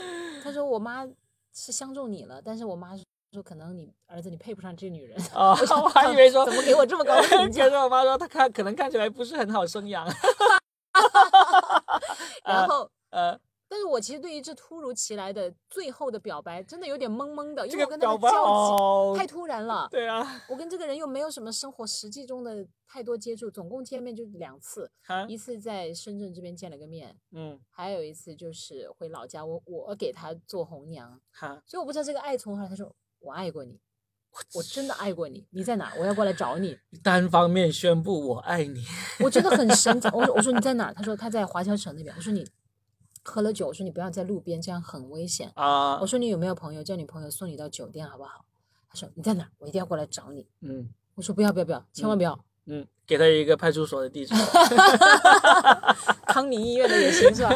S2: 她说我妈是相中你了，但是我妈说可能你儿子你配不上这女人。
S1: 啊！我还以为说
S2: 怎么给我这么高的评价
S1: 可是我妈说她看可能看起来不是很好生养。
S2: 然后，
S1: 呃，
S2: 但是我其实对于这突如其来的最后的表白，真的有点懵懵的，因
S1: 这
S2: 为
S1: 个
S2: 我跟他
S1: 表
S2: 的
S1: 白哦
S2: 交
S1: 好
S2: 集，太突然了。
S1: 对啊，
S2: 我跟这个人又没有什么生活实际中的太多接触，总共见面就两次，
S1: 啊
S2: 一次在深圳这边见了个面，
S1: 嗯，
S2: 还有一次就是回老家，我我给他做红娘。
S1: 哈，
S2: 所以我不知道这个爱从何来。他说我爱过你，我真的爱过你，你在哪？我要过来找你。
S1: 单方面宣布我爱你。
S2: 我真的很神奇。我说我说你在哪？他说他在华侨城那边。我说你喝了酒，我说你不要在路边，这样很危险。
S1: 啊
S2: 我，说你有没有朋友？叫你朋友送你到酒店好不好？他说你在哪？我一定要过来找你。
S1: 嗯
S2: 我说不要不要不要，千万不要。
S1: 嗯，给他一个派出所的地址。
S2: 康宁医院的也 行是吧？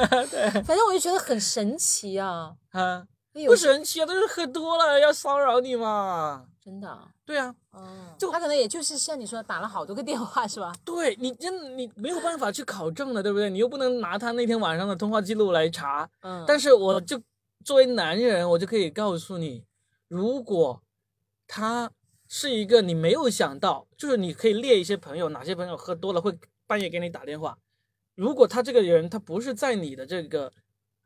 S2: 反正我就觉得很神奇啊。
S1: 啊，
S2: 有
S1: 不
S2: 时
S1: 神奇啊，都是喝多了要骚扰你嘛。
S2: 真的啊。
S1: 对啊，
S2: 哦
S1: 就
S2: 他可能也就是像你说的打了好多个电话是吧？
S1: 对你真你没有办法去考证的，对不对？你又不能拿他那天晚上的通话记录来查。
S2: 嗯，
S1: 但是我就作为男人，我就可以告诉你，如果他是一个你没有想到，就是你可以列一些朋友，哪些朋友喝多了会半夜给你打电话。如果他这个人他不是在你的这个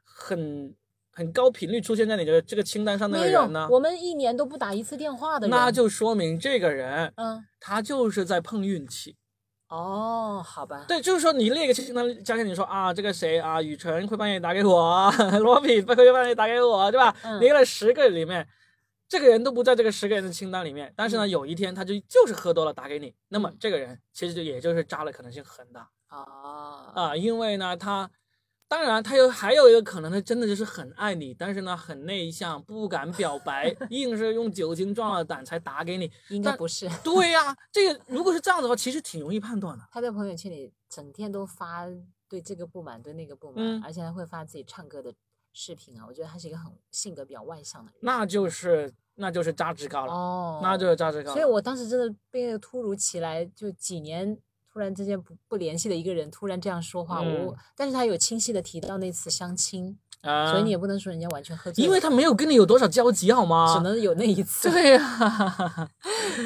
S1: 很很高频率出现在你的这个清单上那个
S2: 没有
S1: 人呢，，
S2: 我们一年都不打一次电话的人。
S1: 那就说明这个人
S2: 嗯。
S1: 他就是在碰运气。
S2: 哦，好吧，
S1: 对，就是说你列一个清单，加给你说啊，这个谁啊，雨辰会半夜打给我 啊，罗比会半夜打给我，对吧？
S2: 嗯
S1: 列了十个里面，这个人都不在这个十个人的清单里面，但是呢，有一天他就就是喝多了打给你，那么这个人其实就也就是渣的可能性很大
S2: 哦，
S1: 啊，因为呢他。当然，他有还有一个可能，他真的就是很爱你，但是呢，很内向，不敢表白，硬是用酒精壮了胆才打给你。
S2: 应该
S1: 但
S2: 不是。
S1: 对呀、这个如果是这样子的话，其实挺容易判断的。
S2: 他在朋友圈里整天都发对这个不满，对那个不满，
S1: 嗯
S2: 而且还会发自己唱歌的视频啊。我觉得他是一个很性格比较外向的人。
S1: 那就是那就是渣职高了，
S2: 哦，
S1: 那就是渣职高了。
S2: 所以我当时真的被那个突如其来，就几年突然之间不不联系的一个人突然这样说话，
S1: 嗯
S2: 我但是他有清晰的提到那次相亲，
S1: 啊，
S2: 所以你也不能说人家完全喝醉了，
S1: 因为他没有跟你有多少交集，好吗？
S2: 只能有那一 次，
S1: 对呀、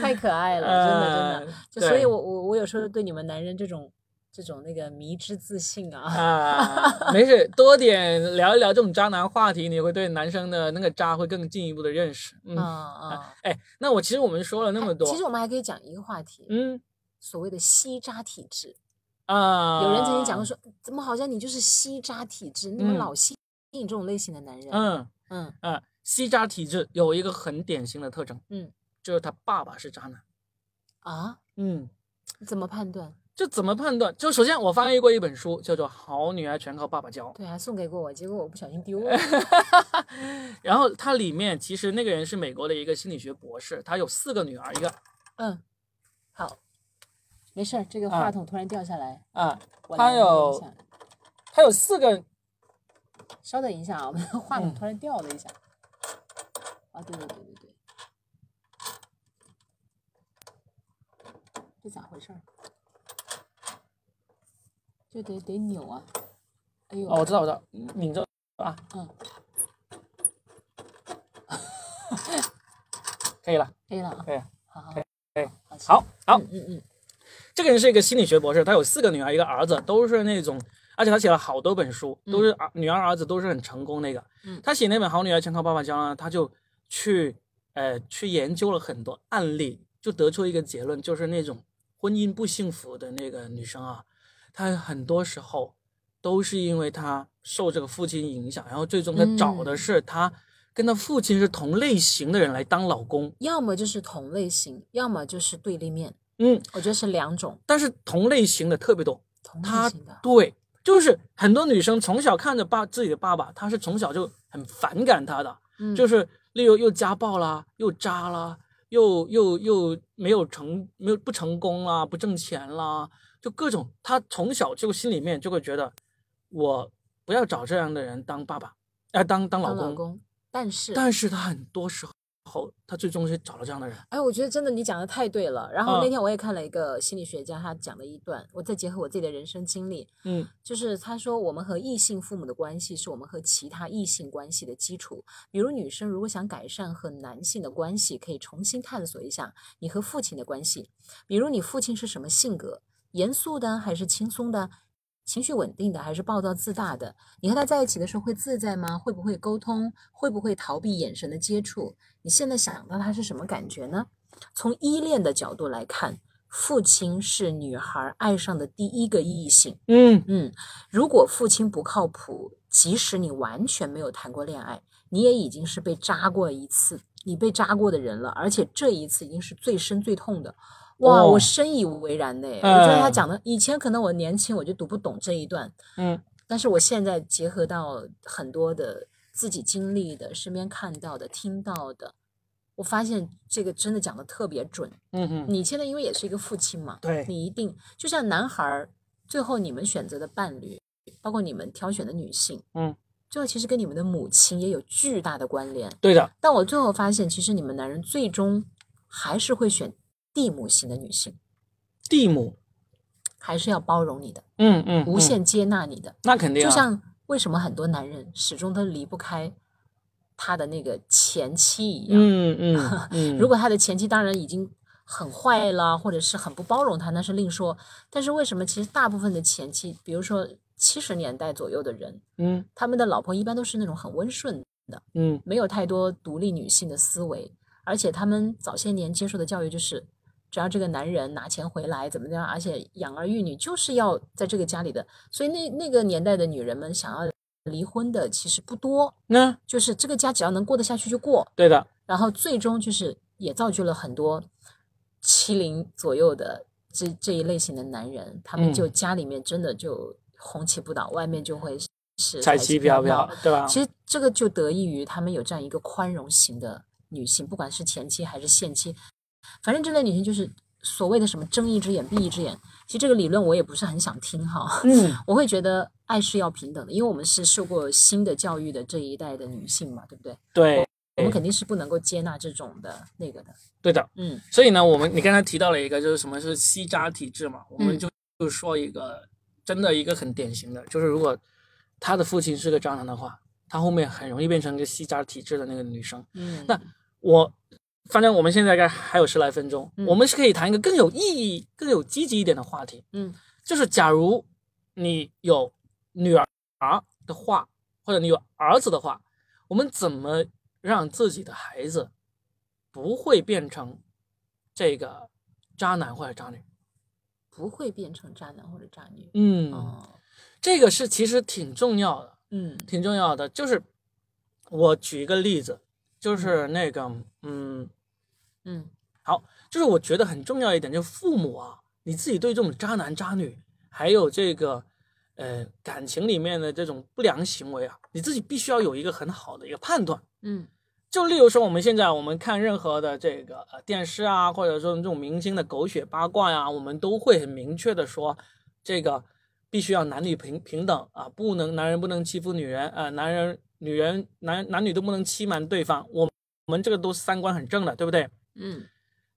S2: 太可爱了，哎真的真的。
S1: 呃
S2: 就所以
S1: 对
S2: 我，我我有时候对你们男人这种这种那个迷之自信啊，
S1: 呃啊， 没事，多点聊一聊这种渣男话题，你会对男生的那个渣会更进一步的认识。嗯，
S2: 啊啊，
S1: 哎，那我其实我们说了那
S2: 那
S1: 么多，
S2: 其实我们还可以讲一个话题，
S1: 嗯
S2: 所谓的吸渣体质，
S1: 啊，
S2: 有人曾经讲过说，怎么好像你就是吸渣体质，那么
S1: 嗯
S2: 老吸引这种类型的男人？
S1: 嗯
S2: 嗯
S1: 啊，西渣体质有一个很典型的特征，
S2: 嗯，
S1: 就是他爸爸是渣男，
S2: 啊，
S1: 嗯，
S2: 怎么判断？
S1: 这怎么判断？就首先我翻译过一本书，叫做《好女儿全靠爸爸教》，
S2: 对啊，送给过我，结果我不小 心丢了。
S1: 然后它里面其实那个人是美国的一个心理学博士，他有四个女儿，一个
S2: 嗯，好，没事儿，这个
S1: 啊
S2: 话筒突然掉下来，
S1: 啊，
S2: 我
S1: 他
S2: 来弄一
S1: 有
S2: 下
S1: 他有四个
S2: 稍等一下啊，我们 的话筒
S1: 嗯
S2: 突然掉了一下。啊，对对对对对，这咋回事儿？就得得扭啊！哎呦，
S1: 哦，我知道我知道，拧着啊，
S2: 嗯，
S1: 可以了，
S2: 黑了啊！
S1: 可以了，
S2: 好好
S1: 可以可以
S2: 好，行
S1: 好好，
S2: 嗯嗯嗯，
S1: 这个人是一个心理学博士，他有四个女儿，一个儿子，都是那种，而且他写了好多本书，都是、儿女儿儿子都是很成功那个。
S2: 嗯
S1: 他写那本《好女儿全靠爸爸教》呢，他就去呃去研究了很多案例，就得出一个结论，就是那种婚姻不幸福的那个女生啊，她很多时候都是因为她受这个父亲影响，然后最终她找的
S2: 嗯
S1: 是她跟她父亲是同类型的人来当老公。
S2: 要么就是同类型，要么就是对立面，
S1: 嗯，
S2: 我觉得是两种
S1: 但是同类型的特别多。
S2: 同类
S1: 他
S2: 型的。
S1: 对，就是很多女生从小看着爸自己的爸爸，她是从小就很反感他的，
S2: 嗯，
S1: 就是例如又家暴啦，又渣啦，又又又没有成没有不成功啦，不挣钱啦，就各种，她从小就心里面就会觉得，我不要找这样的人当爸爸，哎、当当老
S2: 当
S1: 公。
S2: 老公，但是
S1: 但是她很多时候，她最终是找了这样的人。
S2: 哎，我觉得真的你讲的太对了。然后
S1: 啊
S2: 那天我也看了一个心理学家，他讲了一段，我再结合我自己的人生经历，
S1: 嗯
S2: 就是他说我们和异性父母的关系是我们和其他异性关系的基础。比如女生如果想改善和男性的关系，可以重新探索一下你和父亲的关系，比如你父亲是什么性格，严肃的还是轻松的。情绪稳定的还是暴躁自大的？你和他在一起的时候会自在吗？会不会沟通？会不会逃避眼神的接触？你现在想到他是什么感觉呢？从依恋的角度来看，父亲是女孩爱上的第一个异性。
S1: 嗯
S2: 嗯，如果父亲不靠谱，即使你完全没有谈过恋爱，你也已经是被扎过一次，你被扎过的人了，而且这一次已经是最深最痛的。哇，
S1: 哦
S2: 我深以为然呢、我觉得他
S1: 嗯
S2: 讲的，以前可能我年轻我就读不懂这一段，
S1: 嗯
S2: 但是我现在结合到很多的自己经历的、身边看到的、听到的，我发现这个真的讲的特别准。
S1: 嗯嗯，
S2: 你现在因为也是一个父亲嘛，
S1: 对
S2: 你一定就像男孩儿，最后你们选择的伴侣，包括你们挑选的女性，
S1: 嗯，
S2: 最后其实跟你们的母亲也有巨大的关联。
S1: 对的，
S2: 但我最后发现，其实你们男人最终还是会选地母型的女性，
S1: 蒂姆，
S2: 还是要包容你的，
S1: 嗯嗯，
S2: 无
S1: 嗯，
S2: 限接纳你的。
S1: 那肯定、啊，
S2: 就像为什么很多男人始终都离不开他的那个前妻一样，
S1: 嗯嗯 嗯，
S2: 如果他的前妻当然已经很坏了，或者是很不包容他，那是另说。但是为什么其实大部分的前妻，比如说七十年代左右的人，
S1: 嗯
S2: 他们的老婆一般都是那种很温顺的，
S1: 嗯
S2: 没有太多独立女性的思维，而且他们早些年接受的教育就是。只要这个男人拿钱回来，怎么样？而且养儿育女就是要在这个家里的，所以那那个年代的女人们想要离婚的其实不多，
S1: 那
S2: 就是这个家只要能过得下去就过，
S1: 对的，
S2: 然后最终就是也造就了很多七零左右的这这一类型的男人，他们
S1: 嗯
S2: 就家里面真的就红旗不倒，外面就会是
S1: 彩旗飘飘，啊对吧？
S2: 其实这个就得益于他们有这样一个宽容型的女性，不管是前妻还是现妻，反正这类女性就是所谓的什么睁一只眼闭一只眼。其实这个理论我也不是很想听哈，
S1: 嗯，
S2: 我会觉得爱是要平等的，因为我们是受过新的教育的这一代的女性嘛，对不对？
S1: 对
S2: 我
S1: 对
S2: 们肯定是不能够接纳这种的那个的。
S1: 对的。
S2: 嗯
S1: 所以呢，我们你刚才提到了一个，就是什么是西渣体质嘛，我们
S2: 嗯
S1: 就就说一个真的一个很典型的，就是如果他的父亲是个渣男的话，他后面很容易变成一个西渣体质的那个女生。
S2: 嗯，
S1: 那我反正我们现在该还有十来分钟，
S2: 嗯
S1: 我们是可以谈一个更有意义、更有积极一点的话题。
S2: 嗯，
S1: 就是假如你有女儿的话，或者你有儿子的话，我们怎么让自己的孩子不会变成这个渣男或者渣女？
S2: 不会变成渣男或者渣女。
S1: 嗯，
S2: 哦，
S1: 这个是其实挺重要的，
S2: 嗯
S1: 挺重要的。就是我举一个例子，就是那个，嗯，
S2: 嗯
S1: 就是我觉得很重要一点，就是父母啊，你自己对这种渣男渣女，还有这个呃感情里面的这种不良行为啊，你自己必须要有一个很好的一个判断。
S2: 嗯
S1: 就例如说，我们现在我们看任何的这个呃电视啊，或者说这种明星的狗血八卦呀、我们都会很明确的说，这个必须要男女平平等啊，不能男人不能欺负女人啊、呃男人女人男男女都不能欺瞒对方。我我们这个都是三观很正的，对不对？
S2: 嗯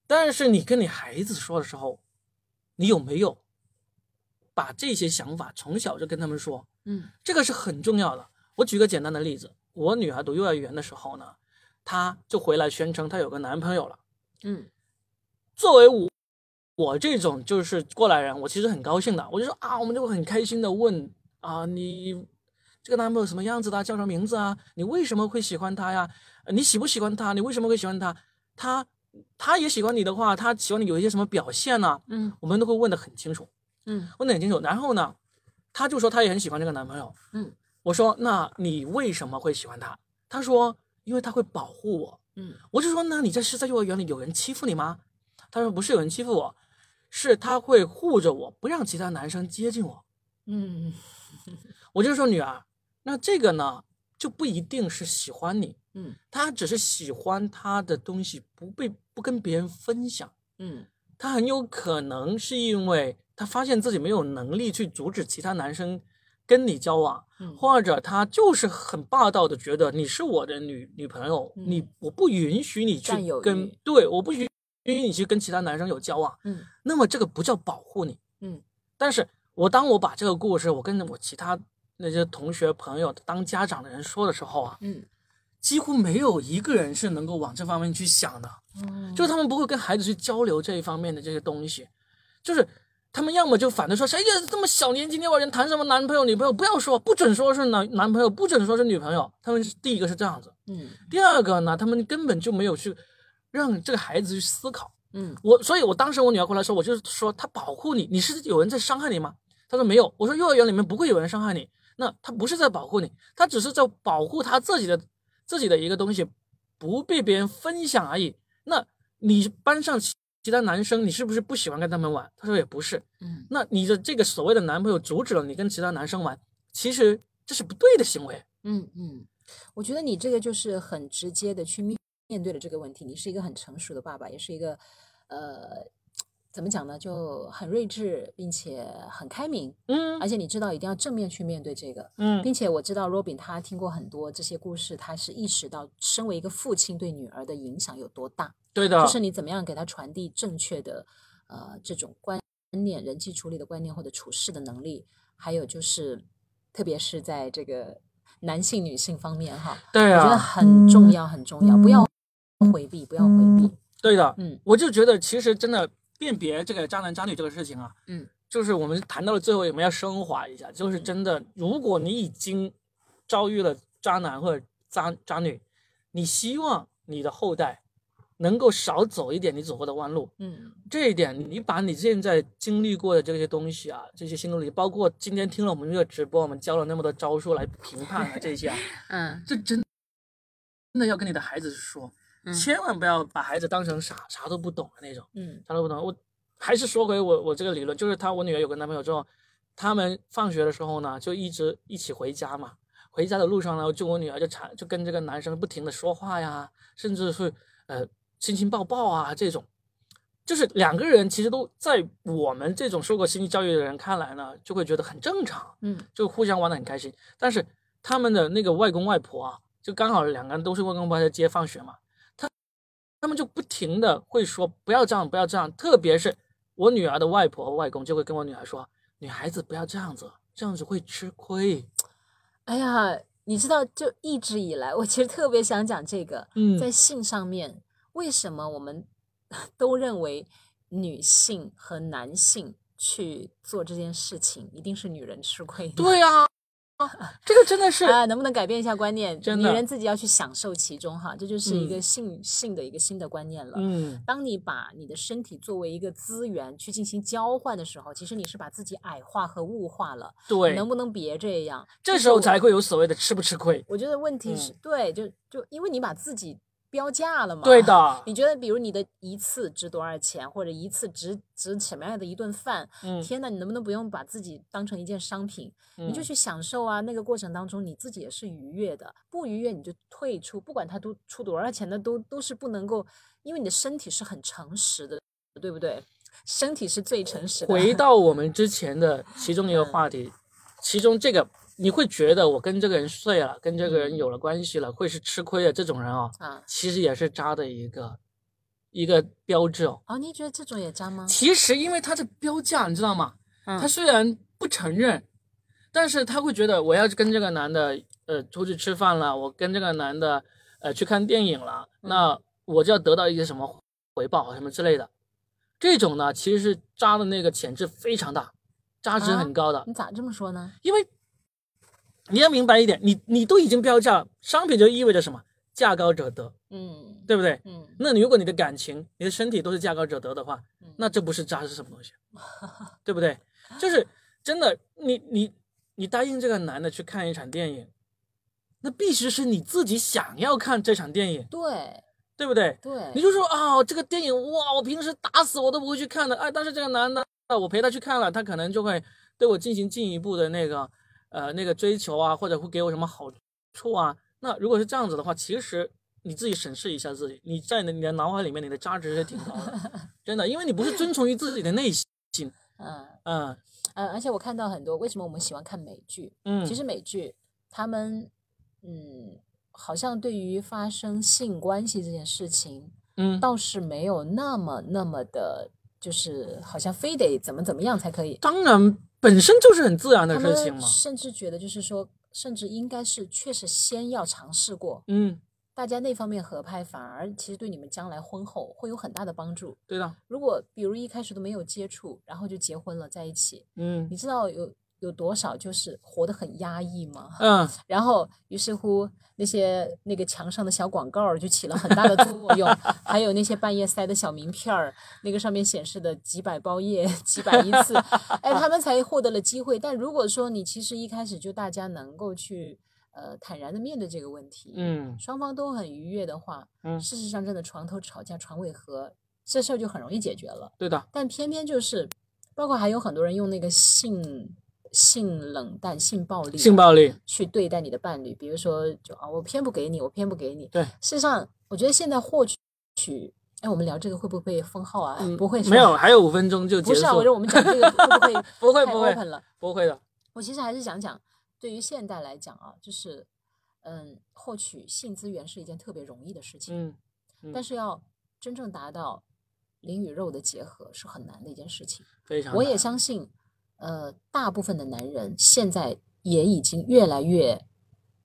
S1: 但是你跟你孩子说的时候，你有没有把这些想法从小就跟他们说？
S2: 嗯，
S1: 这个是很重要的。我举个简单的例子，我女儿读幼儿园的时候呢，她就回来宣称她有个男朋友了。
S2: 嗯
S1: 作为我我这种就是过来人，我其实很高兴的，我就说啊，我们就会很开心的问啊，你这个男朋友什么样子的啊，叫什么名字啊？你为什么会喜欢他呀？呃你喜不喜欢他？你为什么会喜欢他？他他也喜欢你的话，他喜欢你有一些什么表现呢、
S2: 嗯
S1: 我们都会问的很清楚，
S2: 嗯，
S1: 问的很清楚。然后呢，她就说她也很喜欢这个男朋友，
S2: 嗯，
S1: 我说那你为什么会喜欢他？她说因为他会保护我，
S2: 嗯，
S1: 我就说那你这是在幼儿园里有人欺负你吗？她说不是有人欺负我，是他会护着我，不让其他男生接近我。
S2: 嗯
S1: 我就说女儿，那这个呢就不一定是喜欢你，
S2: 嗯，
S1: 他只是喜欢他的东西不被不跟别人分享。
S2: 嗯
S1: 他很有可能是因为他发现自己没有能力去阻止其他男生跟你交往，
S2: 嗯
S1: 或者他就是很霸道的觉得你是我的女女朋友，你我不允许你去
S2: 嗯占有
S1: 跟
S2: 欲
S1: 对，我不允允许你去跟其他男生有交往，
S2: 嗯
S1: 那么这个不叫保护你，
S2: 嗯。但
S1: 但是我当我把这个故事我跟我其他那些同学朋友当家长的人说的时候啊，
S2: 嗯
S1: 几乎没有一个人是能够往这方面去想的。
S2: 嗯
S1: 就是他们不会跟孩子去交流这一方面的这些东西，就是他们要么就反对说，谁呀这么小年纪幼儿园谈什么男朋友女朋友，不要说，不准说是男男朋友，不准说是女朋友。他们是第一个是这样子，
S2: 嗯
S1: 第二个呢，他们根本就没有去让这个孩子去思考。
S2: 嗯
S1: 我，所以我当时我女儿过来说，我就说她保护你，你是有人在伤害你吗？她说没有。我说幼儿园里面不会有人伤害你，那她不是在保护你，她只是在保护她自己的自己的一个东西，不被别人分享而已。那你班上其其他男生，你是不是不喜欢跟他们玩？她说也不是。
S2: 嗯
S1: 那你的这个所谓的男朋友阻止了你跟其他男生玩，其实这是不对的行为。
S2: 嗯嗯，我觉得你这个就是很直接的去面面对了这个问题。你是一个很成熟的爸爸，也是一个呃，怎么讲呢，就很睿智，并且很开明，
S1: 嗯
S2: 而且你知道一定要正面去面对这个。
S1: 嗯
S2: 并且我知道 Robin 他听过很多这些故事，他是意识到身为一个父亲对女儿的影响有多大，
S1: 对的，
S2: 就是你怎么样给他传递正确的呃这种观念、人际处理的观念或者处事的能力，还有就是特别是在这个男性、女性方面哈，
S1: 对
S2: 我觉得
S1: 啊，
S2: 很重要，很重要，不要回避，不要回避。
S1: 对的。
S2: 嗯
S1: 我就觉得其实真的辨别这个渣男渣女这个事情啊，
S2: 嗯，
S1: 就是我们谈到了最后，我们要升华一下，就是真的，如果你已经遭遇了渣男或者渣渣女，你希望你的后代能够少走一点你走过的弯路，
S2: 嗯
S1: 这一点，你把你现在经历过的这些东西啊，这些心路历程，包括今天听了我们这个直播，我们教了那么多招数来评判啊这些啊，
S3: 嗯
S1: 这真真的要跟你的孩子说，
S3: 嗯
S1: 千万不要把孩子当成傻啥都不懂的那种。
S2: 嗯
S1: 他都不懂。我还是说回我我这个理论，就是她我女儿有个男朋友之后，他们放学的时候呢，就一直一起回家嘛。回家的路上呢，就我女儿就缠就跟这个男生不停的说话呀，甚至是呃亲亲抱抱啊这种，就是两个人其实都在我们这种受过心理教育的人看来呢，就会觉得很正常，
S2: 嗯
S1: 就互相玩的很开心。但是他们的那个外公外婆啊，就刚好两个人都是外公外婆在接放学嘛，他他们就不停的会说不要这样，不要这样。特别是我女儿的外婆外公就会跟我女儿说，女孩子不要这样子，这样子会吃亏。
S2: 哎呀，你知道，就一直以来，我其实特别想讲这个，
S1: 嗯
S2: 在性上面，为什么我们 都认为女性和男性去做这件事情一定是女人吃亏？，
S1: 对啊，这个真的是
S2: 啊，能不能改变一下观念？
S1: 真
S2: 女
S1: 的
S2: 人自己要去享受其中哈，这就是一
S1: 嗯
S2: 个性、性的一个新的观念了。
S1: 嗯，
S2: 当你把你的身体作为一个资源去进行交换的时候，其实你是把自己矮化和物化了。
S1: 对，
S2: 能不能别这样？
S1: 这
S2: 就
S1: 时
S2: 是
S1: 候
S2: 我
S1: 才会有所谓的吃不吃 亏。
S2: 我觉得问题
S1: 嗯
S2: 是、对，就就因为你把自己标价了嘛。
S1: 对。的，
S2: 你觉得，比如你的一次值多少钱，或者一次值值什么样的一顿饭？
S1: 嗯，
S2: 天呐，你能不能不用把自己当成一件商品？你
S1: 嗯
S2: 就去享受啊，那个过程当中你自己也是愉悦的，不愉悦你就退出，不管他都出多少钱的都都是不能够，因为你的身体是很诚实的，对不对？身体是最诚实的。
S1: 回到我们之前的其中一个话题，其中这个你会觉得我跟这个人睡了，跟这个人有了关系了，会是吃亏的这种人哦，
S2: 啊，
S1: 其实也是渣的一个一个标志哦。
S2: 哦，你觉得这种也渣吗？
S1: 其实因为他的标价，你知道吗？
S3: 嗯
S1: 他虽然不承认，但是他会觉得我要是跟这个男的呃出去吃饭了，我跟这个男的呃去看电影了，那我就要得到一些什么回报什么之类的。这种呢，其实是渣的那个潜质非常大，渣值很高的，
S2: 你咋这么说呢？
S1: 因为你要明白一点，你你都已经标价，商品就意味着什么？价高者得，
S2: 嗯
S1: 对不对？
S2: 嗯
S1: 那如果你的感情、你的身体都是价高者得的话，
S2: 嗯，
S1: 那这不是渣是什么东西？对不对？就是真的，你你你答应这个男的去看一场电影，那必须是你自己想要看这场电影，
S2: 对
S1: 对不对？
S2: 对，
S1: 你就说啊、这个电影哇，我平时打死我都不会去看的，哎，但是这个男的，我陪他去看了，他可能就会对我进行进一步的那个呃那个追求啊，或者会给我什么好处啊。那如果是这样子的话，其实你自己审视一下自己，你在你的你的脑海里面，你的价值是挺高 的，真的，因为你不是遵从于自己的内心，
S2: 嗯
S1: 嗯
S2: 嗯，而且我看到很多，为什么我们喜欢看美剧？
S1: 嗯，
S2: 其实美剧他们嗯，好像对于发生性关系这件事情，
S1: 嗯
S2: 倒是没有那么那么的，就是好像非得怎么怎么样才可以。
S1: 当然本身就是很自然的
S2: 他
S1: 事情
S2: 们
S1: 嘛，
S2: 甚至觉得就是说，甚至应该是确实先要尝试过，
S1: 嗯，
S2: 大家那方面合拍，反而其实对你们将来婚后会有很大的帮助。
S1: 对的，
S2: 如果比如一开始都没有接触，然后就结婚了在一起，
S1: 嗯
S2: 你知道有有多少就是活得很压抑吗？
S1: 嗯，
S2: 然后，于是乎，那些那个墙上的小广告儿就起了很大的作用， 还有那些半夜塞的小名片儿，那个上面显示的几百包夜、几百一次，哎，他们才获得了机会。但如果说你其实一开始就大家能够去呃坦然的面对这个问题，，
S1: 嗯
S2: 双方都很愉悦的话，
S1: 嗯
S2: 事实上真的床头吵架床尾和，这事儿就很容易解决了。
S1: 对的，
S2: 但偏偏就是，包括还有很多人用那个性性冷淡、性暴力、啊
S1: 性暴力，
S2: 去对待你的伴侣，比如说就啊，我偏不给你，我偏不给你。
S1: 对
S2: 事实上，我觉得现在获取，哎，我们聊这个会不会被封号啊？
S1: 嗯
S2: 不会，
S1: 没有，，还有五分钟就结
S2: 不
S1: 束
S2: 是，啊，我觉得我们讲这个会不会
S1: 不会
S2: 太
S1: 不会
S2: open 了？
S1: 不会的，
S2: 我其实还是想讲，对于现代来讲啊，就是嗯，获取性资源是一件特别容易的事情，
S1: 嗯嗯
S2: 但是要真正达到灵与肉的结合是很难的一件事情。
S1: 非常难，
S2: 我也相信，呃，大部分的男人现在也已经越来越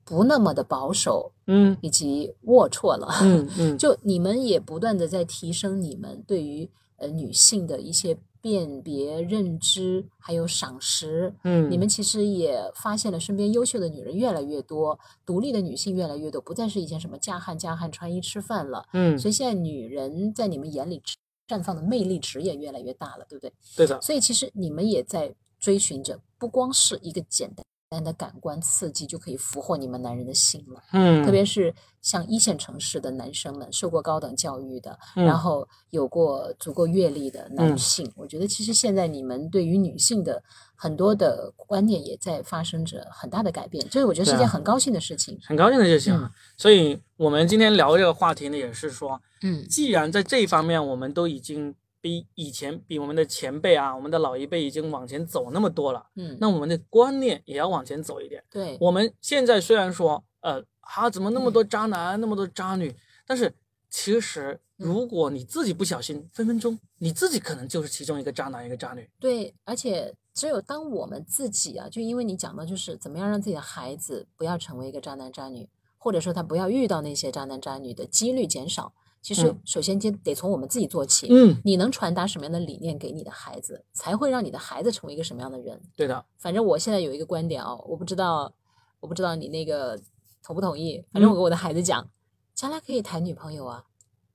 S2: 不那么的保守
S1: 嗯
S2: 以及龌龊了。
S1: 嗯嗯，
S2: 就你们也不断的在提升你们对于呃女性的一些辨别、认知，还有赏识。
S1: 嗯
S2: 你们其实也发现了身边优秀的女人越来越多，独立的女性越来越多，不再是以前什么嫁汉嫁汉穿衣吃饭了。
S1: 嗯
S2: 所以现在女人在你们眼里绽放的魅力值也越来越大了，对不对？
S1: 对的，
S2: 所以其实你们也在追寻着，不光是一个简单的感官刺激就可以俘获你们男人的心了。
S1: 嗯，
S2: 特别是像一线城市的男生们，受过高等教育的，
S1: 嗯
S2: 然后有过足够阅历的男
S1: 嗯
S2: 性，我觉得其实现在你们对于女性的很多的观念也在发生着很大的改变，这个我觉得是
S1: 对啊
S2: 一件很高兴的事情。
S1: 很高兴的就行。啊
S2: 嗯
S1: 所以我们今天聊这个话题呢，也是说，
S2: 嗯
S1: 既然在这一方面我们都已经比以前比我们的前辈啊，我们的老一辈已经往前走那么多了，
S2: 嗯，
S1: 那我们的观念也要往前走一点。
S2: 对，
S1: 我们现在虽然说，呃，啊，怎么那么多渣男，那么多渣女，但是其实
S2: 嗯
S1: 如果你自己不小心，分分钟你自己可能就是其中一个渣男，一个渣女。
S2: 对，而且只有当我们自己啊，就因为你讲的就是怎么样让自己的孩子不要成为一个渣男渣女，或者说他不要遇到那些渣男渣女的几率减少。其实
S1: 嗯，
S2: 首先就得从我们自己做起。
S1: 嗯，
S2: 你能传达什么样的理念给你的孩子，才会让你的孩子成为一个什么样的人？
S1: 对的，
S2: 反正我现在有一个观点啊、我不知道我不知道你那个同不同意，
S1: 嗯
S2: 反正我跟我的孩子讲，将来可以谈女朋友啊，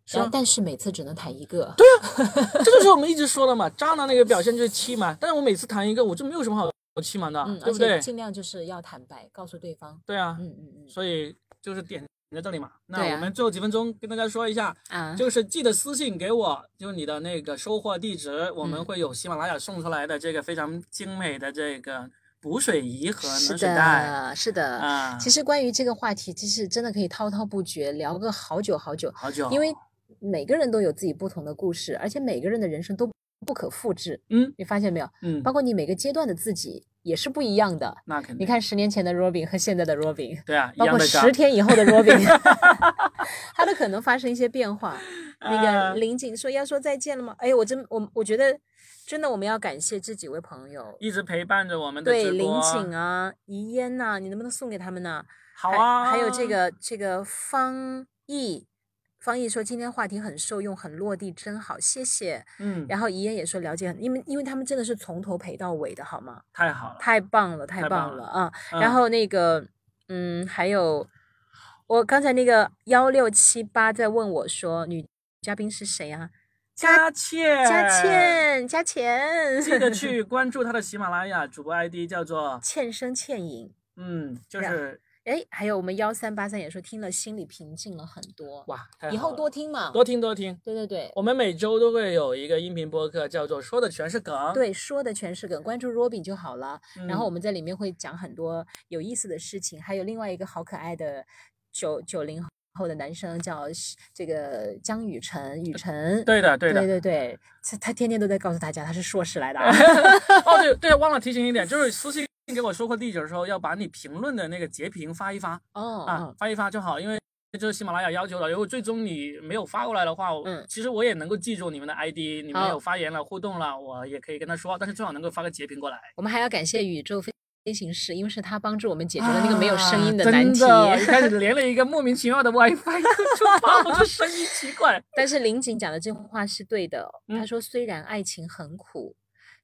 S1: 是啊
S2: 然后但是每次只能谈一个。
S1: 这就是我们一直说的嘛，渣男那个表现就是欺瞒。但是我每次谈一个，我就没有什么好欺瞒的，
S2: 嗯，
S1: 对
S2: 而
S1: 不对
S2: 且？尽量就是要坦白，告诉对方。
S1: 对啊，
S2: 嗯嗯嗯，
S1: 所以就是点在这里嘛。
S4: 对
S1: 那
S4: 啊
S1: 我们最后几分钟跟大家说一下，
S2: 嗯
S4: 啊，
S1: 就是记得私信给我，就是你的那个收货地址，我们
S4: 嗯
S1: 会有喜马拉雅送出来的这个非常精美的这个补水仪和
S2: 是
S1: 暖水袋
S2: 的，是的。
S1: 啊。
S2: 其实关于这个话题，其实真的可以滔滔不绝聊个好久好久，
S1: 好久，
S2: 因为每个人都有自己不同的故事，而且每个人的人生都不可复制。
S1: 嗯
S2: 你发现没有？
S1: 嗯
S2: 包，括你每个阶段的自己也是不一样的。
S1: 那肯
S2: 你
S1: 定
S2: 看十年前的 Robin 和现在的 Robin，
S1: 对嗯啊，一
S2: 包
S1: 样
S2: 括
S1: 的
S2: 十
S1: 渣。
S2: 天以后的 Robin，他都可能发生一些变化。那
S1: 啊
S2: 个林景说要说再见了吗？哎，我真我我觉得真的我们要感谢这几位朋友，
S1: 一直陪伴着我们的
S2: 对
S1: 直
S2: 林
S1: 播
S2: 景啊、怡嫣呐、你能不能送给他们呢？
S1: 好
S2: 还
S1: 啊，
S2: 还有这个这个方毅，方毅说今天话题很受用，很落地，真好，谢谢。
S1: 嗯，
S2: 然后怡嫣也说了解很，因为因为他们真的是从头陪到尾的，好吗？
S1: 太好了。
S2: 太棒了，太
S1: 太
S2: 棒
S1: 棒
S2: 了
S1: 了
S2: 啊！
S1: 嗯
S2: 然后那个，嗯，还有我刚才那个幺六七八在问我说，女嘉宾是谁啊？
S1: 佳倩，
S2: 佳，倩，佳倩，
S1: 哎记得 去关注她的喜马拉雅主播 ID 叫做
S2: 倩声倩影。
S1: 嗯，就
S2: 呀
S1: 是
S2: 哎，还有我们幺三八三也说听了心里平静了很多，
S1: 哇，太
S2: 以
S1: 好
S2: 后
S1: 了
S2: 多听嘛，
S1: 多哦听多听。
S2: 对对对
S1: 我们每周都会有一个音频播客，叫做“说的全是梗”。，嗯
S2: 对，说的全是梗，关注 Robin 就好了。然后我
S1: 们
S2: 们在里面会讲很多有意思的事情，还有另外一个好可爱的九九零后的男生叫是这个江雨晨，雨晨，
S1: 对的，对
S2: 对
S1: 的。
S2: 对对他他天天都在告诉大家他是硕士来的啊，
S1: 哦，对对，忘了提醒一点，就是私信给我说过地址的时候，要把你评论的那个截屏发一发
S2: 哦，
S1: 啊
S2: 嗯，
S1: 发一发就好，因为。这是喜马拉雅要求的，如果最终你没有发过来的话，我
S2: 嗯
S1: 其实我也能够记住你们的 ID，你们
S2: 好
S1: 有发言了、互动了，我也可以跟他说，但是最好能够发个截屏过来。
S2: 我们还要感谢宇宙飞行师，因为是他帮助我们解决了那个没有声音
S1: 啊
S2: 难题。
S1: 真的一开始连了一个莫名其妙 的 WiFi，就把我的声音奇怪。
S2: 但是林景讲的这话是对的哦，他
S1: 嗯
S2: 说虽然爱情很苦，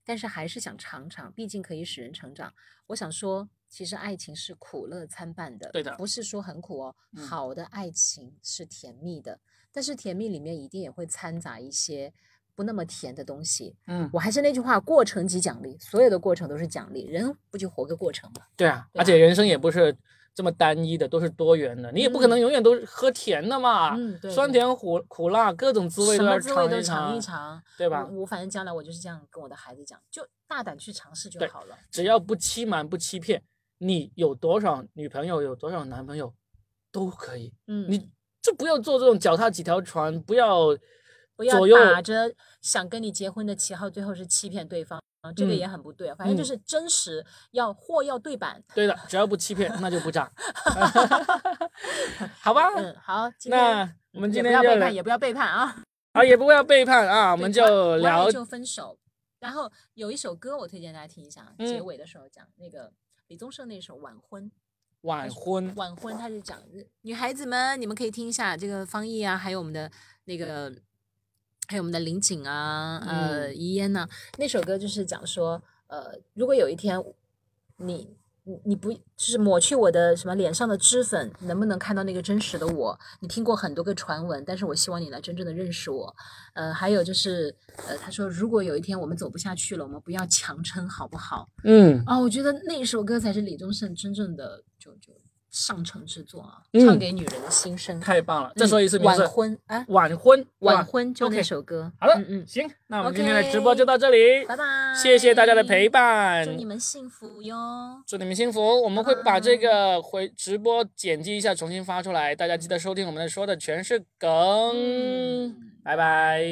S2: 但是还是想尝尝，毕竟可以使人成长。我想说，其实爱情是苦乐参半的，
S1: 对的
S2: 不是说很苦哦。
S1: 嗯
S2: 好的爱情是甜蜜的，但是甜蜜里面一定也会掺杂一些。不那么甜的东西，
S1: 嗯，
S2: 我还是那句话，过程即奖励，所有的过程都是奖励，人不就活个过程吗？
S1: 对啊，
S2: 对
S1: 而且人生也不是这么单一的，都是多元的，你也不可能
S2: 嗯
S1: 永远都喝甜的嘛，
S2: 嗯，对，
S1: 啊酸
S2: 对
S1: 甜苦苦辣各种滋味
S2: 什
S1: 都
S2: 么
S1: 要
S2: 滋味都
S1: 一尝，
S2: 一尝，嗯
S1: 对吧
S2: 我我反正将来我就是这样跟我的孩子讲，就大胆去尝试就
S1: 对
S2: 好了。
S1: 只要不欺瞒不欺骗，你有多少女朋友有多少男朋友都可以，
S2: 嗯，
S1: 你就不要做这种脚踏几条船，不要
S2: 不要
S1: 左右
S2: 打着想跟你结婚的旗号，最后是欺骗对方，这个
S1: 嗯
S2: 也很不对。反正
S1: 嗯
S2: 就是真实，要货要对版。
S1: 对的，只要不欺骗，那就不 炸。 好吧，
S2: 嗯，好，今天
S1: 啊那我们
S2: 也
S1: 今
S2: 不
S1: 天
S2: 要
S1: 就
S2: 背
S1: 聊
S2: 叛，也不要背叛啊。
S1: 啊，也不要背叛啊，我
S2: 对
S1: 们
S2: 不爱
S1: 就
S2: 不爱
S1: 聊
S2: 就分手。然后有一首歌我推荐大家听一下，结
S1: 嗯
S2: 尾的时候讲那个李宗盛那首《晚婚》。嗯
S1: 晚婚。
S2: 晚婚，他是讲女孩子们，你们可以听一下这个方毅啊，还有我们的那个，还有我们的林景啊，呃，
S1: 嗯
S2: 怡嫣呐、那首歌就是讲说，呃，如果有一天你你你不就是抹去我的什么脸上的脂粉，能不能看到那个真实的我？你听过很多个传闻，但是我希望你来真正的认识我。呃，还有就是，呃，他说如果有一天我们走不下去了，我们不要强撑，好不好？
S1: 嗯，
S2: 啊，我觉得那首歌才是李宗盛真正的就就上乘之作啊，
S1: 嗯
S2: 唱给女人的心声。
S1: 太棒了！
S2: 嗯
S1: 再说一次名字，
S2: 晚婚啊，
S1: 晚婚，
S2: 晚
S1: 哇
S2: 婚就那
S1: OK
S2: 首歌。
S1: 好了，
S2: 嗯嗯，
S1: 行，那我们今天的直播就到这里，
S2: 拜拜，
S1: 谢谢大家的陪，伴
S2: 祝，你们幸福哟。
S1: 祝你们幸福。我们会把这个回直播剪辑一下，重新发出来，大家记得收听我们的说的全是梗，
S2: 嗯
S1: 拜拜。